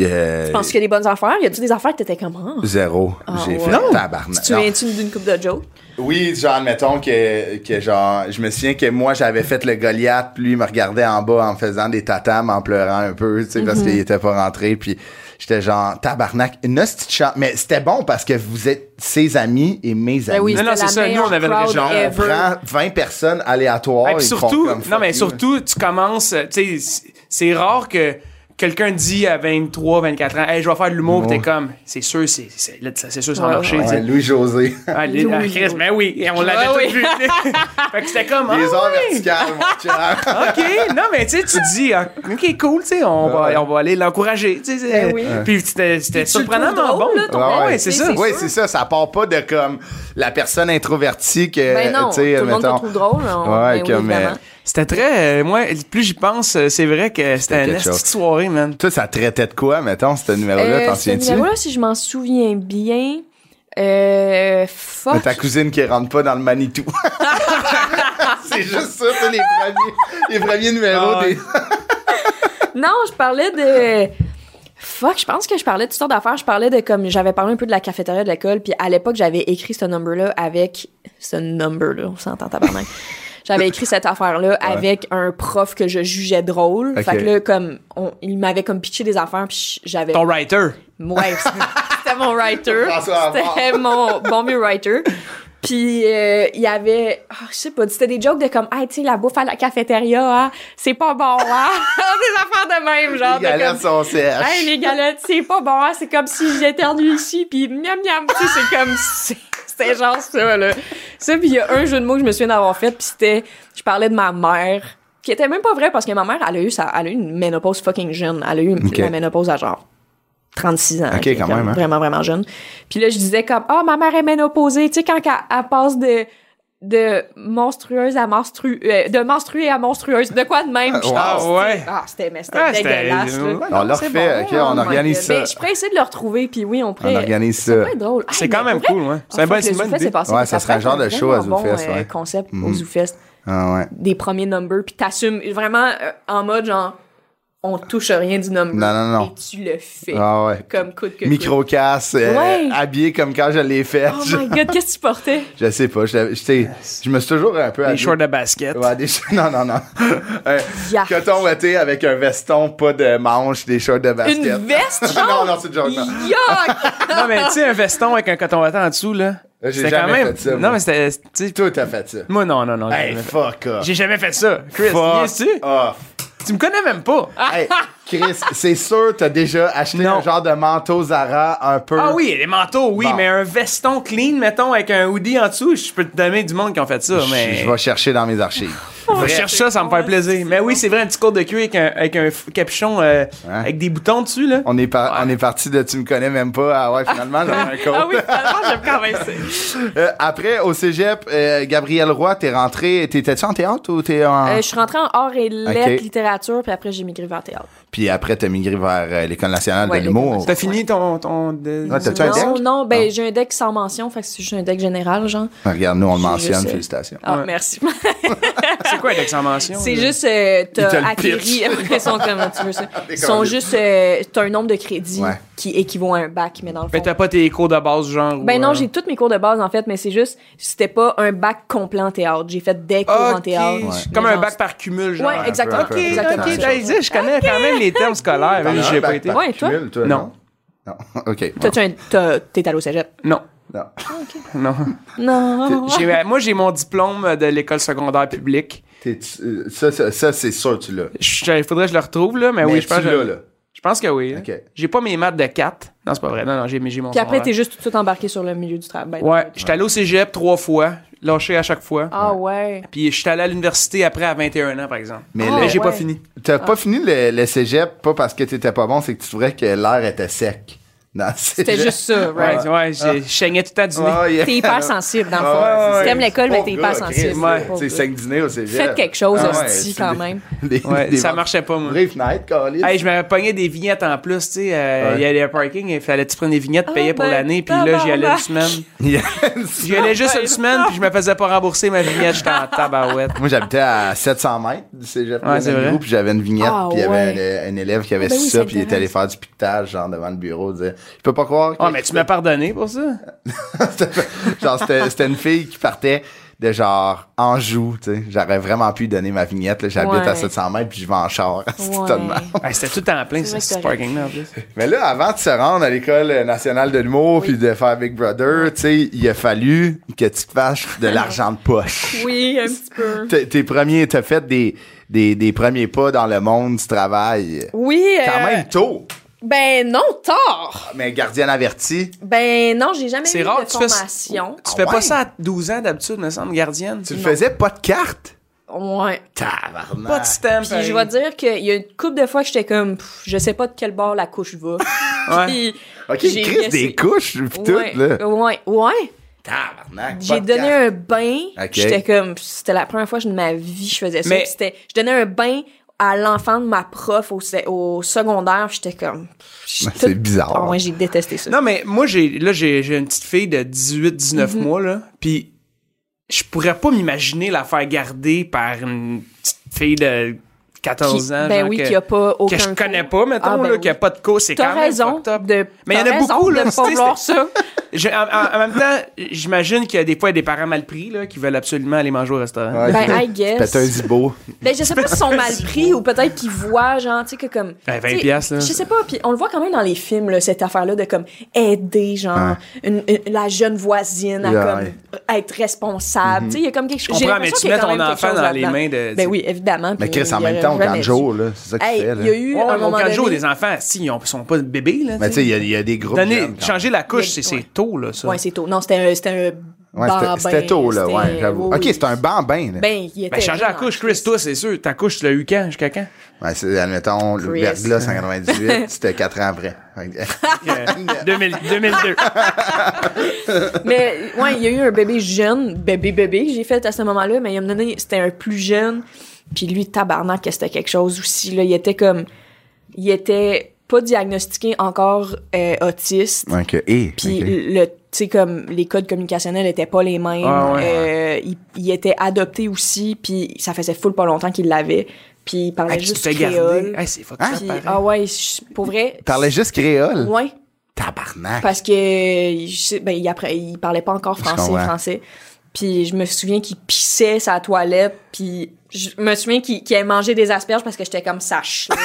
[SPEAKER 4] Euh,
[SPEAKER 7] Tu penses qu'il y a des bonnes affaires? Y a-tu des affaires que t'étais comme. ah?
[SPEAKER 4] Zéro.
[SPEAKER 7] Ah,
[SPEAKER 4] J'ai
[SPEAKER 7] ouais.
[SPEAKER 4] fait
[SPEAKER 7] Non. Tu
[SPEAKER 4] tabarnak.
[SPEAKER 7] te
[SPEAKER 4] Non. Ben
[SPEAKER 7] souviens-tu d'une coupe de Joe?
[SPEAKER 4] Oui, genre, admettons que, que genre, je me souviens que moi, j'avais fait le Goliath, puis lui, il me regardait en bas en me faisant des tatames, en pleurant un peu, tu sais, parce
[SPEAKER 7] Mhm.
[SPEAKER 4] qu'il était pas rentré, puis j'étais genre, tabarnak, une hostie de chance. Mais c'était bon parce que vous êtes ses amis et mes
[SPEAKER 5] Ben
[SPEAKER 4] amis.
[SPEAKER 5] oui, Non, non, c'était c'est la ça, nous, on avait meilleure le crowd
[SPEAKER 4] genre, on
[SPEAKER 5] ever.
[SPEAKER 4] prend euh, 20 personnes aléatoires.
[SPEAKER 5] Hey, puis
[SPEAKER 4] ils font
[SPEAKER 5] surtout,
[SPEAKER 4] comme
[SPEAKER 5] non,
[SPEAKER 4] fuck
[SPEAKER 5] mais
[SPEAKER 4] you.
[SPEAKER 5] surtout, tu commences, euh, tu sais, c'est- c'est rare que quelqu'un dit à 23, 24 ans, hey, je vais faire de l'humour, pis t'es comme, c'est sûr, c'est, c'est, là, c'est sûr, ça va
[SPEAKER 4] Ouais,
[SPEAKER 5] marcher,
[SPEAKER 4] ouais,
[SPEAKER 5] tu sais.
[SPEAKER 4] Louis-José.
[SPEAKER 5] Ah, les- ah, Chris, ben oui, on l'avait
[SPEAKER 4] Ah
[SPEAKER 5] tout
[SPEAKER 4] oui.
[SPEAKER 5] vu. fait que c'était comme.
[SPEAKER 4] Les
[SPEAKER 5] ah
[SPEAKER 4] heures
[SPEAKER 5] oui.
[SPEAKER 4] verticales, mon
[SPEAKER 5] Ah,
[SPEAKER 4] chum.
[SPEAKER 5] OK, non, mais tu sais, tu dis, ah, OK, cool, tu sais, on, va, on va aller l'encourager. tu sais, c'est-
[SPEAKER 4] Ben oui.
[SPEAKER 5] Puis c'était, c'était
[SPEAKER 4] Puis tu le
[SPEAKER 5] surprenamment
[SPEAKER 4] trouves
[SPEAKER 5] bon.
[SPEAKER 4] drôle, là, ton
[SPEAKER 5] Ah
[SPEAKER 4] père,
[SPEAKER 5] ouais, c'est ça.
[SPEAKER 4] Oui, c'est ça. Ça part pas de comme la personne introvertie que.
[SPEAKER 5] Ben non,
[SPEAKER 4] tu sais,
[SPEAKER 5] tout le monde
[SPEAKER 4] mettons-
[SPEAKER 5] te trouve drôle, on-
[SPEAKER 4] Ouais,
[SPEAKER 5] ben oui,
[SPEAKER 4] comme. euh,
[SPEAKER 5] évidemment. C'était très. euh, moi, plus j'y pense, euh, c'est vrai que c'était une
[SPEAKER 4] quelque
[SPEAKER 5] petite
[SPEAKER 4] chose.
[SPEAKER 5] soirée, man.
[SPEAKER 4] Toi, ça traitait de quoi, mettons, ce numéro-là?
[SPEAKER 7] Euh,
[SPEAKER 4] T'en
[SPEAKER 7] ce
[SPEAKER 4] souviens-tu?
[SPEAKER 7] numéro-là, si je m'en souviens bien, euh,
[SPEAKER 4] Mais
[SPEAKER 7] fuck.
[SPEAKER 4] Ta cousine qui rentre pas dans le Manitou. c'est juste ça, c'est les premiers, les premiers numéros
[SPEAKER 5] Ah,
[SPEAKER 4] des.
[SPEAKER 7] Non, je parlais de. Fuck, je pense que je parlais de toutes sortes d'affaires. Je parlais de comme. J'avais parlé un peu de la cafétéria de l'école, puis à l'époque, j'avais écrit ce number-là avec. Ce number-là, on s'entend tabarnak. J'avais écrit cette affaire-là avec un prof que je jugeais drôle.
[SPEAKER 5] Ok.
[SPEAKER 7] Fait que là, comme. on- il m'avait comme pitché des affaires, puis j'avais.
[SPEAKER 5] Ton writer.
[SPEAKER 7] Ouais, c'était mon writer.
[SPEAKER 5] François Harvard.
[SPEAKER 7] C'était mon bon vieux writer. Puis euh, il y avait, ah, je sais pas, c'était des jokes de comme, hey, tu sais, la bouffe à la cafétéria, hein, c'est pas bon, hein? des affaires de même, genre.
[SPEAKER 4] Les galettes
[SPEAKER 7] de
[SPEAKER 4] sont
[SPEAKER 7] comme,
[SPEAKER 4] sèches.
[SPEAKER 7] Hey, les galettes, c'est pas bon, hein? C'est comme si j'éternue ici, puis miam miam, tu sais, c'est comme, c'est- c'était genre ça, là. Ça, puis il y a un jeu de mots que je me souviens d'avoir fait, puis c'était, je parlais de ma mère, qui était même pas vrai parce que ma mère, elle a eu, sa, elle a eu une ménopause fucking jeune. Elle a eu
[SPEAKER 4] Ok.
[SPEAKER 7] la ménopause à genre 36 ans.
[SPEAKER 4] Ok,
[SPEAKER 7] qui est
[SPEAKER 4] quand
[SPEAKER 7] comme
[SPEAKER 4] même, hein.
[SPEAKER 7] Vraiment, vraiment jeune. Puis là, je disais comme, ah, ma mère est ménopausée. Tu sais, quand elle, elle passe de, de monstrueuse à monstrueuse, de monstruée à monstrueuse, de quoi de même. Puis je
[SPEAKER 4] Ah,
[SPEAKER 7] pense,
[SPEAKER 4] ouais.
[SPEAKER 7] tu sais, Ah, c'était, mais c'était
[SPEAKER 4] Ah, c'était-
[SPEAKER 7] dégueulasse. là.
[SPEAKER 4] Ouais,
[SPEAKER 7] Non,
[SPEAKER 4] on le
[SPEAKER 7] c'est Oh
[SPEAKER 4] refait, ok, on
[SPEAKER 7] my
[SPEAKER 4] organise
[SPEAKER 7] God.
[SPEAKER 4] ça.
[SPEAKER 7] Mais je pourrais essayer de le retrouver, puis oui, on pourrait.
[SPEAKER 4] On organise ça.
[SPEAKER 7] Ça pourrait être drôle.
[SPEAKER 5] C'est
[SPEAKER 7] Hey,
[SPEAKER 5] quand
[SPEAKER 7] mais
[SPEAKER 5] même
[SPEAKER 7] pour
[SPEAKER 5] cool,
[SPEAKER 7] vrai,
[SPEAKER 5] ouais. C'est bien-
[SPEAKER 7] fuck,
[SPEAKER 5] c'est
[SPEAKER 7] le
[SPEAKER 5] une bonne
[SPEAKER 7] Zoufest,
[SPEAKER 5] idée.
[SPEAKER 7] c'est passé,
[SPEAKER 4] Ouais,
[SPEAKER 7] puis
[SPEAKER 4] ça serait un
[SPEAKER 7] pourrait
[SPEAKER 4] genre
[SPEAKER 7] être
[SPEAKER 4] de show à
[SPEAKER 7] vraiment
[SPEAKER 4] Zoufest,
[SPEAKER 7] bon, euh,
[SPEAKER 4] ouais.
[SPEAKER 7] concept au
[SPEAKER 4] Mhm.
[SPEAKER 7] Zoufest
[SPEAKER 4] Ah ouais.
[SPEAKER 7] des premiers numbers, puis t'assumes vraiment euh, en mode genre, on touche à rien du number.
[SPEAKER 4] Non, non, non.
[SPEAKER 7] Et tu le fais.
[SPEAKER 4] Ah ouais.
[SPEAKER 7] Comme coûte que coûte.
[SPEAKER 4] Micro-casse, euh,
[SPEAKER 7] Ouais.
[SPEAKER 4] habillé comme quand je l'ai fait.
[SPEAKER 7] Oh my god, qu'est-ce que tu portais?
[SPEAKER 4] Je sais pas, je, l'avais- je, sais, je me suis toujours un peu... Des
[SPEAKER 5] shorts de basket.
[SPEAKER 4] Ah, Ouais, des shorts... Non, non, non. Un coton ouaté avec un veston, pas de manches, des shorts de basket. Ah,
[SPEAKER 5] Une veste, genre?
[SPEAKER 4] Non, non, c'est une joke, non. Ah.
[SPEAKER 5] non, mais tu sais, un veston avec un coton wattant en dessous, là.
[SPEAKER 4] J'ai
[SPEAKER 5] c'était
[SPEAKER 4] jamais
[SPEAKER 5] quand même.
[SPEAKER 4] fait ça,
[SPEAKER 5] non,
[SPEAKER 4] moi.
[SPEAKER 5] mais c'était. tu sais-
[SPEAKER 4] Toi, t'as fait ça.
[SPEAKER 5] Moi, non, non, non.
[SPEAKER 4] Hey,
[SPEAKER 5] j'ai jamais fait-
[SPEAKER 4] fuck off.
[SPEAKER 5] J'ai jamais fait ça. Chris,
[SPEAKER 4] Fuck Ah.
[SPEAKER 5] tu Tu me connais même pas.
[SPEAKER 4] Hey, Chris, c'est sûr, t'as déjà acheté un genre de manteau Zara un peu...
[SPEAKER 5] Ah oui, les manteaux, oui,
[SPEAKER 4] Bon.
[SPEAKER 5] mais un veston clean, mettons, avec un hoodie en dessous, je peux te donner du monde qui ont fait ça,
[SPEAKER 4] Je-
[SPEAKER 5] mais.
[SPEAKER 4] Je vais chercher dans mes archives.
[SPEAKER 5] On cherche ça, ça me fait plaisir. Mais oui, c'est vrai, un petit cours de cuir avec un, avec un f- capuchon euh, avec des boutons dessus, là.
[SPEAKER 4] On est, par- on est parti de tu me connais même pas à ouais, finalement, j'en ai un compte.
[SPEAKER 5] Ah oui,
[SPEAKER 7] finalement, j'aime quand même ça.
[SPEAKER 4] Euh, après, au cégep, euh, Gabriel Roy, t'es rentré. T'étais-tu en théâtre ou t'es en.
[SPEAKER 7] Euh, je suis rentrée en art et lettres,
[SPEAKER 4] Ok.
[SPEAKER 7] littérature, puis après j'ai migré vers théâtre.
[SPEAKER 4] Puis après, t'as migré vers euh, l'École nationale
[SPEAKER 7] Ouais,
[SPEAKER 4] de l'humour.
[SPEAKER 5] T'as fini ton. ton de-
[SPEAKER 4] Ouais, t'as-tu un
[SPEAKER 7] non,
[SPEAKER 4] deck?
[SPEAKER 7] non, ben j'ai un deck sans mention, fait que c'est juste un deck général, genre.
[SPEAKER 4] Ah, Regarde, nous, on le
[SPEAKER 7] J'ai
[SPEAKER 4] mentionne.
[SPEAKER 7] juste, euh,
[SPEAKER 4] Félicitations.
[SPEAKER 7] Ah, merci.
[SPEAKER 5] C'est quoi avec sans mention?
[SPEAKER 7] C'est
[SPEAKER 5] là?
[SPEAKER 7] juste, euh,
[SPEAKER 5] Ils te
[SPEAKER 7] t'as
[SPEAKER 5] le
[SPEAKER 7] acquéri,
[SPEAKER 5] pitchent.
[SPEAKER 7] après, sont comme, tu veux ça.
[SPEAKER 5] Des
[SPEAKER 7] sont
[SPEAKER 5] câbles.
[SPEAKER 7] juste, euh, t'as un nombre de crédits
[SPEAKER 5] Ouais.
[SPEAKER 7] qui équivaut à un bac, mais dans le fond.
[SPEAKER 5] Mais t'as pas tes cours de base, genre.
[SPEAKER 7] Ben
[SPEAKER 5] ou,
[SPEAKER 7] non,
[SPEAKER 5] euh,
[SPEAKER 7] j'ai tous mes cours de base en fait, mais c'est juste, c'était pas un bac complet en théâtre. J'ai fait des cours en
[SPEAKER 5] ok,
[SPEAKER 7] théâtre.
[SPEAKER 5] c'est Comme
[SPEAKER 7] Mais
[SPEAKER 5] un
[SPEAKER 7] genre,
[SPEAKER 5] bac par cumul, genre.
[SPEAKER 7] Ouais,
[SPEAKER 5] un peu,
[SPEAKER 7] exactement,
[SPEAKER 5] un peu. Ok, ben,
[SPEAKER 7] exactement,
[SPEAKER 5] ok,
[SPEAKER 7] c'est ça.
[SPEAKER 5] je connais quand même les termes scolaires, même si j'ai pas hein, Ah, été.
[SPEAKER 7] Ouais, toi?
[SPEAKER 5] Non.
[SPEAKER 4] Non. OK.
[SPEAKER 7] T'as-tu un- t'as- T'es allé au cégep?
[SPEAKER 5] Non.
[SPEAKER 4] Non.
[SPEAKER 5] Non.
[SPEAKER 7] Non.
[SPEAKER 5] J'ai- euh, moi, j'ai mon diplôme de l'école secondaire publique.
[SPEAKER 4] T'es- euh, Ça, ça, ça, c'est sûr, tu l'as.
[SPEAKER 5] Il faudrait que je le retrouve, là, mais,
[SPEAKER 4] Mais
[SPEAKER 5] Ben oui, je pense
[SPEAKER 4] tu
[SPEAKER 5] que.
[SPEAKER 4] l'as, là.
[SPEAKER 5] Je pense que oui. hein.
[SPEAKER 4] OK.
[SPEAKER 5] J'ai pas mes maths de 4. Non, c'est pas vrai. Non, non, j'ai, mais j'ai mon
[SPEAKER 7] Puis après,
[SPEAKER 5] secondaire.
[SPEAKER 7] t'es juste tout de suite embarqué sur le milieu du travail.
[SPEAKER 5] Ouais, j'étais allé au cégep trois fois, lâché à chaque fois.
[SPEAKER 7] Ah ouais.
[SPEAKER 5] Puis j'étais allé à l'université après à 21 ans, par exemple.
[SPEAKER 7] Ah,
[SPEAKER 4] Mais
[SPEAKER 5] là,
[SPEAKER 4] le-
[SPEAKER 5] j'ai pas fini.
[SPEAKER 4] T'as pas fini le, le cégep, pas parce que t'étais pas bon, c'est que tu trouvais que l'air était sec. C'était
[SPEAKER 7] juste ça, right?
[SPEAKER 5] Ouais, ouais, j'ai- je saignais tout le temps du nez.
[SPEAKER 4] Ah, yeah.
[SPEAKER 7] T'es hyper sensible, dans le
[SPEAKER 4] Ah,
[SPEAKER 7] fond.
[SPEAKER 4] ouais,
[SPEAKER 7] Si
[SPEAKER 4] ouais.
[SPEAKER 7] t'aimes l'école, mais
[SPEAKER 4] Pauvre
[SPEAKER 7] t'es
[SPEAKER 4] gars,
[SPEAKER 7] hyper sensible.
[SPEAKER 4] Chris, ouais,
[SPEAKER 7] Pauvre
[SPEAKER 4] C'est
[SPEAKER 7] gars.
[SPEAKER 4] sec dîner au cégep.
[SPEAKER 7] Faites quelque chose,
[SPEAKER 4] Ah, ouais,
[SPEAKER 7] hostie,
[SPEAKER 4] c'est
[SPEAKER 7] quand
[SPEAKER 4] des-
[SPEAKER 7] même.
[SPEAKER 4] des-
[SPEAKER 5] Ouais,
[SPEAKER 4] des
[SPEAKER 5] ça
[SPEAKER 4] ventes-
[SPEAKER 5] marchait pas, moi.
[SPEAKER 4] Brave night, Calis.
[SPEAKER 5] Hey, je m'avais pogné des vignettes en plus, tu sais. euh,
[SPEAKER 4] Ouais.
[SPEAKER 5] Il y avait un parking, il fallait que tu prennes des vignettes, payer pour
[SPEAKER 7] ben,
[SPEAKER 5] l'année, puis là, j'y allais une
[SPEAKER 7] tabarnak.
[SPEAKER 5] semaine.
[SPEAKER 4] Yes.
[SPEAKER 5] J'y allais juste une semaine, puis je me faisais pas rembourser ma vignette, j'étais en tabarouette.
[SPEAKER 4] Moi, j'habitais à 700 mètres du cégep.
[SPEAKER 5] Ouais, c'est
[SPEAKER 4] Le
[SPEAKER 5] vrai.
[SPEAKER 4] bureau, Puis j'avais une vignette,
[SPEAKER 5] Ah,
[SPEAKER 4] puis il y avait
[SPEAKER 5] ouais.
[SPEAKER 4] un, un élève qui avait
[SPEAKER 5] Ah, ben oui,
[SPEAKER 4] ça,
[SPEAKER 5] ça
[SPEAKER 4] puis il était allé faire du piquetage, genre, devant le bureau. Il disait, je peux pas croire. que-
[SPEAKER 5] Oh, mais tu m'as pardonné pour ça?
[SPEAKER 4] Genre, c'était c'était une fille qui partait de genre Anjou, tu sais. J'aurais vraiment pu lui donner ma vignette, là. J'habite
[SPEAKER 5] Ouais.
[SPEAKER 4] à 700 mètres, puis je vais en char. C'est tout de même.
[SPEAKER 5] Hey, C'était tout en plein, ce petit parking-là, en plus.
[SPEAKER 4] Mais là, avant de se rendre à l'école nationale de l'humour puis de faire Big Brother, tu sais, il a fallu que tu te fasses de l'argent de poche.
[SPEAKER 7] Oui, un petit peu.
[SPEAKER 4] T'es- Tes premiers, t'as fait des, des, des premiers pas dans le monde du travail.
[SPEAKER 7] Oui.
[SPEAKER 4] Quand
[SPEAKER 7] euh,
[SPEAKER 4] même tôt,
[SPEAKER 7] Ben non, tard.
[SPEAKER 4] mais gardienne avertie.
[SPEAKER 7] Ben non, j'ai jamais eu
[SPEAKER 5] C'est rare,
[SPEAKER 7] de
[SPEAKER 5] tu fais-
[SPEAKER 7] formation.
[SPEAKER 5] Tu fais pas ça à 12 ans d'habitude, me semble, gardienne. Tu
[SPEAKER 4] le faisais pas de carte?
[SPEAKER 7] Ouais.
[SPEAKER 4] Tabarnak.
[SPEAKER 5] Pas Ah. de stamp.
[SPEAKER 7] Puis je vais dire qu'il y a une couple de fois que j'étais comme, Pff, je sais pas de quel bord la couche va. Puis
[SPEAKER 4] Ok,
[SPEAKER 7] j'ai
[SPEAKER 4] Chris,
[SPEAKER 7] laissé-
[SPEAKER 4] des couches, pis
[SPEAKER 7] ouais,
[SPEAKER 4] tout, là.
[SPEAKER 7] Ouais, ouais.
[SPEAKER 4] Tabarnak. pas
[SPEAKER 7] J'ai
[SPEAKER 4] de
[SPEAKER 7] donné
[SPEAKER 4] carte.
[SPEAKER 7] un bain.
[SPEAKER 4] Ok.
[SPEAKER 7] J'étais comme, c'était la première fois de ma vie que je faisais ça.
[SPEAKER 4] Mais-
[SPEAKER 7] Puis c'était- je donnais un bain à l'enfant de ma prof au, sé- au secondaire. J'étais comme,
[SPEAKER 4] C'est bizarre.
[SPEAKER 7] Ah ouais, j'ai détesté ça.
[SPEAKER 5] Non, mais moi, j'ai là, j'ai j'ai une petite fille de 18-19
[SPEAKER 7] Mhm.
[SPEAKER 5] mois, là, puis je pourrais pas m'imaginer la faire garder par une petite fille de 14
[SPEAKER 7] Qui-
[SPEAKER 5] ans.
[SPEAKER 7] ben
[SPEAKER 5] genre
[SPEAKER 7] oui,
[SPEAKER 5] que,
[SPEAKER 7] qui a pas aucun
[SPEAKER 5] Que je
[SPEAKER 7] cours.
[SPEAKER 5] connais pas, mettons,
[SPEAKER 7] Ah, ben
[SPEAKER 5] là, qui a pas de cours, c'est
[SPEAKER 7] T'as
[SPEAKER 5] quand même...
[SPEAKER 7] raison de.
[SPEAKER 5] Mais il y en
[SPEAKER 7] t'as
[SPEAKER 5] a
[SPEAKER 7] raison
[SPEAKER 5] beaucoup, là,
[SPEAKER 7] de
[SPEAKER 5] tu
[SPEAKER 7] pas
[SPEAKER 5] sais,
[SPEAKER 7] vouloir
[SPEAKER 5] c'est-
[SPEAKER 7] ça.
[SPEAKER 5] Je- en, en- en même temps, j'imagine qu'il y a des fois il y a des parents mal pris, là, qui veulent absolument aller manger au restaurant.
[SPEAKER 7] Ouais. Ben, I guess.
[SPEAKER 4] Pète un zibo.
[SPEAKER 7] Ben, je sais pas s'ils sont mal pris ou peut-être qu'ils voient, genre, tu sais, que comme.
[SPEAKER 5] Ben, 20
[SPEAKER 7] tu sais,
[SPEAKER 5] piastres, là.
[SPEAKER 7] Je sais pas, puis on le voit quand même dans les films, là, cette affaire-là de comme aider, genre, une- une- la jeune voisine à
[SPEAKER 5] Ouais.
[SPEAKER 7] comme être responsable.
[SPEAKER 4] Mm-hmm.
[SPEAKER 7] Tu sais, il y a comme quelque chose.
[SPEAKER 5] Je
[SPEAKER 7] j'ai
[SPEAKER 5] comprends,
[SPEAKER 7] l'impression
[SPEAKER 5] mais tu
[SPEAKER 7] qu'il y a
[SPEAKER 5] mets
[SPEAKER 7] quand
[SPEAKER 5] ton
[SPEAKER 7] même quelque
[SPEAKER 5] enfant
[SPEAKER 7] chose
[SPEAKER 5] dans
[SPEAKER 7] là-dedans.
[SPEAKER 5] les mains de-
[SPEAKER 7] Ben oui, évidemment.
[SPEAKER 4] Mais
[SPEAKER 7] puis
[SPEAKER 4] Chris, en
[SPEAKER 7] il y
[SPEAKER 4] même
[SPEAKER 7] aurait
[SPEAKER 4] temps, au camp de
[SPEAKER 7] jamais dû.
[SPEAKER 4] jour, là, c'est ça qu'il
[SPEAKER 7] Hey,
[SPEAKER 4] fait,
[SPEAKER 7] il
[SPEAKER 4] là.
[SPEAKER 7] y a eu
[SPEAKER 5] Ouais,
[SPEAKER 7] un
[SPEAKER 5] mais au
[SPEAKER 7] moment
[SPEAKER 5] camp de jour,
[SPEAKER 7] donné-
[SPEAKER 5] les enfants, si, ils ont- sont pas bébés, là.
[SPEAKER 4] Mais tu sais, il y a- il y, a des gros.
[SPEAKER 5] Donner-
[SPEAKER 4] jeunes, quand
[SPEAKER 5] changer la couche,
[SPEAKER 7] Il y
[SPEAKER 5] c'est
[SPEAKER 7] a-
[SPEAKER 5] c'est tôt, là, ça.
[SPEAKER 7] Ouais, c'est tôt. Non, c'était un. C'était un
[SPEAKER 4] même. Ouais,
[SPEAKER 7] bambin,
[SPEAKER 4] c'était- c'était tôt, là, ouais,
[SPEAKER 7] c'était-
[SPEAKER 4] j'avoue.
[SPEAKER 7] oui,
[SPEAKER 4] Ok,
[SPEAKER 7] oui.
[SPEAKER 4] c'était un bambin, là.
[SPEAKER 7] Ben, il était.
[SPEAKER 5] Ben, changer la couche, Chris, toi, c'est sûr. Ta couche, tu l'as eu quand, jusqu'à quand?
[SPEAKER 4] Ouais, c'est, admettons, le
[SPEAKER 5] Chris.
[SPEAKER 4] verglas 198, c'était 4 ans après. Fait que-
[SPEAKER 5] Euh, 2000 2002.
[SPEAKER 7] mais ouais, il y a eu un bébé jeune, bébé bébé que j'ai fait à ce moment-là, mais il y a un moment donné, c'était un plus jeune, puis lui tabarnak que c'était quelque chose aussi là, il était comme il était pas diagnostiqué encore euh, autiste.
[SPEAKER 4] Ok, et.
[SPEAKER 7] Puis
[SPEAKER 4] ok.
[SPEAKER 7] le tu sais comme les codes communicationnels étaient pas les mêmes,
[SPEAKER 4] Ah ouais.
[SPEAKER 7] euh, il, il était adopté aussi, puis ça faisait full pas longtemps qu'il l'avait, puis il parlait
[SPEAKER 5] Hey, tu te
[SPEAKER 7] juste
[SPEAKER 5] fais garder.
[SPEAKER 7] créole.
[SPEAKER 5] Hey, c'est
[SPEAKER 4] Hein?
[SPEAKER 5] fucked up,
[SPEAKER 7] Puis,
[SPEAKER 5] pareil.
[SPEAKER 7] ah ouais, je- pour vrai,
[SPEAKER 4] Parlait juste créole.
[SPEAKER 7] ouais.
[SPEAKER 4] Tabarnak.
[SPEAKER 7] Parce que euh, je sais- ben, il, appre- il parlait pas encore
[SPEAKER 4] Je
[SPEAKER 7] français,
[SPEAKER 4] comprends.
[SPEAKER 7] français. Puis je me souviens qu'il pissait sa toilette, puis je me souviens qu'il qu'il avait mangé des asperges parce que j'étais comme ça chlingue.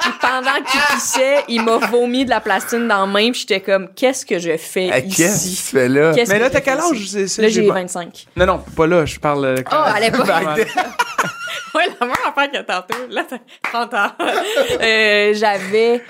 [SPEAKER 7] Puis pendant qu'il pissait, il m'a vomi de la plastine dans la main, puis j'étais comme qu'est-ce que je fais
[SPEAKER 4] Hey, Qu'est-ce que tu
[SPEAKER 7] ici
[SPEAKER 4] fais là?
[SPEAKER 7] Qu'est-ce
[SPEAKER 5] Mais là,
[SPEAKER 7] que
[SPEAKER 5] t'as
[SPEAKER 7] je
[SPEAKER 5] quel
[SPEAKER 7] fais
[SPEAKER 5] âge?
[SPEAKER 7] ici?
[SPEAKER 5] C'est- c'est-
[SPEAKER 7] Là,
[SPEAKER 5] j'ai
[SPEAKER 7] j'ai
[SPEAKER 5] pas-
[SPEAKER 7] 25.
[SPEAKER 5] Non, non, pas là, je parle. euh,
[SPEAKER 4] Ah,
[SPEAKER 7] Oh, à l'époque.
[SPEAKER 5] Ouais.
[SPEAKER 7] Ouais, la même affaire que tantôt. Là, t'as 30 ans. Euh, j'avais.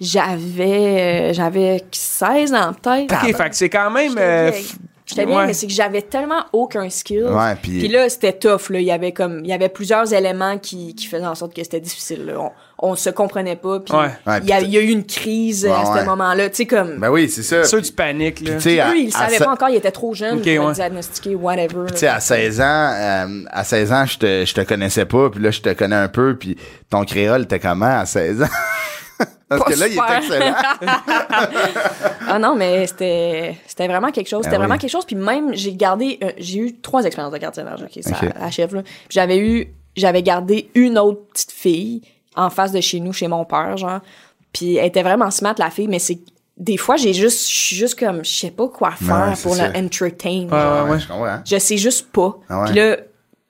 [SPEAKER 7] J'avais. euh, J'avais 16 ans peut-être.
[SPEAKER 5] Ok, fait que c'est quand même. euh,
[SPEAKER 7] vieille. J'étais bien,
[SPEAKER 5] ouais.
[SPEAKER 7] mais c'est que j'avais tellement aucun skill.
[SPEAKER 5] Ouais,
[SPEAKER 7] puis...
[SPEAKER 5] puis-
[SPEAKER 7] là, c'était tough. Là. Il, y avait comme, il y avait plusieurs éléments qui, qui faisaient en sorte que c'était difficile. là. On, on se comprenait pas. Puis
[SPEAKER 4] Ouais. Ouais,
[SPEAKER 7] il, y a,
[SPEAKER 4] puis
[SPEAKER 7] il y a eu une crise
[SPEAKER 4] Ouais,
[SPEAKER 7] à ce
[SPEAKER 4] ouais.
[SPEAKER 7] moment-là. Tu sais, comme.
[SPEAKER 4] Ben oui, c'est ça.
[SPEAKER 5] Ceux du panique, là.
[SPEAKER 4] Tu sais, à-
[SPEAKER 7] eux, ils le
[SPEAKER 4] à
[SPEAKER 7] savaient
[SPEAKER 4] se-
[SPEAKER 7] pas encore. Ils étaient trop jeunes
[SPEAKER 4] Ok,
[SPEAKER 7] pour
[SPEAKER 4] ouais.
[SPEAKER 7] être diagnostiqués, whatever.
[SPEAKER 4] Puis, tu sais, à 16 ans, euh, à 16 ans, je te, je te connaissais pas, puis là, je te connais un peu, puis ton créole était comment à 16 ans? Parce que là, il est excellent.
[SPEAKER 7] ah non, mais c'était c'était vraiment quelque chose.
[SPEAKER 4] Ben
[SPEAKER 7] C'était vraiment
[SPEAKER 4] oui.
[SPEAKER 7] quelque chose. Puis même, j'ai gardé... euh, j'ai eu trois expériences de gardiennage. OK, ça
[SPEAKER 4] Ok.
[SPEAKER 7] achève, là. Puis j'avais eu... J'avais gardé une autre petite fille en face de chez nous, chez mon père, genre. Puis elle était vraiment smart, la fille, mais c'est... Des fois, j'ai juste... Je suis juste comme... Je sais pas quoi faire
[SPEAKER 4] Ouais, c'est
[SPEAKER 7] pour
[SPEAKER 4] ça.
[SPEAKER 7] l'entertain.
[SPEAKER 4] Ouais, ouais, ouais, je comprends. hein.
[SPEAKER 7] Je sais juste pas.
[SPEAKER 4] Ah ouais.
[SPEAKER 7] Puis là,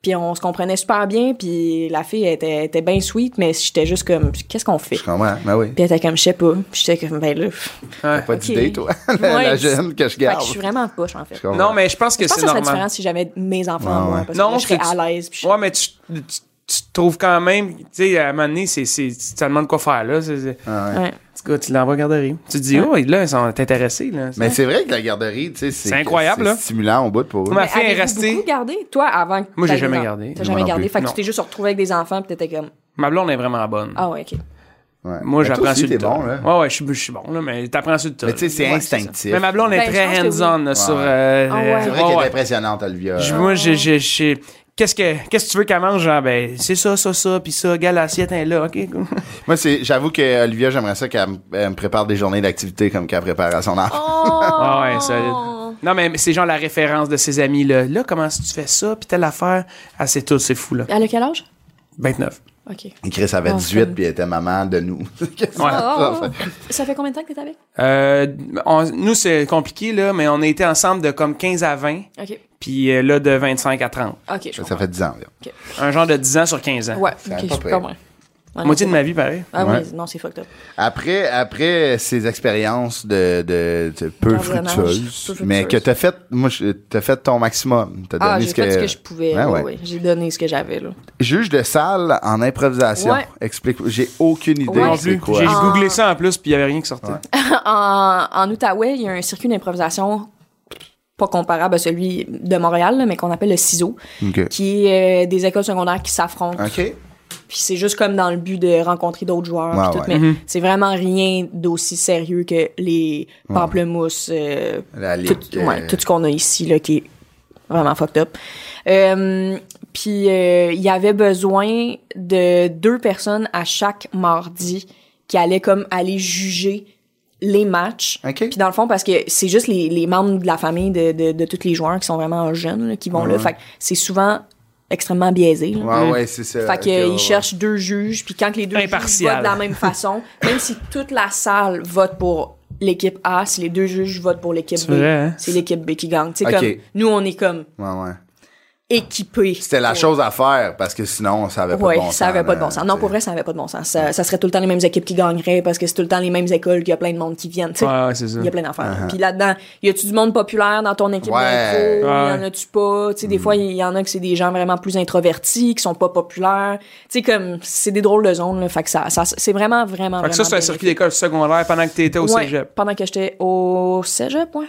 [SPEAKER 7] Puis on se comprenait super bien, puis la fille était, était bien sweet, mais j'étais juste comme, qu'est-ce qu'on fait?
[SPEAKER 4] Je comprends, ben oui.
[SPEAKER 7] Puis elle était comme, je sais pas. Puis j'étais comme, ben là. pff.
[SPEAKER 4] T'as pas
[SPEAKER 7] Ok.
[SPEAKER 4] d'idée, toi, la,
[SPEAKER 7] Ouais,
[SPEAKER 4] la
[SPEAKER 7] tu-
[SPEAKER 4] jeune que je
[SPEAKER 7] Fait
[SPEAKER 4] garde.
[SPEAKER 7] que je suis vraiment poche, en fait.
[SPEAKER 4] comprends.
[SPEAKER 5] Non, mais je pense que
[SPEAKER 7] Je pense
[SPEAKER 5] c'est
[SPEAKER 7] que ça serait
[SPEAKER 5] normal.
[SPEAKER 7] différent si j'avais mes enfants,
[SPEAKER 4] Ah,
[SPEAKER 7] moi.
[SPEAKER 4] ouais.
[SPEAKER 7] Parce que là, je serais
[SPEAKER 5] tu-
[SPEAKER 7] à l'aise. puis je-
[SPEAKER 5] Ouais, mais tu, tu, tu- tu te trouves quand même. Tu sais, à un moment donné, c'est, c'est, ça demande quoi faire, là. C'est, c'est-
[SPEAKER 4] Ah ouais.
[SPEAKER 7] Ouais.
[SPEAKER 5] En tout cas, tu l'envoies à la garderie. Tu te dis,
[SPEAKER 7] Ah.
[SPEAKER 5] oh, là, ils sont intéressés, là.
[SPEAKER 4] Mais c'est vrai que la garderie, tu sais, c'est
[SPEAKER 5] C'est incroyable,
[SPEAKER 4] c'est
[SPEAKER 5] là.
[SPEAKER 4] stimulant au bout pour eux.
[SPEAKER 5] Ma fille est
[SPEAKER 7] Avez-vous
[SPEAKER 5] restée.
[SPEAKER 7] beaucoup gardé, toi, avant que
[SPEAKER 5] Moi, j'ai
[SPEAKER 7] t'aies
[SPEAKER 5] jamais
[SPEAKER 7] des enfants?
[SPEAKER 5] gardé.
[SPEAKER 7] T'as
[SPEAKER 4] Moi
[SPEAKER 7] jamais
[SPEAKER 4] non
[SPEAKER 7] gardé.
[SPEAKER 4] plus.
[SPEAKER 7] Fait que
[SPEAKER 5] Non.
[SPEAKER 7] tu t'es juste retrouvé avec des enfants, puis t'étais comme,
[SPEAKER 5] Ma blonde est vraiment bonne.
[SPEAKER 7] ah ouais, OK.
[SPEAKER 4] Ouais.
[SPEAKER 5] Moi,
[SPEAKER 4] Mais toi
[SPEAKER 5] j'apprends
[SPEAKER 4] aussi,
[SPEAKER 5] sur le
[SPEAKER 4] t'es
[SPEAKER 5] tas.
[SPEAKER 4] bon, là.
[SPEAKER 5] Ouais, ouais, je suis- je suis bon, là, mais t'apprends sur le tas.
[SPEAKER 4] Mais tu sais, c'est
[SPEAKER 5] Ouais,
[SPEAKER 4] instinctif.
[SPEAKER 5] ça. Mais ma blonde est
[SPEAKER 7] Ben, je
[SPEAKER 5] très
[SPEAKER 7] pense que
[SPEAKER 5] hands-on, là,
[SPEAKER 4] Ouais.
[SPEAKER 5] sur. euh,
[SPEAKER 7] Ah ouais.
[SPEAKER 5] euh,
[SPEAKER 4] C'est vrai qu'elle
[SPEAKER 5] ouais.
[SPEAKER 4] est impressionnante, Olivia.
[SPEAKER 5] Je- Moi, j'ai. j'ai- j'ai- Qu'est-ce que, qu'est-ce que tu veux qu'elle mange? Genre, ben, c'est ça, ça, ça, puis ça, gars, l'assiette est là, OK?
[SPEAKER 7] Oh.
[SPEAKER 4] Moi, c'est, j'avoue que Olivia, j'aimerais ça qu'elle me- elle me prépare des journées d'activité comme qu'elle prépare à son enfant.
[SPEAKER 7] Oh.
[SPEAKER 5] Ah ouais, solide. Non, mais c'est genre la référence de ses amis, là. Là, comment est-ce que tu fais ça, puis telle affaire? Ah, c'est tout, c'est fou, là.
[SPEAKER 7] Elle a quel âge?
[SPEAKER 5] 29.
[SPEAKER 7] OK.
[SPEAKER 4] Chris avait
[SPEAKER 7] Ah,
[SPEAKER 4] 18
[SPEAKER 7] comme-
[SPEAKER 4] puis elle était maman de nous. Qu'est-ce que
[SPEAKER 5] Ouais.
[SPEAKER 4] ça fait?
[SPEAKER 7] Ça fait combien de temps que t'es avec?
[SPEAKER 5] Euh, on- nous, c'est compliqué, là, mais on a été ensemble de comme 15 à 20,
[SPEAKER 7] OK.
[SPEAKER 5] puis euh, là, de 25 à 30.
[SPEAKER 7] OK, je
[SPEAKER 4] Ça,
[SPEAKER 7] comprends.
[SPEAKER 4] fait 10 ans. là.
[SPEAKER 5] Un genre de 10 ans sur 15 ans.
[SPEAKER 7] Ouais,
[SPEAKER 4] Ça
[SPEAKER 7] OK,
[SPEAKER 4] a pas
[SPEAKER 7] je
[SPEAKER 4] pris.
[SPEAKER 7] comprends. Ouais,
[SPEAKER 5] Moitié de
[SPEAKER 7] non,
[SPEAKER 5] ma vie, pareil.
[SPEAKER 7] Ah
[SPEAKER 4] Ouais.
[SPEAKER 7] oui, non, c'est fucked up.
[SPEAKER 4] Après, après ces expériences de, de- de peu
[SPEAKER 7] Gardiennage,
[SPEAKER 4] fructueuses,
[SPEAKER 7] peu
[SPEAKER 4] mais que
[SPEAKER 7] fructueuses.
[SPEAKER 4] t'as fait, moi, je- t'as fait ton maximum. T'as
[SPEAKER 7] Ah,
[SPEAKER 4] donné
[SPEAKER 7] j'ai
[SPEAKER 4] ce
[SPEAKER 7] fait
[SPEAKER 4] que,
[SPEAKER 7] ce que je pouvais.
[SPEAKER 4] Ouais,
[SPEAKER 7] là,
[SPEAKER 4] ouais.
[SPEAKER 7] ouais. J'ai donné ce que j'avais, là.
[SPEAKER 4] Juge de salle en improvisation.
[SPEAKER 7] Ouais.
[SPEAKER 4] Explique. J'ai aucune idée.
[SPEAKER 7] Ouais.
[SPEAKER 5] Non
[SPEAKER 4] c'est
[SPEAKER 5] plus.
[SPEAKER 4] quoi.
[SPEAKER 5] J'ai
[SPEAKER 7] Ah.
[SPEAKER 5] googlé ça en plus, puis il n'y avait rien qui sortait.
[SPEAKER 7] en, en Outaouais, il y a un circuit d'improvisation pas comparable à celui de Montréal, là, mais qu'on appelle le CISO,
[SPEAKER 4] Ok.
[SPEAKER 7] qui est euh, des écoles secondaires qui s'affrontent.
[SPEAKER 4] OK.
[SPEAKER 7] Puis c'est juste comme dans le but de rencontrer d'autres joueurs.
[SPEAKER 4] Ouais,
[SPEAKER 7] puis tout,
[SPEAKER 4] ouais.
[SPEAKER 7] Mais c'est vraiment rien d'aussi sérieux que les pamplemousses, euh,
[SPEAKER 4] La
[SPEAKER 7] tout,
[SPEAKER 4] ligue, euh,
[SPEAKER 7] ouais, tout ce qu'on a ici, là, qui est vraiment fucked up. Euh, puis euh, il y avait besoin de deux personnes à chaque mardi qui allaient comme aller juger les matchs.
[SPEAKER 4] OK.
[SPEAKER 7] Puis dans le fond, parce que c'est juste les, les membres de la famille de, de, de tous les joueurs qui sont vraiment jeunes, là, qui vont là. Fait que c'est souvent extrêmement biaisé. là.
[SPEAKER 4] Ouais, ouais, c'est ça.
[SPEAKER 7] Mm. Fait
[SPEAKER 4] Ok,
[SPEAKER 7] qu'ils
[SPEAKER 4] Euh, ouais, ouais.
[SPEAKER 7] cherchent deux juges, puis quand que les deux juges
[SPEAKER 5] Impartial.
[SPEAKER 7] votent de la même façon, même si toute la salle vote pour l'équipe A, si les deux juges votent pour l'équipe
[SPEAKER 5] C'est
[SPEAKER 7] B,
[SPEAKER 5] vrai, hein?
[SPEAKER 7] c'est l'équipe B qui gagne. Tu sais,
[SPEAKER 4] Ok.
[SPEAKER 7] comme, nous, on est comme
[SPEAKER 4] Ouais, ouais.
[SPEAKER 7] équipés.
[SPEAKER 4] C'était la
[SPEAKER 7] pour-
[SPEAKER 4] chose à faire parce que sinon, ça avait pas
[SPEAKER 7] Ouais,
[SPEAKER 4] de bon sens. euh,
[SPEAKER 7] ça avait pas de
[SPEAKER 4] là,
[SPEAKER 7] bon sens. Non,
[SPEAKER 4] t'sais.
[SPEAKER 7] pour vrai, ça avait pas de bon sens. Ça, ça serait tout le temps les mêmes équipes qui gagneraient parce que c'est tout le temps les mêmes écoles qu'il y a plein de monde qui viennent. tu sais.
[SPEAKER 5] Ouais, ouais, c'est ça.
[SPEAKER 7] Il y a plein d'affaires. Puis là-dedans, y a-tu du monde populaire dans ton équipe
[SPEAKER 4] Uh-huh. Ouais.
[SPEAKER 7] d'impro? Y en
[SPEAKER 5] Ouais.
[SPEAKER 7] a-tu pas? Tu sais, des fois, il y en a que c'est des gens vraiment plus introvertis, qui sont pas populaires. Tu sais, comme, c'est des drôles de zones, là. Fait que ça, ça c'est vraiment, vraiment,
[SPEAKER 5] Fait que
[SPEAKER 7] vraiment
[SPEAKER 5] ça, c'est un
[SPEAKER 7] bénéfique.
[SPEAKER 5] circuit d'école secondaire pendant que tu étais au
[SPEAKER 7] Ouais,
[SPEAKER 5] cégep.
[SPEAKER 7] pendant que j'étais au cégep, ouais.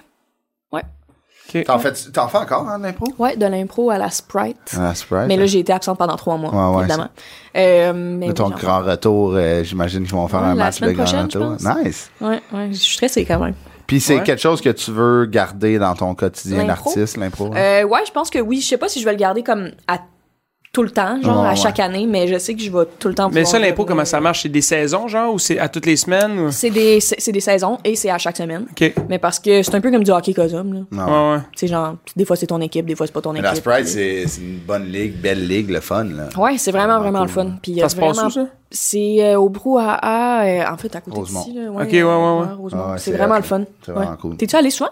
[SPEAKER 7] Ouais.
[SPEAKER 4] T'en fais, t'en fais encore, hein, de l'impro?
[SPEAKER 7] Ouais, de l'impro à la Sprite.
[SPEAKER 4] Ah, surprise.
[SPEAKER 7] mais là, j'ai été absente pendant trois mois,
[SPEAKER 4] Ouais, ouais,
[SPEAKER 7] évidemment. Euh, mais
[SPEAKER 4] De ton
[SPEAKER 7] oui, j'en-
[SPEAKER 4] grand retour, euh, j'imagine qu'ils vont faire
[SPEAKER 7] Ouais,
[SPEAKER 4] un
[SPEAKER 7] la
[SPEAKER 4] match de
[SPEAKER 7] semaine
[SPEAKER 4] grand
[SPEAKER 7] prochaine, je
[SPEAKER 4] retour.
[SPEAKER 7] pense.
[SPEAKER 4] Nice.
[SPEAKER 7] Ouais, ouais, je suis stressée quand même.
[SPEAKER 4] Puis c'est
[SPEAKER 5] Ouais.
[SPEAKER 4] quelque chose que tu veux garder dans ton quotidien
[SPEAKER 7] L'impro?
[SPEAKER 4] d'artiste, l'impro. hein?
[SPEAKER 7] Euh, ouais, je pense que oui. Je sais pas si je vais le garder comme à tout le temps, genre
[SPEAKER 4] Ouais,
[SPEAKER 7] à
[SPEAKER 4] ouais.
[SPEAKER 7] chaque année, mais je sais que je vais tout le temps.
[SPEAKER 5] Mais
[SPEAKER 7] pouvoir
[SPEAKER 5] ça, l'impôt,
[SPEAKER 7] revenir.
[SPEAKER 5] comment ça marche? C'est des saisons, genre, ou c'est à toutes les semaines? ou-
[SPEAKER 7] C'est des, c'est c'est des saisons et c'est à chaque semaine.
[SPEAKER 5] OK.
[SPEAKER 7] Mais parce que c'est un peu comme du hockey cosum, là.
[SPEAKER 4] Non.
[SPEAKER 5] Ouais, ouais.
[SPEAKER 7] Tu sais, genre, des fois c'est ton équipe, des fois c'est pas ton
[SPEAKER 4] Mais
[SPEAKER 7] équipe.
[SPEAKER 4] la Sprite, c'est c'est une bonne ligue, belle ligue, le fun. Là.
[SPEAKER 7] Ouais, c'est vraiment,
[SPEAKER 4] Vraiment
[SPEAKER 7] vraiment le
[SPEAKER 4] cool.
[SPEAKER 7] fun. Puis,
[SPEAKER 5] Ça
[SPEAKER 7] euh,
[SPEAKER 5] se passe
[SPEAKER 7] vraiment-
[SPEAKER 5] où, ça?
[SPEAKER 7] C'est euh, au Brouhaha, euh, en fait, à côté
[SPEAKER 4] Rosemont.
[SPEAKER 7] d'ici. là,
[SPEAKER 5] OK, ouais, ouais, ouais.
[SPEAKER 7] Rosemont.
[SPEAKER 4] Ah ouais,
[SPEAKER 7] c'est
[SPEAKER 4] c'est
[SPEAKER 7] vraiment
[SPEAKER 4] hot,
[SPEAKER 7] le fun.
[SPEAKER 4] c'est vraiment
[SPEAKER 7] Ouais.
[SPEAKER 4] cool.
[SPEAKER 7] T'es-tu allé souvent?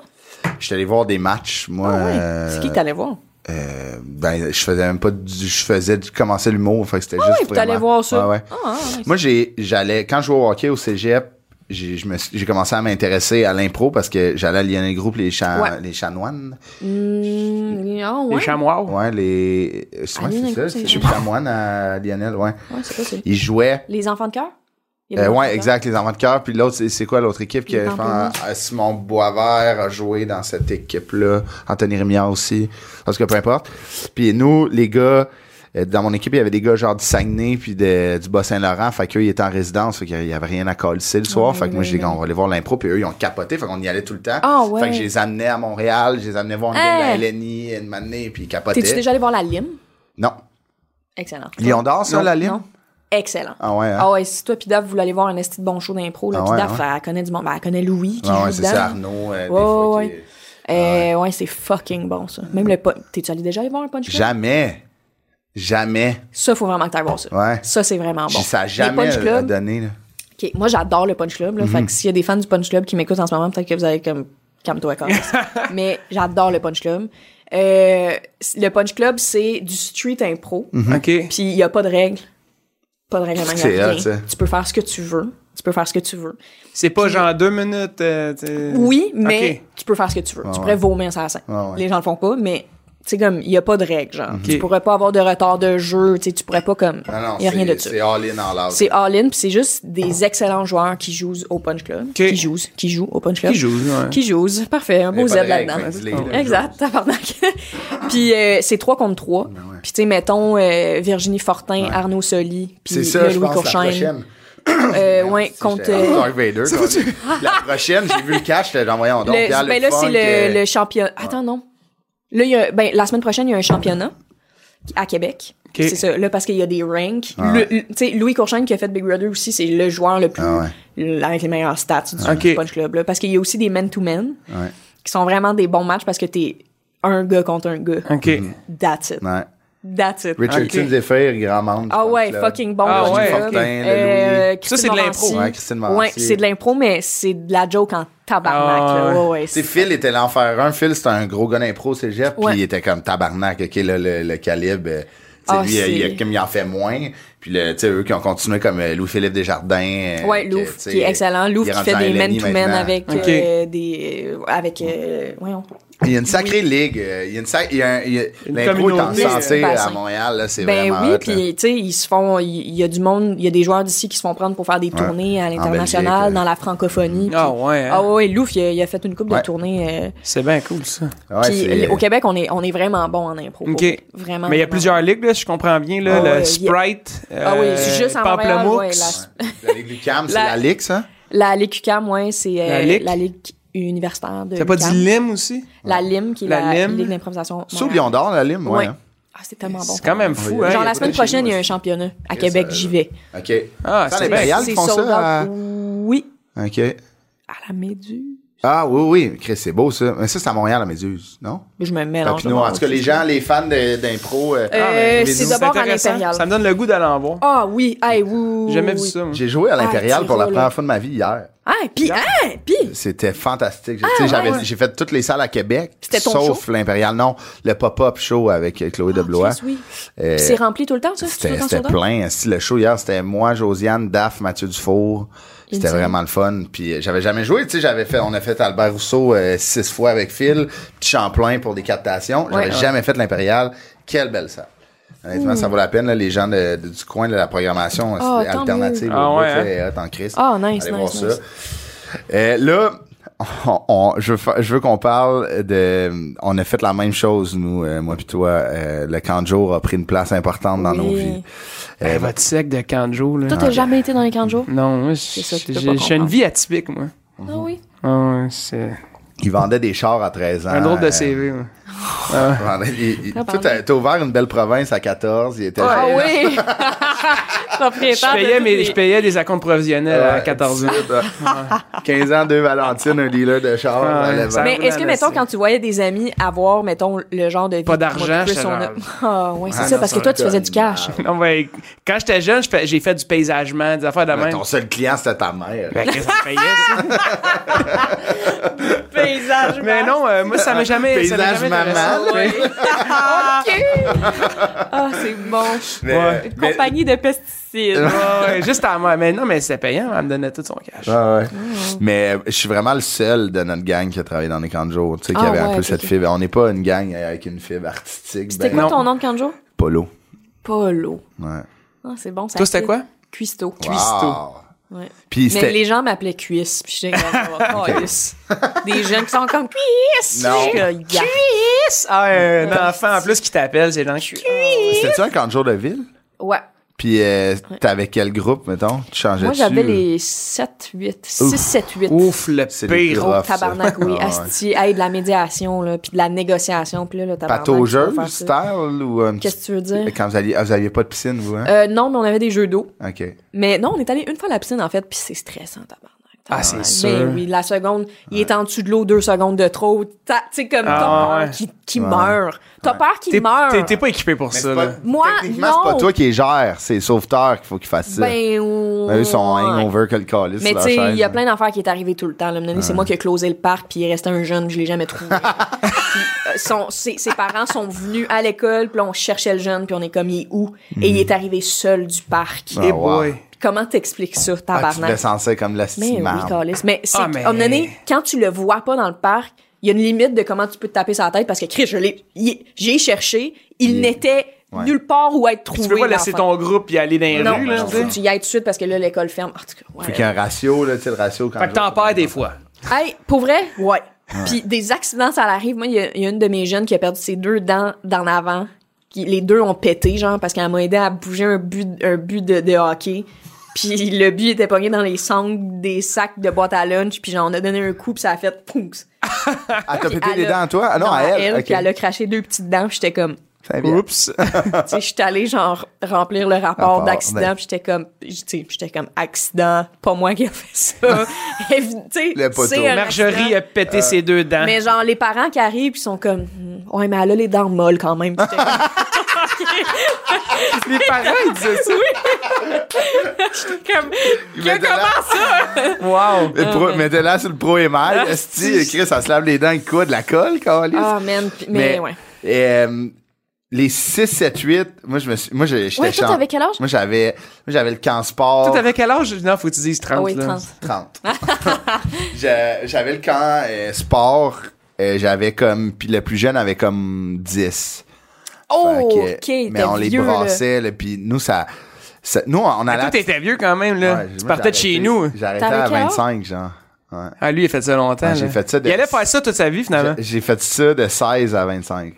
[SPEAKER 4] Je suis allé voir des matchs, moi.
[SPEAKER 7] Ah ouais.
[SPEAKER 4] euh,
[SPEAKER 7] C'est qui que t'allais voir?
[SPEAKER 4] euh, ben, je faisais même pas du. Je faisais du commencer l'humour. Fait que c'était
[SPEAKER 7] Ah
[SPEAKER 4] juste.
[SPEAKER 7] ouais, puis t'allais
[SPEAKER 4] vraiment-
[SPEAKER 7] voir ça.
[SPEAKER 4] Ouais, ouais.
[SPEAKER 7] Ah, ah, nice.
[SPEAKER 4] Moi, j'ai, j'allais, quand je jouais au hockey au cégep, j'ai, je me suis- j'ai commencé à m'intéresser à l'impro parce que j'allais à Lionel Groupe, les, cha-
[SPEAKER 7] Ouais.
[SPEAKER 4] les chanoines.
[SPEAKER 7] Mmh, ah ouais.
[SPEAKER 5] Les chamois.
[SPEAKER 4] Ouais, les. euh, c'est-
[SPEAKER 7] À
[SPEAKER 4] ouais,
[SPEAKER 7] Lionel
[SPEAKER 4] c'est ça, c'est
[SPEAKER 7] Groupe, c'est
[SPEAKER 4] les
[SPEAKER 7] les
[SPEAKER 4] chanoines à Lionel, ouais.
[SPEAKER 7] Ouais, c'est quoi, c'est-
[SPEAKER 4] Ils jouaient.
[SPEAKER 7] Les enfants de cœur? Il y
[SPEAKER 4] euh,
[SPEAKER 7] avait des enfants
[SPEAKER 4] ouais,
[SPEAKER 7] de
[SPEAKER 4] exact, les enfants de cœur. Puis l'autre, c'est, c'est quoi l'autre équipe que
[SPEAKER 7] Les
[SPEAKER 4] je pense,
[SPEAKER 7] Pamplemousses.
[SPEAKER 4] euh, Simon Boisvert a joué dans cette équipe-là. Anthony Rémillard aussi. Parce que peu importe. Puis nous, les gars, euh, dans mon équipe, il y avait des gars genre du Saguenay puis de- du Bas-Saint-Laurent. Fait qu'eux, ils étaient en résidence. Fait qu'il y avait rien à coller le
[SPEAKER 7] Ah,
[SPEAKER 4] soir. fait que moi, j'ai dit, on va aller voir l'impro. Puis eux, ils ont capoté. Fait qu'on y allait tout le temps.
[SPEAKER 7] Ah ouais.
[SPEAKER 4] Fait que je les amenais à Montréal. Je les amenais voir une
[SPEAKER 7] Hey.
[SPEAKER 4] game à LNI, une manée, puis ils
[SPEAKER 7] cœur.
[SPEAKER 4] capotaient.
[SPEAKER 7] T'es-tu déjà allé voir la Lime?
[SPEAKER 4] Non.
[SPEAKER 7] Excellent.
[SPEAKER 4] Lyon d'or, ça,
[SPEAKER 7] Non,
[SPEAKER 4] la Lime?
[SPEAKER 7] non. Excellent.
[SPEAKER 4] Ah ouais, hein?
[SPEAKER 7] Ah ouais, si toi puis Dave, vous voulez aller voir un esti de bon show d'impro, là,
[SPEAKER 4] Ah
[SPEAKER 7] puis
[SPEAKER 4] ouais,
[SPEAKER 7] Dave,
[SPEAKER 4] ouais.
[SPEAKER 7] elle connaît du monde. Ben, elle connaît Louis qui
[SPEAKER 4] Ah
[SPEAKER 7] joue
[SPEAKER 4] ouais, c'est ça,
[SPEAKER 7] dedans.
[SPEAKER 4] Arnaud. Ah euh, des
[SPEAKER 7] Ouais,
[SPEAKER 4] fois,
[SPEAKER 7] ouais,
[SPEAKER 4] qui-
[SPEAKER 7] ouais. Euh, ouais, c'est fucking bon, ça. Même le punch. T'es-tu allé déjà aller voir un punch club?
[SPEAKER 4] Jamais. Jamais.
[SPEAKER 7] Ça, faut vraiment que t'ailles voir ça.
[SPEAKER 4] Ouais.
[SPEAKER 7] Ça, c'est vraiment bon.
[SPEAKER 4] Ça n'a
[SPEAKER 7] Les
[SPEAKER 4] jamais
[SPEAKER 7] punch
[SPEAKER 4] euh,
[SPEAKER 7] club,
[SPEAKER 4] donné. Mhm. Là.
[SPEAKER 7] OK, moi j'adore le Punch Club. Là, Fait que s'il y a des fans du Punch Club qui m'écoutent en ce moment, peut-être que vous avez comme calme-toi quand même. Mais j'adore le Punch Club. Euh, le Punch Club, c'est du street impro.
[SPEAKER 5] Mhm. OK.
[SPEAKER 7] Puis il n'y a pas de règles. Pas de règlement.
[SPEAKER 5] C'est
[SPEAKER 7] rien.
[SPEAKER 5] hot, ça.
[SPEAKER 7] Tu peux faire ce que tu veux. Tu peux faire ce que tu veux.
[SPEAKER 5] C'est pas genre deux minutes. euh, t'sais-
[SPEAKER 7] Oui, mais
[SPEAKER 5] Ok.
[SPEAKER 7] tu peux faire ce que tu veux.
[SPEAKER 5] Ah
[SPEAKER 7] tu
[SPEAKER 5] ouais.
[SPEAKER 7] pourrais vomir sur la scène.
[SPEAKER 5] Ah ouais.
[SPEAKER 7] Les gens le font pas, mais c'est comme, il n'y a pas de règles, genre.
[SPEAKER 4] Ok.
[SPEAKER 7] Tu pourrais pas avoir de retard de jeu, tu sais, tu pourrais pas comme.
[SPEAKER 5] Ah
[SPEAKER 7] Il n'y a rien de ça.
[SPEAKER 4] C'est all-in en l'âge.
[SPEAKER 7] C'est all-in, puis c'est juste
[SPEAKER 5] Ah.
[SPEAKER 7] des excellents joueurs qui jouent au Punch Club. Qui jouent, qui jouent au Punch Club.
[SPEAKER 5] Qui jouent, ouais.
[SPEAKER 7] Qui jouent. Parfait, un
[SPEAKER 5] Il y
[SPEAKER 7] beau
[SPEAKER 5] a
[SPEAKER 7] Z
[SPEAKER 5] pas de règles,
[SPEAKER 7] là-dedans.
[SPEAKER 5] fait que dis-les, là,
[SPEAKER 7] Exact, tabarnak. puis euh, c'est 3 contre 3.
[SPEAKER 5] Ben
[SPEAKER 7] Puis tu sais, mettons euh, Virginie Fortin, Arnaud Soli, puis
[SPEAKER 4] C'est ça,
[SPEAKER 7] le
[SPEAKER 4] je
[SPEAKER 7] Louis
[SPEAKER 4] pense, la
[SPEAKER 7] Courchaine.
[SPEAKER 4] prochaine.
[SPEAKER 7] Euh, ouais, contre.
[SPEAKER 4] J'étais-
[SPEAKER 7] euh,
[SPEAKER 4] Darth Vader.
[SPEAKER 7] Ça
[SPEAKER 4] quand
[SPEAKER 7] va-tu-
[SPEAKER 4] même. La prochaine, j'ai vu le cash, j'étais genre, voyons donc.
[SPEAKER 7] le-
[SPEAKER 4] Pierre,
[SPEAKER 7] ben là, c'est
[SPEAKER 4] funk,
[SPEAKER 7] le,
[SPEAKER 4] euh,
[SPEAKER 7] le championnat. Attends, non. Là, il y a, ben, la semaine prochaine, il y a un championnat à Québec. C'est ça. Là, parce qu'il y a des ranks.
[SPEAKER 4] Ah
[SPEAKER 7] Le-
[SPEAKER 4] ouais.
[SPEAKER 7] le- tu sais, Louis Courchaine qui a fait Big Brother aussi, c'est le joueur le plus.
[SPEAKER 4] Ah ouais.
[SPEAKER 7] le- avec les meilleurs stats du
[SPEAKER 4] Ah ouais.
[SPEAKER 7] Punch Club. là. parce qu'il y a aussi des men-to-men
[SPEAKER 4] Ouais.
[SPEAKER 7] qui sont vraiment des bons matchs parce que t'es un gars contre un gars.
[SPEAKER 5] OK.
[SPEAKER 7] That's it.
[SPEAKER 4] Ouais.
[SPEAKER 7] That's it.
[SPEAKER 4] Richardson
[SPEAKER 7] Ok.
[SPEAKER 4] Zephyr, grand membre.
[SPEAKER 7] Ah ouais, fucking bon.
[SPEAKER 4] Ah
[SPEAKER 7] Punch
[SPEAKER 4] ouais.
[SPEAKER 7] Club.
[SPEAKER 4] Fortin, le
[SPEAKER 7] Euh,
[SPEAKER 4] Louis. Ça, c'est
[SPEAKER 7] Christine
[SPEAKER 4] de l'impro.
[SPEAKER 7] Morancy.
[SPEAKER 4] Ouais, Christine Morancy. Ah
[SPEAKER 7] Ouais, c'est de l'impro, mais c'est de la joke en tabarnak. là. Ouais, ouais,
[SPEAKER 4] Tu sais, Phil était l'enfer un. Phil, c'était un gros gars d'impro cégep,
[SPEAKER 7] Ouais.
[SPEAKER 4] puis il était comme tabarnak, OK, là, le, le calibre. euh, tu sais,
[SPEAKER 7] Ah,
[SPEAKER 4] lui, il,
[SPEAKER 7] c'est-
[SPEAKER 4] il- comme il en fait moins. Puis, le- tu sais, eux qui ont continué comme euh, Louis-Philippe Desjardins. euh,
[SPEAKER 7] Ouais,
[SPEAKER 4] que,
[SPEAKER 7] Louf,
[SPEAKER 4] tu sais,
[SPEAKER 7] qui est excellent.
[SPEAKER 4] il
[SPEAKER 7] Louf
[SPEAKER 4] est
[SPEAKER 7] qui
[SPEAKER 4] rendu
[SPEAKER 7] fait
[SPEAKER 4] dans
[SPEAKER 7] des
[SPEAKER 4] LNI
[SPEAKER 7] men-to-men
[SPEAKER 4] maintenant.
[SPEAKER 7] avec
[SPEAKER 4] Ok.
[SPEAKER 7] euh, des. euh, avec. euh, voyons.
[SPEAKER 4] Il y a une sacrée ligue. euh, Il y a une sac- il y a un- il y a-
[SPEAKER 7] Une
[SPEAKER 4] L'impro est en
[SPEAKER 7] communauté,
[SPEAKER 4] santé
[SPEAKER 7] euh,
[SPEAKER 4] à
[SPEAKER 7] bassin.
[SPEAKER 4] Montréal, là, c'est
[SPEAKER 7] Ben
[SPEAKER 4] vraiment. hot, hein.
[SPEAKER 7] oui,
[SPEAKER 4] là.
[SPEAKER 7] puis tu sais, ils se font. Il il y, a du monde, il y a des joueurs d'ici qui se font prendre pour faire des
[SPEAKER 4] Ouais.
[SPEAKER 7] tournées à
[SPEAKER 4] En
[SPEAKER 7] l'international,
[SPEAKER 4] Belgique,
[SPEAKER 7] dans la francophonie.
[SPEAKER 5] Ah ouais, hein?
[SPEAKER 7] Ah ouais, Louf, il a, il a fait une coupe
[SPEAKER 5] Ouais.
[SPEAKER 7] de tournées. euh,
[SPEAKER 5] C'est bien cool, ça.
[SPEAKER 7] puis au Québec, on est, on est vraiment bon en impro. pour-
[SPEAKER 5] OK.
[SPEAKER 7] Vraiment.
[SPEAKER 5] Mais il y a
[SPEAKER 7] vraiment.
[SPEAKER 5] plusieurs ligues, là, si je comprends bien. Là,
[SPEAKER 7] Ah
[SPEAKER 5] le
[SPEAKER 7] ouais,
[SPEAKER 5] Sprite, euh,
[SPEAKER 7] il y a- Ah oui, c'est juste en Montréal,
[SPEAKER 5] Pamplemousse.
[SPEAKER 7] ouais, la-
[SPEAKER 4] La Ligue du Cam, c'est
[SPEAKER 7] La-
[SPEAKER 4] la Ligue, ça?
[SPEAKER 7] La E Ligue UQAM, ouais, c'est euh,
[SPEAKER 4] La
[SPEAKER 7] la,
[SPEAKER 5] E
[SPEAKER 4] Ligue?
[SPEAKER 7] Ligue... universitaire de. E
[SPEAKER 4] T'as pas
[SPEAKER 7] l'UQAM.
[SPEAKER 4] dit LIM aussi?
[SPEAKER 7] La LIM, qui est
[SPEAKER 4] La
[SPEAKER 7] la,
[SPEAKER 4] LIM.
[SPEAKER 7] Ligue d'improvisation.
[SPEAKER 4] Sous
[SPEAKER 7] Montréal.
[SPEAKER 4] Lyon d'Or, la Lime, ouais.
[SPEAKER 7] Ouais.
[SPEAKER 4] hein?
[SPEAKER 7] Ah, c'est tellement bon.
[SPEAKER 5] C'est quand même fou,
[SPEAKER 7] Genre,
[SPEAKER 5] hein? Il y a
[SPEAKER 7] la
[SPEAKER 5] pas
[SPEAKER 7] semaine
[SPEAKER 5] de chez
[SPEAKER 7] prochaine, il y a un championnat. À Québec,
[SPEAKER 5] euh,
[SPEAKER 7] j'y vais.
[SPEAKER 4] OK.
[SPEAKER 5] Ah,
[SPEAKER 4] Ça,
[SPEAKER 5] c'est
[SPEAKER 4] les
[SPEAKER 5] bien.
[SPEAKER 4] Royales
[SPEAKER 7] C'est
[SPEAKER 4] font
[SPEAKER 7] sold out.
[SPEAKER 4] ça. euh, à-
[SPEAKER 7] Oui,
[SPEAKER 4] OK.
[SPEAKER 7] à la Méduse.
[SPEAKER 4] Ah oui, oui. Chris, c'est beau, ça. Mais ça, c'est à Montréal, la Méduse, non?
[SPEAKER 7] Je me mélange.
[SPEAKER 4] Papineau. En tout cas, les gens, les fans de- d'impro. euh,
[SPEAKER 7] Euh,
[SPEAKER 4] ah, mais
[SPEAKER 7] c'est
[SPEAKER 4] nous-
[SPEAKER 7] d'abord à l'Impérial.
[SPEAKER 5] Ça me donne le goût d'aller en voir.
[SPEAKER 7] Ah oui, hey, oui. oui,
[SPEAKER 5] Jamais vu
[SPEAKER 7] oui.
[SPEAKER 5] ça. moi.
[SPEAKER 4] J'ai joué à l'Impérial
[SPEAKER 7] Ah,
[SPEAKER 4] pour la
[SPEAKER 7] drôle.
[SPEAKER 4] première fois de ma vie hier.
[SPEAKER 7] Ah, puis, ah, puis.
[SPEAKER 4] C'était fantastique.
[SPEAKER 7] Ah,
[SPEAKER 4] Tu sais, j'avais-
[SPEAKER 7] ouais.
[SPEAKER 4] J'ai fait toutes les salles à Québec,
[SPEAKER 7] C'était ton
[SPEAKER 4] sauf
[SPEAKER 7] show?
[SPEAKER 4] l'Impérial. Non, le pop-up show avec euh, Chloé de Blois.
[SPEAKER 7] Chris, Ah, oui.
[SPEAKER 4] Euh,
[SPEAKER 7] Puis c'est rempli tout le temps, ça? c'est tout
[SPEAKER 4] C'était
[SPEAKER 7] le temps
[SPEAKER 4] c'était
[SPEAKER 7] sur le temps?
[SPEAKER 4] plein. Si, Le show hier, c'était moi, Josiane, Daf, Mathieu Dufour. C'était
[SPEAKER 7] Insane.
[SPEAKER 4] vraiment le fun. Puis euh, j'avais jamais joué. Tu sais, j'avais fait, on a fait Albert Rousseau euh, six fois avec Phil, petit Champlain pour des captations. J'avais
[SPEAKER 7] Ouais.
[SPEAKER 4] jamais fait l'Impérial. Quelle belle salle. Honnêtement,
[SPEAKER 7] Ouh.
[SPEAKER 4] ça vaut la peine. là, les gens de- de- du coin de la programmation euh,
[SPEAKER 7] Ah,
[SPEAKER 4] c'est
[SPEAKER 7] tant
[SPEAKER 4] alternative,
[SPEAKER 7] mieux.
[SPEAKER 4] au
[SPEAKER 7] Ah,
[SPEAKER 4] bout,
[SPEAKER 7] ouais,
[SPEAKER 4] tu sais,
[SPEAKER 7] hein?
[SPEAKER 4] hot en Christ.
[SPEAKER 7] Ah, nice,
[SPEAKER 4] Allez
[SPEAKER 7] nice,
[SPEAKER 4] voir
[SPEAKER 7] nice.
[SPEAKER 4] ça. Euh, là, on- on- je, veux, fa- je veux qu'on parle de. On a fait la même chose, nous, euh, moi puis toi. Euh, le camp de jour a pris une place importante dans
[SPEAKER 7] Oui.
[SPEAKER 4] nos vies.
[SPEAKER 5] Eh, votre sec de Kanjo, là.
[SPEAKER 7] Toi, t'as jamais été dans les camps de jour?
[SPEAKER 5] Non, moi,
[SPEAKER 7] ça, tu peux pas
[SPEAKER 5] j'ai j'ai une
[SPEAKER 7] comprendre.
[SPEAKER 5] vie atypique, moi.
[SPEAKER 4] Mhm.
[SPEAKER 7] Ah oui.
[SPEAKER 5] Ah, ouais, c'est
[SPEAKER 4] Il vendait des chars à 13 ans.
[SPEAKER 5] un drôle de
[SPEAKER 4] Euh,
[SPEAKER 5] CV, moi.
[SPEAKER 4] il vendait- il- il-
[SPEAKER 7] Ah,
[SPEAKER 4] toi, t'as t'as ouvert une belle province à 14. Il était
[SPEAKER 7] Ah
[SPEAKER 4] jeune.
[SPEAKER 7] oui!
[SPEAKER 5] Je
[SPEAKER 7] Propriétaire de
[SPEAKER 5] payais,
[SPEAKER 7] tous
[SPEAKER 5] mes,
[SPEAKER 7] les-
[SPEAKER 5] je payais des acomptes provisionnels à
[SPEAKER 4] Ouais,
[SPEAKER 5] 14 ans.
[SPEAKER 4] 18, ouais. 15 ans, deux Valentines, un dealer de chars.
[SPEAKER 5] Ouais,
[SPEAKER 4] relevant.
[SPEAKER 5] ça
[SPEAKER 7] Mais est-ce que,
[SPEAKER 5] la
[SPEAKER 7] mettons,
[SPEAKER 5] laisser.
[SPEAKER 7] quand tu voyais des amis avoir, mettons, le genre de vie...
[SPEAKER 5] Pas d'argent,
[SPEAKER 7] moi, Chris,
[SPEAKER 5] j'étais
[SPEAKER 7] on a-
[SPEAKER 5] genre-
[SPEAKER 7] Ah, ouais, c'est
[SPEAKER 5] Ah,
[SPEAKER 7] ça,
[SPEAKER 5] non,
[SPEAKER 7] parce
[SPEAKER 5] ça
[SPEAKER 7] que toi, tu
[SPEAKER 5] me
[SPEAKER 7] faisais du cash.
[SPEAKER 5] Non, mais quand j'étais jeune, je fais- j'ai fait du paysagement, des affaires de
[SPEAKER 4] Ah, Mais
[SPEAKER 5] même.
[SPEAKER 4] Ton seul client, c'était ta mère.
[SPEAKER 5] Ben, qu'est-ce que ça payait, ça?
[SPEAKER 7] Paysage.
[SPEAKER 5] Mais non, euh, moi, ça m'a jamais. ça m'a
[SPEAKER 4] Paysage
[SPEAKER 5] jamais intéressé.
[SPEAKER 4] maman.
[SPEAKER 5] Ouais.
[SPEAKER 7] OK! Ah, c'est bon.
[SPEAKER 4] Mais-
[SPEAKER 5] Ouais.
[SPEAKER 7] Une compagnie de pesticides.
[SPEAKER 5] Ouais, ouais, juste à moi. Mais non, mais c'était payant, elle me donnait tout son cash.
[SPEAKER 4] Ah ouais.
[SPEAKER 7] Mm.
[SPEAKER 4] Mais euh, je suis vraiment le seul de notre gang qui a travaillé dans les camps de jour, tu sais, qui
[SPEAKER 7] Ah
[SPEAKER 4] avait un
[SPEAKER 7] ouais,
[SPEAKER 4] peu
[SPEAKER 7] ok,
[SPEAKER 4] cette
[SPEAKER 7] ok.
[SPEAKER 4] fibre. On n'est pas une gang avec une fibre artistique.
[SPEAKER 7] C'était
[SPEAKER 4] ben,
[SPEAKER 7] quoi ton nom de camp de jour?
[SPEAKER 4] Polo.
[SPEAKER 7] Polo.
[SPEAKER 4] Ouais.
[SPEAKER 7] Ah, c'est bon, ça
[SPEAKER 5] Toi, c'était
[SPEAKER 7] fit.
[SPEAKER 5] quoi?
[SPEAKER 7] Cuisto.
[SPEAKER 4] Wow.
[SPEAKER 7] Ouais.
[SPEAKER 4] Puis c'était-
[SPEAKER 7] Mais les gens m'appelaient Cuisse. Puis j'étais comme, Calisse. Des jeunes qui sont comme Cuisse.
[SPEAKER 4] Non.
[SPEAKER 7] Je suis comme, Yeah.
[SPEAKER 5] Yes! Ah, un enfant en plus qui t'appelle, c'est genre.
[SPEAKER 4] C'était-tu un camp de jour de ville?
[SPEAKER 7] Ouais.
[SPEAKER 4] Puis euh, t'avais quel groupe, mettons? Tu changeais
[SPEAKER 7] Moi, j'avais les 7, 8. 6, 7, 8.
[SPEAKER 5] Ouf, le
[SPEAKER 4] les plus
[SPEAKER 5] pire.
[SPEAKER 7] Gros
[SPEAKER 4] rough, ça.
[SPEAKER 7] tabarnak, oui.
[SPEAKER 4] Ah ouais.
[SPEAKER 7] Asti, hey, de la médiation, là, puis de la négociation, puis là, le tabarnak. tu peux
[SPEAKER 4] Pataugeuse,
[SPEAKER 7] faire ça.
[SPEAKER 4] style ou un petit-
[SPEAKER 7] Qu'est-ce que tu veux dire?
[SPEAKER 4] Quand vous alliez, ah, vous aviez pas de piscine, vous, hein?
[SPEAKER 7] Euh, non, mais on avait des jeux d'eau.
[SPEAKER 4] OK.
[SPEAKER 7] Mais non, on est allé une fois à la piscine, en fait, puis c'est stressant, tabarnak.
[SPEAKER 5] Ah, c'est
[SPEAKER 7] Ben
[SPEAKER 5] sûr.
[SPEAKER 7] oui, la seconde, il est en dessous de l'eau deux secondes de trop. Ta- Tu sais, comme
[SPEAKER 5] Ah,
[SPEAKER 7] t'as
[SPEAKER 5] ouais.
[SPEAKER 7] peur qu'il qu'il
[SPEAKER 4] Ouais.
[SPEAKER 7] meurt. T'as peur qu'il
[SPEAKER 5] T'es-
[SPEAKER 7] meure.
[SPEAKER 5] t'es- T'es pas équipé pour ça. là.
[SPEAKER 7] Moi,
[SPEAKER 4] Techniquement,
[SPEAKER 7] non.
[SPEAKER 4] c'est pas toi qui les gère, c'est les sauveteurs qu'il faut qu'ils fassent ça.
[SPEAKER 7] Ben, on-
[SPEAKER 4] eux sont hangover que le calice.
[SPEAKER 7] Mais
[SPEAKER 4] sur
[SPEAKER 7] tu
[SPEAKER 4] leur
[SPEAKER 7] sais, il y a
[SPEAKER 4] chaise.
[SPEAKER 7] plein d'affaires qui est arrivé tout le temps. Là, À un moment donné, c'est moi qui ai closé le parc, puis il est resté un jeune, puis je l'ai jamais trouvé. Puis, euh, son- ses, ses parents sont venus à l'école, puis on cherchait le jeune, puis on est comme, il est où? Et il
[SPEAKER 4] Mhm.
[SPEAKER 7] est arrivé seul du parc.
[SPEAKER 4] Ah, Eh wow. boy.
[SPEAKER 7] Puis Comment t'expliques ça,
[SPEAKER 4] Ah, tu te
[SPEAKER 7] tabarnak?
[SPEAKER 4] fais sentir comme la
[SPEAKER 7] mais oui,
[SPEAKER 4] marde.
[SPEAKER 7] câlisse. Mais c'est
[SPEAKER 4] Ah,
[SPEAKER 7] qu'à
[SPEAKER 4] mais-
[SPEAKER 7] un moment donné, quand tu le vois pas dans le parc, il y a une limite de comment tu peux te taper sur la tête, parce que, Chris, je l'ai- il- j'ai cherché, il
[SPEAKER 5] Il-
[SPEAKER 7] n'était
[SPEAKER 5] Ouais.
[SPEAKER 7] nulle part où être
[SPEAKER 5] Puis
[SPEAKER 7] trouvé.
[SPEAKER 5] Tu peux pas laisser
[SPEAKER 7] l'enfant.
[SPEAKER 5] ton groupe y aller dans les
[SPEAKER 7] Non,
[SPEAKER 5] rues, là.
[SPEAKER 7] faut que tu y ailles tout de suite parce que là, l'école ferme. En tout cas, ouais.
[SPEAKER 4] Faut qu'il y ait un ratio, là, tu sais, le ratio quand
[SPEAKER 5] Fait que t'en perds des fois.
[SPEAKER 7] Hey, pour vrai? Ouais.
[SPEAKER 4] Ouais.
[SPEAKER 7] Puis des accidents, ça arrive. Moi, il y, a- il y a une de mes jeunes qui a perdu ses deux dents d'en avant. Qui, les deux ont pété, genre, parce qu'elle m'a aidé à bouger un but, un but de, de hockey. Puis le but était pogné dans les sangles des sacs de boîte à lunch. Puis genre, on a donné un coup, puis ça a fait pounks.
[SPEAKER 4] Elle t'a Ah, pété
[SPEAKER 7] Elle
[SPEAKER 4] les
[SPEAKER 7] a-
[SPEAKER 4] dents à toi? Ah non,
[SPEAKER 7] Non,
[SPEAKER 4] à elle. ok.
[SPEAKER 7] Puis elle a craché deux petites dents, puis j'étais comme...
[SPEAKER 4] Très bien.
[SPEAKER 5] Oups.
[SPEAKER 7] Tu sais, je suis allée, genre, remplir le rapport
[SPEAKER 4] Rapport,
[SPEAKER 7] d'accident,
[SPEAKER 4] ben.
[SPEAKER 7] puis j'étais comme, tu sais, j'étais comme, accident, pas moi qui a fait ça. Évi- tu sais, c'est un
[SPEAKER 5] Marjorie
[SPEAKER 7] accident.
[SPEAKER 5] a pété ses deux dents.
[SPEAKER 7] Mais genre, les parents qui arrivent, ils sont comme, Hmm, ouais, mais elle a les dents molles quand même. Puis j'étais comme-
[SPEAKER 5] les parents, ils disaient ça.
[SPEAKER 7] Oui. j'étais comme, que
[SPEAKER 4] mettaient la-
[SPEAKER 7] comment ça?
[SPEAKER 5] Wow!
[SPEAKER 4] Mais
[SPEAKER 7] Ah,
[SPEAKER 4] pro,
[SPEAKER 7] ouais.
[SPEAKER 4] Mettez-la sur le pro et mal.
[SPEAKER 7] Ah,
[SPEAKER 4] Esti, Chris, ça se lave les dents, le coude, la colle, câlisse.
[SPEAKER 7] Ah, man, puis- mais, ouais.
[SPEAKER 4] euh, les 6, 7, 8, moi, je me suis, moi, je- j'étais
[SPEAKER 7] Ouais, toi,
[SPEAKER 4] champ-
[SPEAKER 7] t'avais quel âge?
[SPEAKER 4] Moi, j'avais, moi, j'avais le camp sport.
[SPEAKER 5] Toi, t'avais quel âge? Non, faut que tu dises 30.
[SPEAKER 4] Ah oui,
[SPEAKER 5] là.
[SPEAKER 4] 30. 30. J'a- j'avais le camp euh, sport, euh, j'avais comme, puis le plus jeune avait comme 10.
[SPEAKER 7] Oh,
[SPEAKER 4] Fait
[SPEAKER 7] ok,
[SPEAKER 4] que-
[SPEAKER 7] t'es
[SPEAKER 4] Mais on les
[SPEAKER 7] vieux, là.
[SPEAKER 4] brassait, là, puis nous, ça, ça- nous, on allait.
[SPEAKER 5] Toi, t'étais vieux quand même, là.
[SPEAKER 4] Ouais,
[SPEAKER 5] tu
[SPEAKER 4] moi,
[SPEAKER 5] partais de
[SPEAKER 4] j'ai
[SPEAKER 5] chez
[SPEAKER 4] arrêté-
[SPEAKER 5] nous.
[SPEAKER 4] J'ai arrêté à 25, genre. Ouais.
[SPEAKER 5] Ah, lui, il a fait ça longtemps.
[SPEAKER 4] Ouais, j'ai
[SPEAKER 5] là.
[SPEAKER 4] fait ça de-
[SPEAKER 5] Il allait faire ça toute sa vie, finalement.
[SPEAKER 4] J'ai j'ai fait ça de 16 à 25.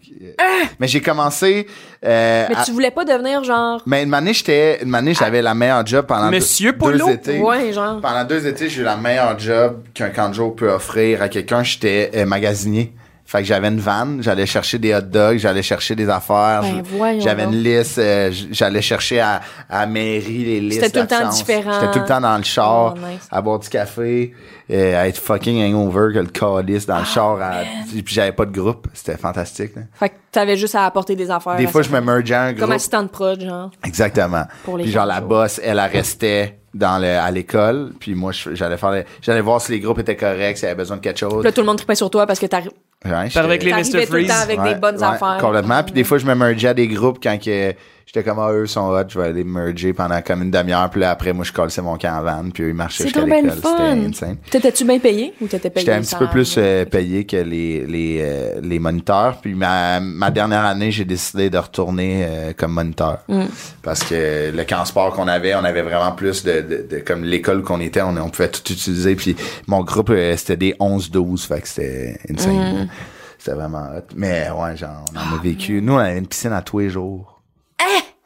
[SPEAKER 4] Mais j'ai commencé. euh,
[SPEAKER 7] Ah! Mais
[SPEAKER 4] à-
[SPEAKER 7] tu voulais pas devenir genre,
[SPEAKER 4] mais une année, j'étais. Une année, j'avais la meilleure job pendant deux-
[SPEAKER 5] Ah. Monsieur
[SPEAKER 4] deux,
[SPEAKER 5] Polo?
[SPEAKER 4] étés.
[SPEAKER 7] ouais, genre.
[SPEAKER 4] Pendant deux étés, j'ai eu la meilleure job qu'un camp de jour peut offrir à quelqu'un. J'étais euh, magasinier. Fait que j'avais une vanne, j'allais chercher des hot dogs, j'allais chercher des affaires.
[SPEAKER 7] Ben,
[SPEAKER 4] je-
[SPEAKER 7] voyons
[SPEAKER 4] j'avais
[SPEAKER 7] donc.
[SPEAKER 4] une liste, euh, j- j'allais chercher à, à la mairie les listes.
[SPEAKER 7] C'était tout le temps
[SPEAKER 4] d'absence.
[SPEAKER 7] différent.
[SPEAKER 4] J'étais tout le temps dans le char,
[SPEAKER 7] Oh, nice.
[SPEAKER 4] à boire du café, euh, à être fucking hangover que le calice dans le
[SPEAKER 7] Ah,
[SPEAKER 4] char. à- Puis j'avais pas de groupe. C'était fantastique. là.
[SPEAKER 7] Fait que t'avais juste à apporter des affaires.
[SPEAKER 4] Des
[SPEAKER 7] à
[SPEAKER 4] fois,
[SPEAKER 7] ça.
[SPEAKER 4] je me mergeais à un
[SPEAKER 7] Comme
[SPEAKER 4] groupe.
[SPEAKER 7] assistant de prod, genre.
[SPEAKER 4] Exactement.
[SPEAKER 7] Pour les
[SPEAKER 4] Puis genre
[SPEAKER 7] camps de
[SPEAKER 4] la
[SPEAKER 7] jour.
[SPEAKER 4] boss, elle, elle restait dans le, à l'école, puis moi je- j'allais faire les- j'allais voir si les groupes étaient corrects, s'il y avait besoin de quelque chose.
[SPEAKER 7] Puis là, tout le monde tripait sur toi parce que t'arrives.
[SPEAKER 4] Ouais, j'étais-
[SPEAKER 5] avec les
[SPEAKER 7] T'arrivais
[SPEAKER 5] Mr.
[SPEAKER 7] tout le temps
[SPEAKER 5] Freeze.
[SPEAKER 7] avec des bonnes affaires.
[SPEAKER 4] Complètement. Puis des fois, je me mergeais à des groupes quand que j'étais comme, ah, eux sont hot, je vais aller me merger pendant comme une demi-heure. Puis là, après, moi, je collais mon camp en van, puis eux, ils marchaient
[SPEAKER 7] C'est
[SPEAKER 4] jusqu'à
[SPEAKER 7] donc bien le
[SPEAKER 4] l'école.
[SPEAKER 7] fun.
[SPEAKER 4] C'était insane.
[SPEAKER 7] T'étais-tu bien payé ou t'étais payé?
[SPEAKER 4] J'étais un petit peu
[SPEAKER 7] salaire?
[SPEAKER 4] plus euh, payé que les, les, euh, les moniteurs. Puis ma, ma dernière année, j'ai décidé de retourner euh, comme moniteur.
[SPEAKER 7] Mm.
[SPEAKER 4] Parce que le camp sport qu'on avait, on avait vraiment plus de, de- de- comme l'école qu'on était, on, on pouvait tout utiliser. Puis mon groupe, euh, c'était des 11-12, fait que c'était insane.
[SPEAKER 7] Mm. Ah.
[SPEAKER 4] C'était vraiment hot. Mais ouais, genre, on en a vécu. Nous, on avait une piscine à tous les jours.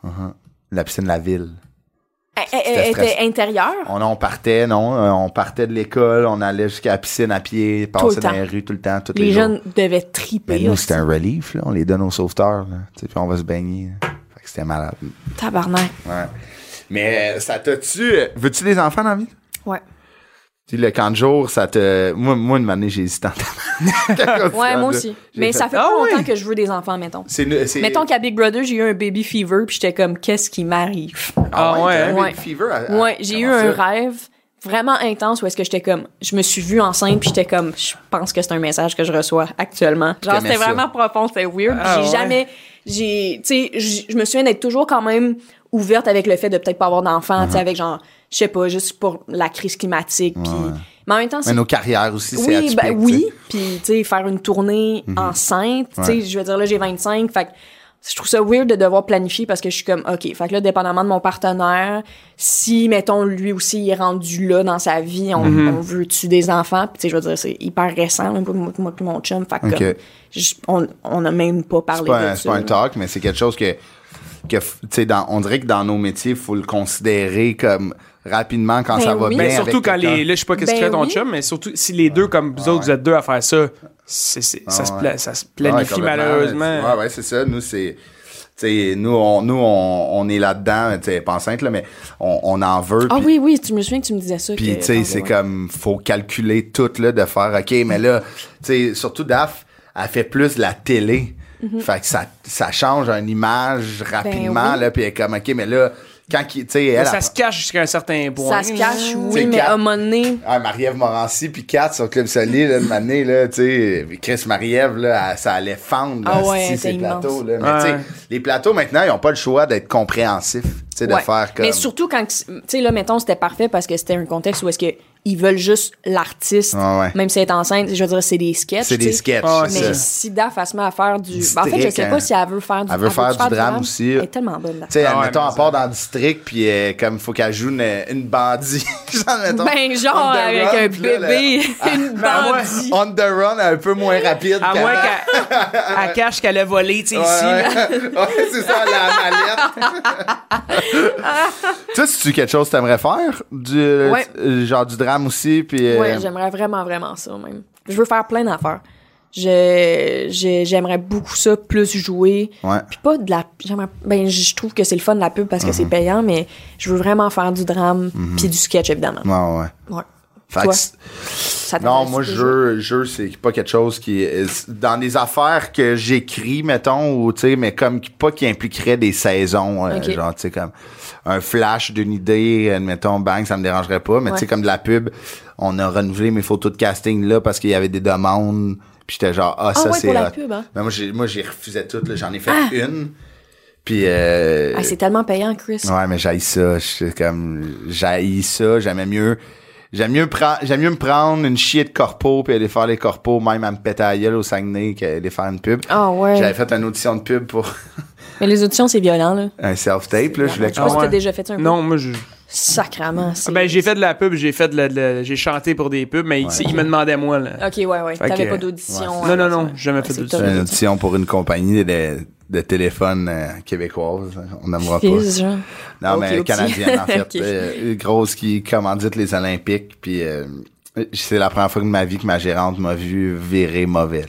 [SPEAKER 4] Mhm. La piscine de la ville.
[SPEAKER 7] Eh, eh, eh,
[SPEAKER 4] C'était
[SPEAKER 7] était
[SPEAKER 4] stressant.
[SPEAKER 7] intérieure.
[SPEAKER 4] On, on partait, non? euh, On partait de l'école, on allait jusqu'à la piscine à pied,
[SPEAKER 7] le
[SPEAKER 4] passer dans
[SPEAKER 7] temps.
[SPEAKER 4] les rues tout le temps, tous les,
[SPEAKER 7] Les
[SPEAKER 4] jours.
[SPEAKER 7] jeunes devaient
[SPEAKER 4] Mais
[SPEAKER 7] triper.
[SPEAKER 4] nous,
[SPEAKER 7] hostie.
[SPEAKER 4] c'était un relief, là. On les donne aux sauveteurs, là. Tu sais, puis on va se baigner. là. Fait que c'était malade.
[SPEAKER 7] Tabarnak.
[SPEAKER 4] Ouais. Mais euh, ça t'a tu Veux-tu des enfants dans la vie?
[SPEAKER 7] Ouais.
[SPEAKER 4] Tu sais, le camp de jour, ça te. Moi, moi une année, j'ai hésité en tabarnak.
[SPEAKER 7] Ouais, moi aussi.
[SPEAKER 4] J'ai
[SPEAKER 7] Mais
[SPEAKER 4] fait-
[SPEAKER 7] ça fait
[SPEAKER 4] Ah
[SPEAKER 7] pas
[SPEAKER 4] ouais?
[SPEAKER 7] longtemps que je veux des enfants, mettons.
[SPEAKER 4] C'est- c'est-
[SPEAKER 7] Mettons qu'à Big Brother, j'ai eu un baby fever, puis j'étais comme, qu'est-ce qui m'arrive?
[SPEAKER 4] Ah ouais, t'as eu un
[SPEAKER 7] Ouais.
[SPEAKER 4] baby fever à- à-
[SPEAKER 7] Ouais, j'ai eu
[SPEAKER 4] comment
[SPEAKER 7] un
[SPEAKER 4] ça?
[SPEAKER 7] rêve vraiment intense où est-ce que j'étais comme, je me suis vue enceinte, puis j'étais comme, je pense que c'est un message que je reçois actuellement. Genre,
[SPEAKER 8] T'aimais
[SPEAKER 7] c'était
[SPEAKER 8] ça.
[SPEAKER 7] vraiment profond, c'était weird. puis
[SPEAKER 8] Ah
[SPEAKER 7] j'ai
[SPEAKER 8] ouais.
[SPEAKER 7] jamais, j'ai, tu sais, j- je me souviens d'être toujours quand même ouverte avec le fait de peut-être pas avoir d'enfants, tu sais, avec genre, je sais pas, juste pour la crise climatique, puis.
[SPEAKER 4] Uh-huh. Ouais.
[SPEAKER 7] Mais en même temps,
[SPEAKER 4] Mais
[SPEAKER 7] c'est
[SPEAKER 4] nos carrières aussi, c'est
[SPEAKER 7] oui,
[SPEAKER 4] atypique.
[SPEAKER 7] ben
[SPEAKER 4] tu sais.
[SPEAKER 7] oui, puis tu sais faire une tournée
[SPEAKER 4] Mhm.
[SPEAKER 7] enceinte, tu sais
[SPEAKER 4] Ouais.
[SPEAKER 7] je veux dire là j'ai 25, fait que je trouve ça weird de devoir planifier parce que je suis comme OK, fait que là dépendamment de mon partenaire, si mettons lui aussi il est rendu là dans sa vie, on,
[SPEAKER 8] Mhm.
[SPEAKER 7] on veut tu des enfants, puis tu sais je veux dire c'est hyper récent là, moi, moi puis mon chum, fait que
[SPEAKER 4] OK.
[SPEAKER 7] comme, je- on on a même pas
[SPEAKER 4] C'est
[SPEAKER 7] parlé
[SPEAKER 4] pas,
[SPEAKER 7] de
[SPEAKER 4] un, c'est
[SPEAKER 7] ça.
[SPEAKER 4] pas un talk, mais c'est quelque chose que, que f- tu sais, dans- on dirait que dans nos métiers, il faut le considérer comme rapidement quand
[SPEAKER 5] Ben
[SPEAKER 4] ça va
[SPEAKER 5] oui.
[SPEAKER 4] bien.
[SPEAKER 5] Ben, surtout
[SPEAKER 4] avec
[SPEAKER 5] quand
[SPEAKER 4] quelqu'un.
[SPEAKER 5] les. Là, je sais pas qu'est-ce que
[SPEAKER 4] Ben
[SPEAKER 5] fait ton
[SPEAKER 4] oui.
[SPEAKER 5] chum, mais surtout si les deux, comme vous autres, vous êtes deux à faire ça, c'est- c'est- ça, se, pla- ça se planifie
[SPEAKER 4] Ouais, complètement.
[SPEAKER 5] malheureusement.
[SPEAKER 4] Ouais, ouais, c'est ça. Nous, c'est. Tu sais, nous, on, nous, on, on est là-dedans, tu sais, elle est pas enceinte, là, mais on, on en veut.
[SPEAKER 7] Ah
[SPEAKER 4] puis-
[SPEAKER 7] oui, Ben oui, tu me souviens que tu me disais ça.
[SPEAKER 4] puis,
[SPEAKER 7] que-
[SPEAKER 4] tu sais, c'est comme, faut calculer tout, là, de faire, OK, mais là, tu sais, surtout Daph, elle fait plus de la télé.
[SPEAKER 7] Mhm.
[SPEAKER 4] Fait que ça, ça change une image rapidement,
[SPEAKER 7] oui.
[SPEAKER 4] là, puis elle est comme, OK, mais là, quand, qui- tu sais, elle...
[SPEAKER 5] ça
[SPEAKER 4] elle-
[SPEAKER 5] se cache jusqu'à un certain point.
[SPEAKER 7] Ça se cache,
[SPEAKER 4] Tu sais,
[SPEAKER 7] oui, mais
[SPEAKER 4] Kat-
[SPEAKER 7] à un moment donné.
[SPEAKER 4] Ah, Marie-Ève Morancy puis Kat sur Club Soli, là, une année, là, tu sais, Chris Marie-Ève, là, elle- ça allait fendre, là,
[SPEAKER 7] Ah ouais,
[SPEAKER 4] si,
[SPEAKER 7] elle
[SPEAKER 4] ces
[SPEAKER 7] était
[SPEAKER 4] plateaux, là.
[SPEAKER 7] immense.
[SPEAKER 4] Mais, tu sais,
[SPEAKER 7] Ouais.
[SPEAKER 4] les plateaux, maintenant, ils n'ont pas le choix d'être compréhensifs, tu sais, de
[SPEAKER 7] Ouais.
[SPEAKER 4] faire comme...
[SPEAKER 7] Mais surtout quand, tu sais, là, mettons, c'était parfait parce que c'était un contexte où est-ce que ils veulent juste l'artiste,
[SPEAKER 4] Ah ouais.
[SPEAKER 7] même si elle est enceinte, je veux dire, c'est des sketchs.
[SPEAKER 4] C'est des
[SPEAKER 7] tu sais.
[SPEAKER 4] sketchs, Ah, c'est
[SPEAKER 7] mais
[SPEAKER 4] ça.
[SPEAKER 7] si Daph, elle se met à faire du.
[SPEAKER 4] Du
[SPEAKER 7] Ben, en fait, je
[SPEAKER 4] strict,
[SPEAKER 7] sais
[SPEAKER 4] hein.
[SPEAKER 7] pas si elle veut faire du.
[SPEAKER 4] Elle veut faire du drame aussi.
[SPEAKER 7] Elle est tellement bonne, Daph.
[SPEAKER 4] Tu sais, admettons, elle part dans le district, puis euh, comme, faut qu'elle joue une, une bandit. Genre, mettons,
[SPEAKER 7] Ben, genre,
[SPEAKER 4] on the
[SPEAKER 7] avec
[SPEAKER 4] run,
[SPEAKER 7] un
[SPEAKER 4] puis là,
[SPEAKER 7] bébé,
[SPEAKER 4] la-
[SPEAKER 7] une
[SPEAKER 4] Ah, ouais.
[SPEAKER 7] bandit.
[SPEAKER 4] On the run, un peu moins rapide.
[SPEAKER 5] À
[SPEAKER 4] qu'avant.
[SPEAKER 5] moins qu'elle elle cache qu'elle a volé, tu sais,
[SPEAKER 4] Ouais,
[SPEAKER 5] ici.
[SPEAKER 7] Ah,
[SPEAKER 5] là.
[SPEAKER 4] ouais. Ouais, c'est ça, la mallette. Toi, si tu quelque chose que t'aimerais faire, du,
[SPEAKER 7] Ouais.
[SPEAKER 4] euh, genre du drame aussi, puis... euh,
[SPEAKER 7] Ouais, j'aimerais vraiment, vraiment ça, même. Je veux faire plein d'affaires. Je- je- J'aimerais beaucoup ça, plus jouer.
[SPEAKER 4] Ouais.
[SPEAKER 7] Puis pas de la. j'aimerais- Ben, je je trouve que c'est le fun de la pub parce que c'est payant, mais je veux vraiment faire du drame
[SPEAKER 4] Mhm.
[SPEAKER 7] puis du sketch, évidemment.
[SPEAKER 4] Ouais, ouais.
[SPEAKER 7] Ouais.
[SPEAKER 4] Fait
[SPEAKER 7] Toi,
[SPEAKER 4] que c'est-
[SPEAKER 7] ça
[SPEAKER 4] non,
[SPEAKER 7] t'intéresse
[SPEAKER 4] moi,
[SPEAKER 7] toujours?
[SPEAKER 4] jeu, jeu, c'est pas quelque chose qui. est- Dans les affaires que j'écris, mettons, ou, tu sais, mais comme qui- pas qui impliquerait des saisons, euh,
[SPEAKER 7] Ok.
[SPEAKER 4] genre, tu sais, comme un flash d'une idée, euh, mettons, bang, ça me dérangerait pas, mais tu sais,
[SPEAKER 7] Ouais.
[SPEAKER 4] comme de la pub, on a renouvelé mes photos de casting là parce qu'il y avait des demandes, puis j'étais genre, ah,
[SPEAKER 7] Ah
[SPEAKER 4] ça,
[SPEAKER 7] ouais,
[SPEAKER 4] c'est.
[SPEAKER 7] pour la
[SPEAKER 4] hot.
[SPEAKER 7] pub, hein?
[SPEAKER 4] Mais moi, j'ai, moi, j'ai refusé toutes, là, j'en ai fait
[SPEAKER 7] Ah!
[SPEAKER 4] une, puis. euh,
[SPEAKER 7] Ah, c'est tellement payant, Chris.
[SPEAKER 4] Ouais, mais j'haïs ça. Je suis comme, j'haïs ça. J'aimais mieux. J'aime mieux, prendre, j'aime mieux me prendre une chier de corpo puis aller faire les corpos, même à me péter à la gueule au Saguenay, qu'aller faire une pub.
[SPEAKER 7] Ah ouais.
[SPEAKER 4] J'avais fait une audition de pub pour
[SPEAKER 7] Mais les auditions, c'est violent, là.
[SPEAKER 4] un self-tape, là. Je voulais
[SPEAKER 7] Je sais pas si
[SPEAKER 5] Ah ouais.
[SPEAKER 7] t'as déjà fait ça un peu.
[SPEAKER 5] Non, moi, je.
[SPEAKER 7] Sacrament, c'est.
[SPEAKER 5] Ben, j'ai fait de la pub, j'ai fait de la- de la- j'ai chanté pour des pubs, mais il- il me demandait moi, là.
[SPEAKER 7] Ok, ouais, ouais.
[SPEAKER 5] Fait
[SPEAKER 7] T'avais
[SPEAKER 5] que-
[SPEAKER 7] pas d'audition. hein,
[SPEAKER 5] Non, non, non, j'ai jamais fait
[SPEAKER 4] J'ai
[SPEAKER 7] Ah
[SPEAKER 5] d'audition.
[SPEAKER 4] fait une audition pour une compagnie de, de téléphone euh, québécoise. On n'aimera pas.
[SPEAKER 7] Fils, genre.
[SPEAKER 4] Non,
[SPEAKER 7] Ok,
[SPEAKER 4] mais
[SPEAKER 7] oups.
[SPEAKER 4] canadienne, en fait.
[SPEAKER 7] Ok.
[SPEAKER 4] Euh, une grosse qui commandite les Olympiques. Puis euh, c'est la première fois de ma vie que ma gérante m'a vu virer mauvais. là.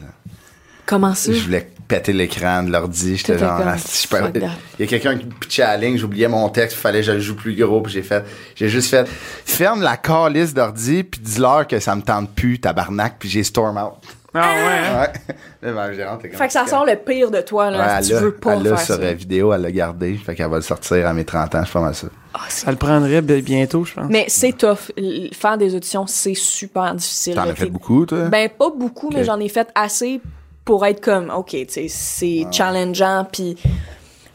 [SPEAKER 7] Comment ça?
[SPEAKER 4] Je voulais péter l'écran de l'ordi. J'étais
[SPEAKER 7] Tout est
[SPEAKER 4] genre,
[SPEAKER 7] comme,
[SPEAKER 4] Ah, si je peux-
[SPEAKER 7] fuck that.
[SPEAKER 4] Il y a quelqu'un qui me pitchait la ligne, j'oubliais mon texte, fallait que je le joue plus gros, puis j'ai fait, j'ai juste fait, ferme la calice d'ordi, puis dis-leur que ça me tente plus, tabarnak, puis j'ai storm out.
[SPEAKER 5] Ah ouais. hein?
[SPEAKER 4] Ouais. Là, ma gérante est comme,
[SPEAKER 7] Fait que ça sort le pire de toi,
[SPEAKER 4] Ouais,
[SPEAKER 7] là. si tu
[SPEAKER 4] elle
[SPEAKER 7] veux
[SPEAKER 4] l'a-
[SPEAKER 7] pas
[SPEAKER 4] elle l'a
[SPEAKER 7] faire
[SPEAKER 4] sur
[SPEAKER 7] ça.
[SPEAKER 4] la vidéo, elle l'a gardé, fait qu'elle va le sortir à mes 30 ans, je suis pas mal sûr.
[SPEAKER 5] Ça le prendrait bi- bientôt, je pense.
[SPEAKER 7] Mais c'est tough. L- Faire des auditions, c'est super difficile.
[SPEAKER 4] T'en
[SPEAKER 7] là.
[SPEAKER 4] as fait
[SPEAKER 7] T'es-
[SPEAKER 4] beaucoup, toi?
[SPEAKER 7] Ben, pas beaucoup,
[SPEAKER 4] Ok.
[SPEAKER 7] mais j'en ai fait assez pour être comme, OK, tu sais, c'est challengeant, puis...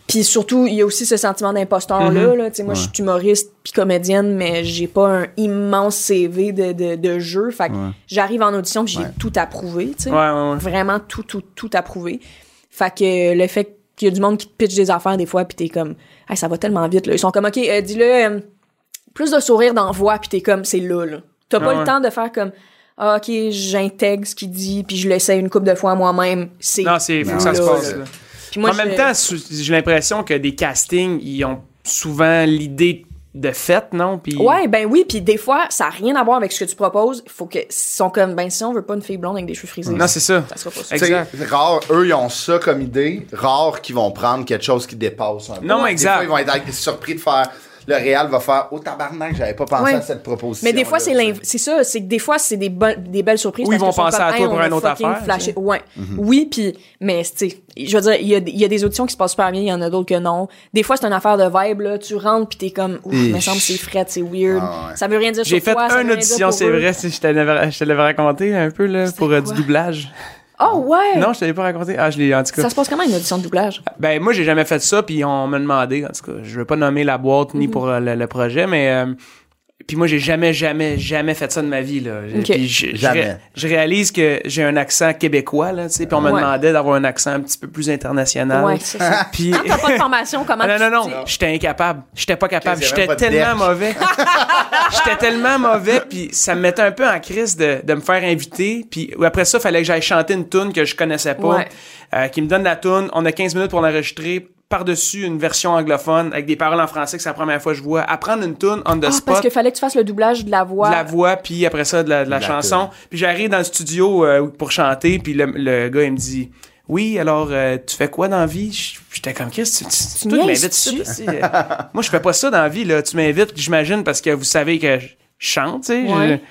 [SPEAKER 7] Puis surtout, il y a aussi ce sentiment d'imposteur-là.
[SPEAKER 5] Mhm.
[SPEAKER 7] là. Tu sais, Moi, je suis humoriste puis comédienne, mais j'ai pas un immense CV de, de, de jeu. Fait que j'arrive en audition puis j'ai tout approuvé. tu sais.
[SPEAKER 5] Ouais, ouais, ouais.
[SPEAKER 7] Vraiment tout, tout, tout approuvé. Fait que le fait qu'il y a du monde qui te pitch des affaires des fois puis t'es comme, hey, ça va tellement vite. Là. Ils sont comme, OK, euh, dis-le... euh, plus de sourire d'envoi, puis t'es comme, c'est là, là. T'as
[SPEAKER 5] Ah
[SPEAKER 7] pas
[SPEAKER 5] ouais.
[SPEAKER 7] le temps de faire comme, ah, ok, j'intègre ce qu'il dit, puis je l'essaie une couple de fois moi-même. C'est.
[SPEAKER 5] Non, c'est, faut que ça
[SPEAKER 7] là,
[SPEAKER 5] se passe,
[SPEAKER 7] là.
[SPEAKER 5] là.
[SPEAKER 7] Puis moi,
[SPEAKER 5] en
[SPEAKER 7] je-
[SPEAKER 5] même temps, sou- j'ai l'impression que des castings, ils ont souvent l'idée de fête, non? Puis,
[SPEAKER 7] Ouais, ben oui, puis des fois, ça n'a rien à voir avec ce que tu proposes. Faut que. Ils sont comme, ben si on veut pas une fille blonde avec des cheveux frisés.
[SPEAKER 5] Non, c'est ça.
[SPEAKER 7] Ça sera pas ça.
[SPEAKER 4] Tu sais,
[SPEAKER 5] Exact.
[SPEAKER 4] Rare, eux, ils ont ça comme idée. Rare qu'ils vont prendre quelque chose qui dépasse un peu.
[SPEAKER 5] Non,
[SPEAKER 4] Des
[SPEAKER 5] exact.
[SPEAKER 4] fois, ils vont être surpris de faire. Le Real va faire Oh tabarnak, j'avais pas pensé
[SPEAKER 7] Ouais.
[SPEAKER 4] à cette proposition.
[SPEAKER 7] Mais des fois, c'est l'inv- c'est ça, c'est que des fois, c'est des, bonnes- des belles surprises.
[SPEAKER 5] Oui, ils
[SPEAKER 7] parce
[SPEAKER 5] vont
[SPEAKER 7] qu'ils sont
[SPEAKER 5] penser
[SPEAKER 7] comme,
[SPEAKER 5] à toi
[SPEAKER 7] Hey,
[SPEAKER 5] pour
[SPEAKER 7] on a
[SPEAKER 5] une autre
[SPEAKER 7] fucking
[SPEAKER 5] affaire,
[SPEAKER 7] flashé.
[SPEAKER 4] Mm-hmm.
[SPEAKER 7] Ouais. Oui, puis, mais, tu sais, je veux dire, il y a, il y a des auditions qui se passent super bien, il y en a d'autres que non. Des fois, c'est une affaire de vibe, là. Tu rentres, puis t'es comme, ouf,
[SPEAKER 4] Ish.
[SPEAKER 7] me semble, c'est fret, c'est weird.
[SPEAKER 4] Ah ouais.
[SPEAKER 7] Ça veut rien dire
[SPEAKER 5] J'ai
[SPEAKER 7] sur
[SPEAKER 5] fait
[SPEAKER 7] toi, ça veut
[SPEAKER 5] une
[SPEAKER 7] rien dire
[SPEAKER 5] audition,
[SPEAKER 7] pour
[SPEAKER 5] c'est
[SPEAKER 7] eux.
[SPEAKER 5] vrai, si je te l'avais- je te l'avais raconté un peu, là, pour euh, du doublage.
[SPEAKER 7] Oh, ouais!
[SPEAKER 5] Non, je t'avais pas raconté. Ah, je l'ai, en tout cas.
[SPEAKER 7] Ça se passe comment une audition de doublage?
[SPEAKER 5] Ben moi j'ai jamais fait ça puis on m'a demandé en tout cas, je veux pas nommer la boîte
[SPEAKER 7] Mhm.
[SPEAKER 5] ni pour euh, le, le projet mais euh, puis moi j'ai jamais jamais jamais fait ça de ma vie là. J'ai-
[SPEAKER 7] Ok.
[SPEAKER 5] puis je, je
[SPEAKER 4] Jamais.
[SPEAKER 5] ré- Je, réalise que j'ai un accent québécois là, tu sais, puis on me
[SPEAKER 7] Ouais.
[SPEAKER 5] demandait d'avoir un accent un petit peu plus international.
[SPEAKER 7] Ouais, c'est ça.
[SPEAKER 5] Puis
[SPEAKER 7] Quand t'as pas de formation, comment
[SPEAKER 5] Ah, non,
[SPEAKER 7] tu
[SPEAKER 5] non,
[SPEAKER 7] te
[SPEAKER 5] non,
[SPEAKER 7] dis? Ah,
[SPEAKER 5] j'étais incapable. J'étais pas capable.
[SPEAKER 4] Ok, c'est
[SPEAKER 5] J'étais
[SPEAKER 4] même pas de
[SPEAKER 5] tellement
[SPEAKER 4] deck.
[SPEAKER 5] mauvais. j'étais tellement mauvais, puis ça me mettait un peu en crise de, de me faire inviter. Puis après ça, fallait que j'aille chanter une tune que je connaissais pas,
[SPEAKER 7] Ouais.
[SPEAKER 5] euh, qui me donne la tune. On a 15 minutes pour l'enregistrer par-dessus une version anglophone avec des paroles en français que c'est la première fois que je vois. Apprendre une tune on the
[SPEAKER 7] Ah,
[SPEAKER 5] spot
[SPEAKER 7] parce qu'il fallait que tu fasses le doublage de la voix.
[SPEAKER 5] de la voix, puis après ça, de la, de la
[SPEAKER 4] De la
[SPEAKER 5] chanson. Puis j'arrive dans le studio euh, pour chanter, puis le, le gars, il me dit Oui, alors, euh, tu fais quoi dans la vie? J- J'étais comme, Chris, tu, tu, toi qui m'invites
[SPEAKER 7] niaises-tu?
[SPEAKER 5] ici, tu sais, euh, Moi, je fais pas ça dans la vie, là. Tu m'invites, j'imagine, parce que vous savez que je chante, tu sais. Je-
[SPEAKER 7] Ouais.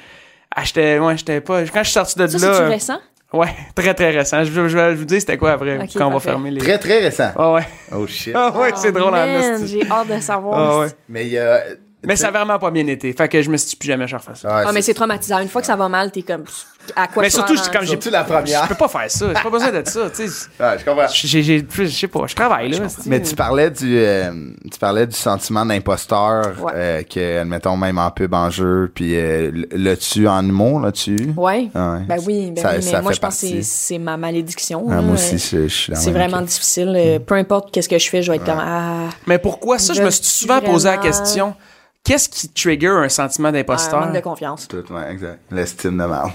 [SPEAKER 5] Ah, j'étais, ouais, j'étais pas. Quand je suis sorti de
[SPEAKER 7] Ça,
[SPEAKER 5] là.
[SPEAKER 7] c'est-tu
[SPEAKER 5] euh,
[SPEAKER 7] récent?
[SPEAKER 5] Ouais, très, très récent. Je, je, je vais vous dire c'était quoi après,
[SPEAKER 7] Ok,
[SPEAKER 5] quand on va
[SPEAKER 7] parfait.
[SPEAKER 5] fermer les.
[SPEAKER 4] Très, très récent.
[SPEAKER 5] Ah ouais.
[SPEAKER 4] Oh shit.
[SPEAKER 5] Ah ouais, c'est drôle en
[SPEAKER 7] man,
[SPEAKER 5] esti.
[SPEAKER 7] J'ai hâte de
[SPEAKER 5] Ah
[SPEAKER 7] savoir.
[SPEAKER 5] ouais.
[SPEAKER 4] Mais, euh,
[SPEAKER 5] mais ça a vraiment pas bien été. Fait que je me suis dit, plus jamais je refais ça.
[SPEAKER 7] Ah, mais c'est traumatisant. Une fois que ça va mal, t'es comme. pff, À quoi
[SPEAKER 5] mais
[SPEAKER 7] tu
[SPEAKER 5] surtout,
[SPEAKER 7] vas
[SPEAKER 5] je- comme j'ai
[SPEAKER 7] avant?
[SPEAKER 4] la première.
[SPEAKER 5] Je peux pas faire ça. J'ai pas besoin de ça. Tu sais,
[SPEAKER 4] je comprends.
[SPEAKER 5] J'ai, j'ai- plus- je sais pas. Je travaille là. esti.
[SPEAKER 4] Mais tu parlais du, euh, tu parlais du sentiment d'imposteur
[SPEAKER 7] Ouais.
[SPEAKER 4] euh, que, admettons, même en pub, en jeu, puis euh, le- le tu en humour, là, tu
[SPEAKER 7] Ouais. Ben oui, ben
[SPEAKER 4] Ah Ça-
[SPEAKER 7] oui, mais
[SPEAKER 4] ça
[SPEAKER 7] moi,
[SPEAKER 4] fait
[SPEAKER 7] je pense que c'est-
[SPEAKER 4] partie.
[SPEAKER 7] c'est ma malédiction.
[SPEAKER 4] Ah,
[SPEAKER 7] là.
[SPEAKER 4] moi
[SPEAKER 7] Euh,
[SPEAKER 4] aussi, je, je suis dans la Mm.
[SPEAKER 7] C'est
[SPEAKER 4] même
[SPEAKER 7] vraiment difficile. Euh, Peu importe qu'est-ce que je fais, je vais être comme. Ah,
[SPEAKER 5] Mais pourquoi ça? Je me suis souvent posé la
[SPEAKER 7] Vraiment.
[SPEAKER 5] question. Qu'est-ce qui trigger un sentiment
[SPEAKER 7] un
[SPEAKER 5] d'imposteur?
[SPEAKER 7] manque de confiance.
[SPEAKER 4] Tout, ouais, exact. L'estime de mal.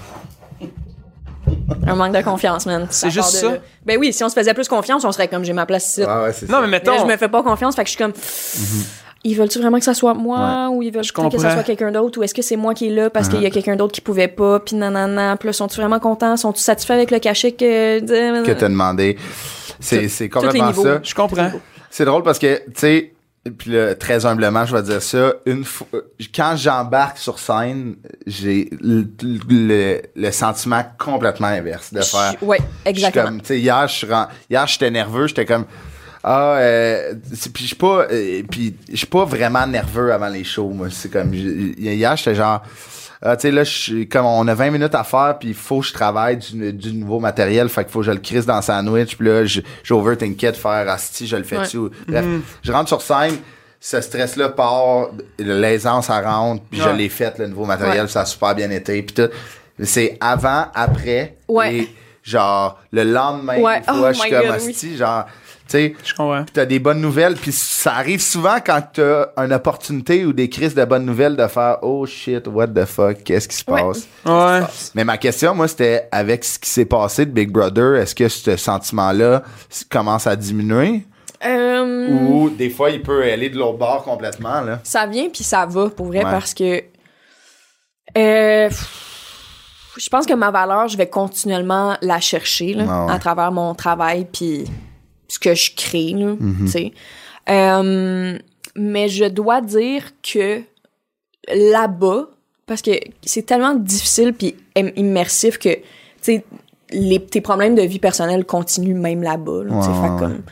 [SPEAKER 7] Un manque de confiance, man. C'est
[SPEAKER 5] juste ça?
[SPEAKER 7] Ben oui, si on se faisait plus confiance, on serait comme j'ai ma place ici.
[SPEAKER 4] Ouais, Mm-hmm. ouais, c'est
[SPEAKER 5] non,
[SPEAKER 4] ça.
[SPEAKER 5] mais
[SPEAKER 7] Mais là,
[SPEAKER 5] mettons.
[SPEAKER 7] je me fais pas confiance, fait que je suis comme. Ils veulent-tu vraiment que ça soit moi ou ils veulent que
[SPEAKER 5] comprends.
[SPEAKER 7] ça soit quelqu'un d'autre ou est-ce que c'est moi qui est là parce qu'il
[SPEAKER 4] Uh-huh.
[SPEAKER 7] y a quelqu'un d'autre qui pouvait pas puis nanana puis là sont-tu vraiment contents sont-tu satisfaits avec le cachet que
[SPEAKER 4] Que t'as demandé. C'est, c'est complètement
[SPEAKER 7] niveaux.
[SPEAKER 4] ça.
[SPEAKER 5] Je comprends.
[SPEAKER 4] C'est drôle parce que, tu sais, puis là, très humblement, je vais dire ça, une fois, quand j'embarque sur scène, j'ai le, le- le sentiment complètement inverse de faire.
[SPEAKER 7] Je- ouais,
[SPEAKER 4] je suis
[SPEAKER 7] exactement.
[SPEAKER 4] comme, tu sais, hier, je suis ren- hier, j'étais nerveux, j'étais comme, ah, euh, c'est- puis je suis pas, euh, puis je suis pas vraiment nerveux avant les shows, moi. C'est comme, j- hier, j'étais genre, ah, tu sais, là, je suis- comme on a 20 minutes à faire, puis il faut que je travaille du, du nouveau matériel, fait qu'il faut que je le crisse dans le sandwich, puis là, je- j'overthinking de faire Asti, je le fais-tu. ou- Bref, je rentre sur scène, ce stress-là part, l'aisance, ça rentre, puis je
[SPEAKER 5] Ouais.
[SPEAKER 4] l'ai faite, le nouveau matériel, ça a super bien été, puis tout. C'est avant, après,
[SPEAKER 7] Ouais.
[SPEAKER 4] et genre, le lendemain,
[SPEAKER 7] Ouais.
[SPEAKER 4] des fois,
[SPEAKER 7] Oh
[SPEAKER 4] je suis
[SPEAKER 7] my
[SPEAKER 4] comme
[SPEAKER 7] God, oui.
[SPEAKER 4] Asti, genre, tu sais,
[SPEAKER 5] Je comprends.
[SPEAKER 4] puis t'as des bonnes nouvelles, puis ça arrive souvent quand t'as une opportunité ou des crises de bonnes nouvelles de faire Oh shit, what the fuck, qu'est-ce qui se
[SPEAKER 7] Ouais.
[SPEAKER 4] passe?
[SPEAKER 5] Ouais.
[SPEAKER 4] Mais ma question, moi, c'était avec ce qui s'est passé de Big Brother, est-ce que ce sentiment-là s- commence à diminuer?
[SPEAKER 7] Euh,
[SPEAKER 4] Ou des fois, il peut aller de l'autre bord complètement, là?
[SPEAKER 7] ça vient puis ça va pour vrai
[SPEAKER 4] Ouais.
[SPEAKER 7] parce que euh, pff, je pense que ma valeur je vais continuellement la chercher là,
[SPEAKER 4] Ah ouais.
[SPEAKER 7] à travers mon travail puis ce que je crée là,
[SPEAKER 4] Mm-hmm.
[SPEAKER 7] tu sais. Euh, mais je dois dire que là-bas parce que c'est tellement difficile puis im- immersif que tu sais les- tes problèmes de vie personnelle continuent même là-bas là, tu sais.
[SPEAKER 4] Ouais,
[SPEAKER 7] Fait
[SPEAKER 4] ouais,
[SPEAKER 7] comme,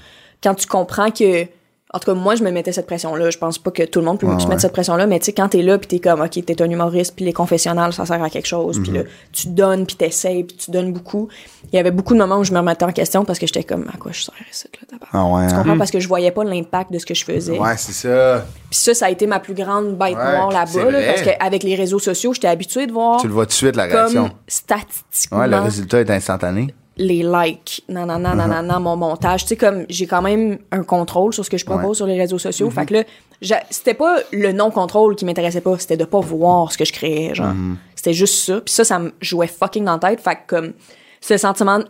[SPEAKER 7] quand tu comprends que en tout cas, moi, je me mettais cette pression-là. Je pense pas que tout le monde peut se mettre cette pression-là, mais tu sais, quand t'es là, puis t'es comme, OK, t'es un humoriste, puis les confessionnels, ça sert à quelque chose, puis là,
[SPEAKER 4] Mhm.
[SPEAKER 7] tu donnes, puis t'essayes, puis tu donnes beaucoup. Il y avait beaucoup de moments où je me remettais en question parce que j'étais comme, à quoi je sers cette là tabarnak?
[SPEAKER 4] Ah ouais,
[SPEAKER 7] Tu
[SPEAKER 4] hein?
[SPEAKER 7] comprends? Parce que je voyais pas l'impact de ce que je faisais.
[SPEAKER 4] Ouais, c'est ça.
[SPEAKER 7] Puis ça, ça a été ma plus grande bête
[SPEAKER 4] Ouais,
[SPEAKER 7] noire
[SPEAKER 4] c'est
[SPEAKER 7] là-bas, là,
[SPEAKER 4] vrai.
[SPEAKER 7] parce qu'avec les réseaux sociaux, j'étais habituée de voir
[SPEAKER 4] Tu le vois tout de suite, la
[SPEAKER 7] comme
[SPEAKER 4] réaction.
[SPEAKER 7] statistiquement
[SPEAKER 4] Ouais, le résultat est instantané.
[SPEAKER 7] les likes, nanana, nanana, mon montage. Tu sais, comme j'ai quand même un contrôle sur ce que je propose sur les réseaux sociaux. Fait que là, j'a- c'était pas le non-contrôle qui m'intéressait pas, c'était de pas voir ce que je créais, genre. C'était juste ça. Puis ça, ça me jouait fucking dans la tête. Fait que comme ce sentiment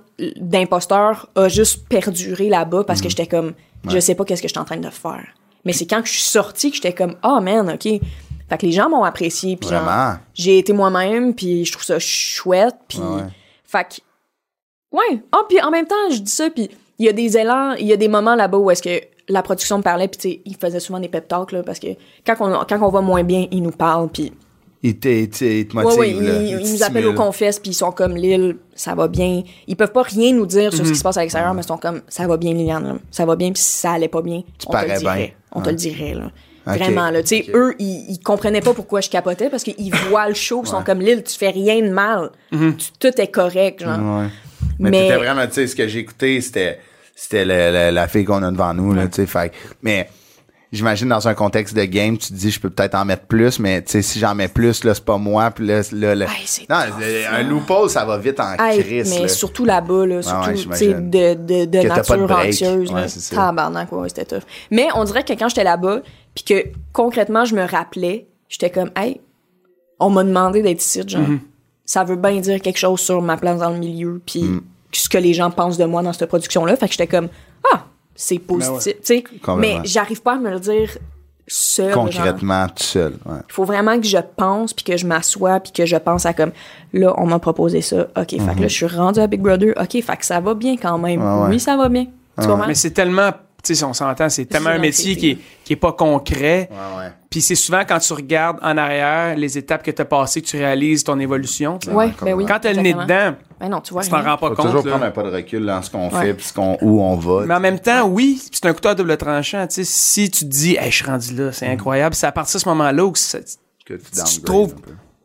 [SPEAKER 7] d'imposteur a juste perduré là-bas parce que j'étais comme, je sais pas qu'est-ce que je suis en train de faire. Mais c'est quand que je suis sortie que j'étais comme, oh man, OK. Fait que les gens m'ont apprécié. Puis genre,
[SPEAKER 4] Vraiment?
[SPEAKER 7] j'ai été moi-même, puis je trouve ça chouette. Puis, fait que Ouais. Ah, puis en même temps, je dis ça, puis il y a des élans, il y a des moments là-bas où est-ce que la production me parlait, puis tu sais, ils faisaient souvent des pep talks, là, parce que quand on, quand on va moins bien, ils nous parlent, puis...
[SPEAKER 4] Il te, il te- il te
[SPEAKER 7] Ouais,
[SPEAKER 4] motive,
[SPEAKER 7] ouais,
[SPEAKER 4] là.
[SPEAKER 7] ils,
[SPEAKER 4] Il te
[SPEAKER 7] ils nous appellent aux
[SPEAKER 4] stimule.
[SPEAKER 7] confesses, puis ils sont comme, Lille, ça va bien. Ils peuvent pas rien nous dire
[SPEAKER 4] Mm-hmm.
[SPEAKER 7] sur ce qui se passe à l'extérieur, mais ils sont comme, ça va bien, Liliane, là. ça va bien, puis si ça allait pas bien, on te
[SPEAKER 4] parais
[SPEAKER 7] le dirait.
[SPEAKER 4] bien.
[SPEAKER 7] On te le dirait, là.
[SPEAKER 4] Ok.
[SPEAKER 7] Vraiment, là. Tu sais, eux, ils, ils comprenaient pas pourquoi je capotais, parce qu'ils voient le show, ils sont comme, Lille, tu fais rien de mal. Tu- tout est correct, genre.
[SPEAKER 4] Mm-hmm. Ouais. Mais,
[SPEAKER 7] Mais-
[SPEAKER 4] t'étais vraiment, tu sais, ce que j'ai écouté, c'était, c'était le- le- la fille qu'on a devant nous, là, tu sais. fait que- Mais j'imagine dans un contexte de game, tu te dis, je peux peut-être en mettre plus, mais tu sais, si j'en mets plus, là, c'est pas moi, puis là, là, là-
[SPEAKER 7] Aïe, c'est
[SPEAKER 4] non, le- un loophole, ça va vite en
[SPEAKER 7] Hey,
[SPEAKER 4] crise.
[SPEAKER 7] mais
[SPEAKER 4] là.
[SPEAKER 7] surtout là-bas, là, surtout
[SPEAKER 4] ouais,
[SPEAKER 7] tu
[SPEAKER 4] j'imagine.
[SPEAKER 7] sais, de, de, de
[SPEAKER 4] Que t'as pas de
[SPEAKER 7] nature
[SPEAKER 4] break.
[SPEAKER 7] anxieuse. là.
[SPEAKER 4] Ouais, c'est ça.
[SPEAKER 7] Tabarnak, ouais, ouais, c'était tough. Mais on dirait que quand j'étais là-bas, puis que concrètement, je me rappelais, j'étais comme, hey, on m'a demandé d'être ici, genre. Ça veut bien dire quelque chose sur ma place dans le milieu, puis
[SPEAKER 4] Mm.
[SPEAKER 7] ce que les gens pensent de moi dans cette production-là. Fait que j'étais comme, ah, c'est positif. tu sais. Mais
[SPEAKER 4] Complètement.
[SPEAKER 7] j'arrive pas à me le dire seule. genre.
[SPEAKER 4] Concrètement, tout seul. ouais.
[SPEAKER 7] Il faut vraiment que je pense, puis que je m'assoie, puis que je pense à comme, là, on m'a proposé ça. OK, fait
[SPEAKER 5] Mhm.
[SPEAKER 7] que là, je suis rendu à Big Brother. OK, fait que ça va bien quand même.
[SPEAKER 5] Ah ouais.
[SPEAKER 7] Oui, ça va bien. Tu comprends?
[SPEAKER 5] Mais c'est tellement, tu sais, on s'entend, c'est tellement un
[SPEAKER 7] dans
[SPEAKER 5] métier qui est, qui est pas concret. Puis c'est souvent quand tu regardes en arrière les étapes que tu as passées que tu réalises ton évolution. tu sais.
[SPEAKER 7] Ouais, ben oui.
[SPEAKER 5] Quand tu as le nez
[SPEAKER 7] exactement.
[SPEAKER 5] dedans,
[SPEAKER 7] Ben non, tu vois.
[SPEAKER 5] tu t'en
[SPEAKER 7] rien.
[SPEAKER 5] rends pas
[SPEAKER 4] Faut
[SPEAKER 5] compte.
[SPEAKER 4] toujours
[SPEAKER 5] là.
[SPEAKER 4] prendre un pas de recul dans ce qu'on
[SPEAKER 5] Ouais.
[SPEAKER 4] fait puis ce qu'on- où on va.
[SPEAKER 5] Mais en même temps, oui, c'est un couteau à double tranchant. tu sais. si tu te dis, hey, je suis rendu là,
[SPEAKER 4] Mm.
[SPEAKER 5] c'est incroyable, c'est à partir de ce moment-là où que ça-
[SPEAKER 4] Que tu
[SPEAKER 5] tu trouves.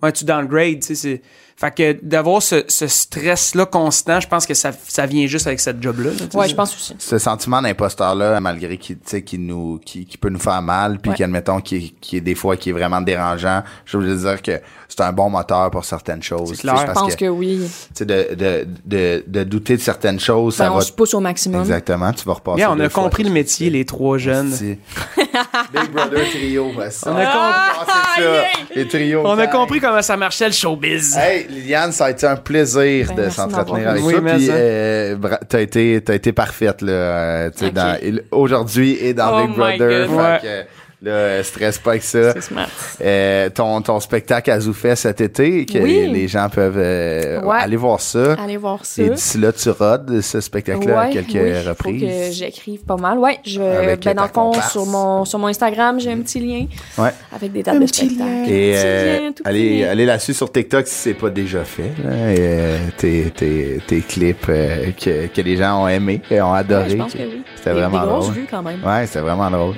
[SPEAKER 5] Ouais, tu downgrade, tu sais. c'est- Fait que d'avoir ce, ce stress-là constant, je pense que ça, ça vient juste avec cette job-là. là, tu sais.
[SPEAKER 7] Ouais, je pense aussi.
[SPEAKER 4] ce sentiment d'imposteur-là, malgré qu'il tu sais, qu'il nous, qui, peut nous faire mal, puis
[SPEAKER 7] Ouais.
[SPEAKER 4] qu'admettons qu'il qui est des fois qui est vraiment dérangeant, je veux dire que c'est un bon moteur pour certaines choses. tu sais,
[SPEAKER 7] Je
[SPEAKER 4] parce
[SPEAKER 7] pense que,
[SPEAKER 4] tu
[SPEAKER 7] oui.
[SPEAKER 4] sais, de, de, de, de douter de certaines choses, ça
[SPEAKER 7] Ben, on
[SPEAKER 4] va.
[SPEAKER 7] se pousse au maximum.
[SPEAKER 4] Exactement, tu vas repasser.
[SPEAKER 5] Bien, on
[SPEAKER 4] deux
[SPEAKER 5] a
[SPEAKER 4] fois.
[SPEAKER 5] compris le métier, les trois
[SPEAKER 4] Ah,
[SPEAKER 5] jeunes.
[SPEAKER 4] Big Brother Trio, ouais, ça.
[SPEAKER 5] On a
[SPEAKER 4] Ah, c'est ça. Les trios.
[SPEAKER 5] On a
[SPEAKER 4] time.
[SPEAKER 5] compris comment ça marchait le showbiz.
[SPEAKER 4] Hey, Liliane, ça a été un plaisir
[SPEAKER 5] Ben,
[SPEAKER 4] de
[SPEAKER 5] merci
[SPEAKER 4] s'entretenir
[SPEAKER 5] d'avoir
[SPEAKER 4] avec
[SPEAKER 5] venu.
[SPEAKER 4] toi.
[SPEAKER 5] Oui, mais
[SPEAKER 4] Puis,
[SPEAKER 5] ça.
[SPEAKER 4] euh, bra- t'as été, t'as été parfaite là, euh, tu sais,
[SPEAKER 5] Ok.
[SPEAKER 4] dans- et- aujourd'hui et dans
[SPEAKER 5] Oh
[SPEAKER 4] Big
[SPEAKER 5] my
[SPEAKER 4] Brother.
[SPEAKER 5] God.
[SPEAKER 4] Fait
[SPEAKER 5] Ouais.
[SPEAKER 4] que, euh, là, euh, stresse pas avec ça.
[SPEAKER 7] smart.
[SPEAKER 4] Euh, ton, ton spectacle à Zoufet cet été, que
[SPEAKER 7] Oui.
[SPEAKER 4] les, les gens peuvent euh,
[SPEAKER 7] Ouais.
[SPEAKER 4] aller voir ça.
[SPEAKER 7] Allez voir ça.
[SPEAKER 4] Et d'ici là, tu rodes ce spectacle-là à
[SPEAKER 7] Ouais,
[SPEAKER 4] quelques
[SPEAKER 7] oui, faut que
[SPEAKER 4] reprises.
[SPEAKER 7] j'écrive pas mal. Ouais, je,
[SPEAKER 4] Avec, euh, ta
[SPEAKER 7] ben, dans le fond,
[SPEAKER 4] comparse.
[SPEAKER 7] sur mon, sur mon Instagram, j'ai un petit lien
[SPEAKER 4] Ouais.
[SPEAKER 7] avec des dates de spectacle.
[SPEAKER 4] Et euh,
[SPEAKER 7] lien, tout petit
[SPEAKER 4] allez,
[SPEAKER 7] lien.
[SPEAKER 4] allez là-dessus sur TikTok si c'est pas déjà fait. là, et, euh, tes, tes- tes clips euh, que, que les gens ont aimés, et ont adoré.
[SPEAKER 7] je pense
[SPEAKER 4] que-
[SPEAKER 7] que oui.
[SPEAKER 4] C'était
[SPEAKER 7] Des-
[SPEAKER 4] vraiment
[SPEAKER 7] des grosses
[SPEAKER 4] drôle.
[SPEAKER 7] vues quand même.
[SPEAKER 4] Ouais, c'était vraiment drôle.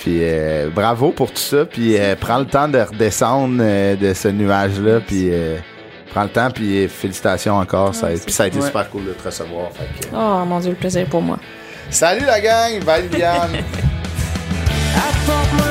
[SPEAKER 4] Puis euh, bravo pour tout ça. Puis euh, prends le temps de redescendre euh, de ce nuage-là. Puis euh, prends le temps. Puis euh, félicitations encore. ça, a- puis ça a été
[SPEAKER 7] cool.
[SPEAKER 4] super cool de te recevoir. fait que- euh,
[SPEAKER 7] Oh mon dieu, le plaisir pour moi.
[SPEAKER 4] Salut la gang, bye Liliane.
[SPEAKER 1] I thought my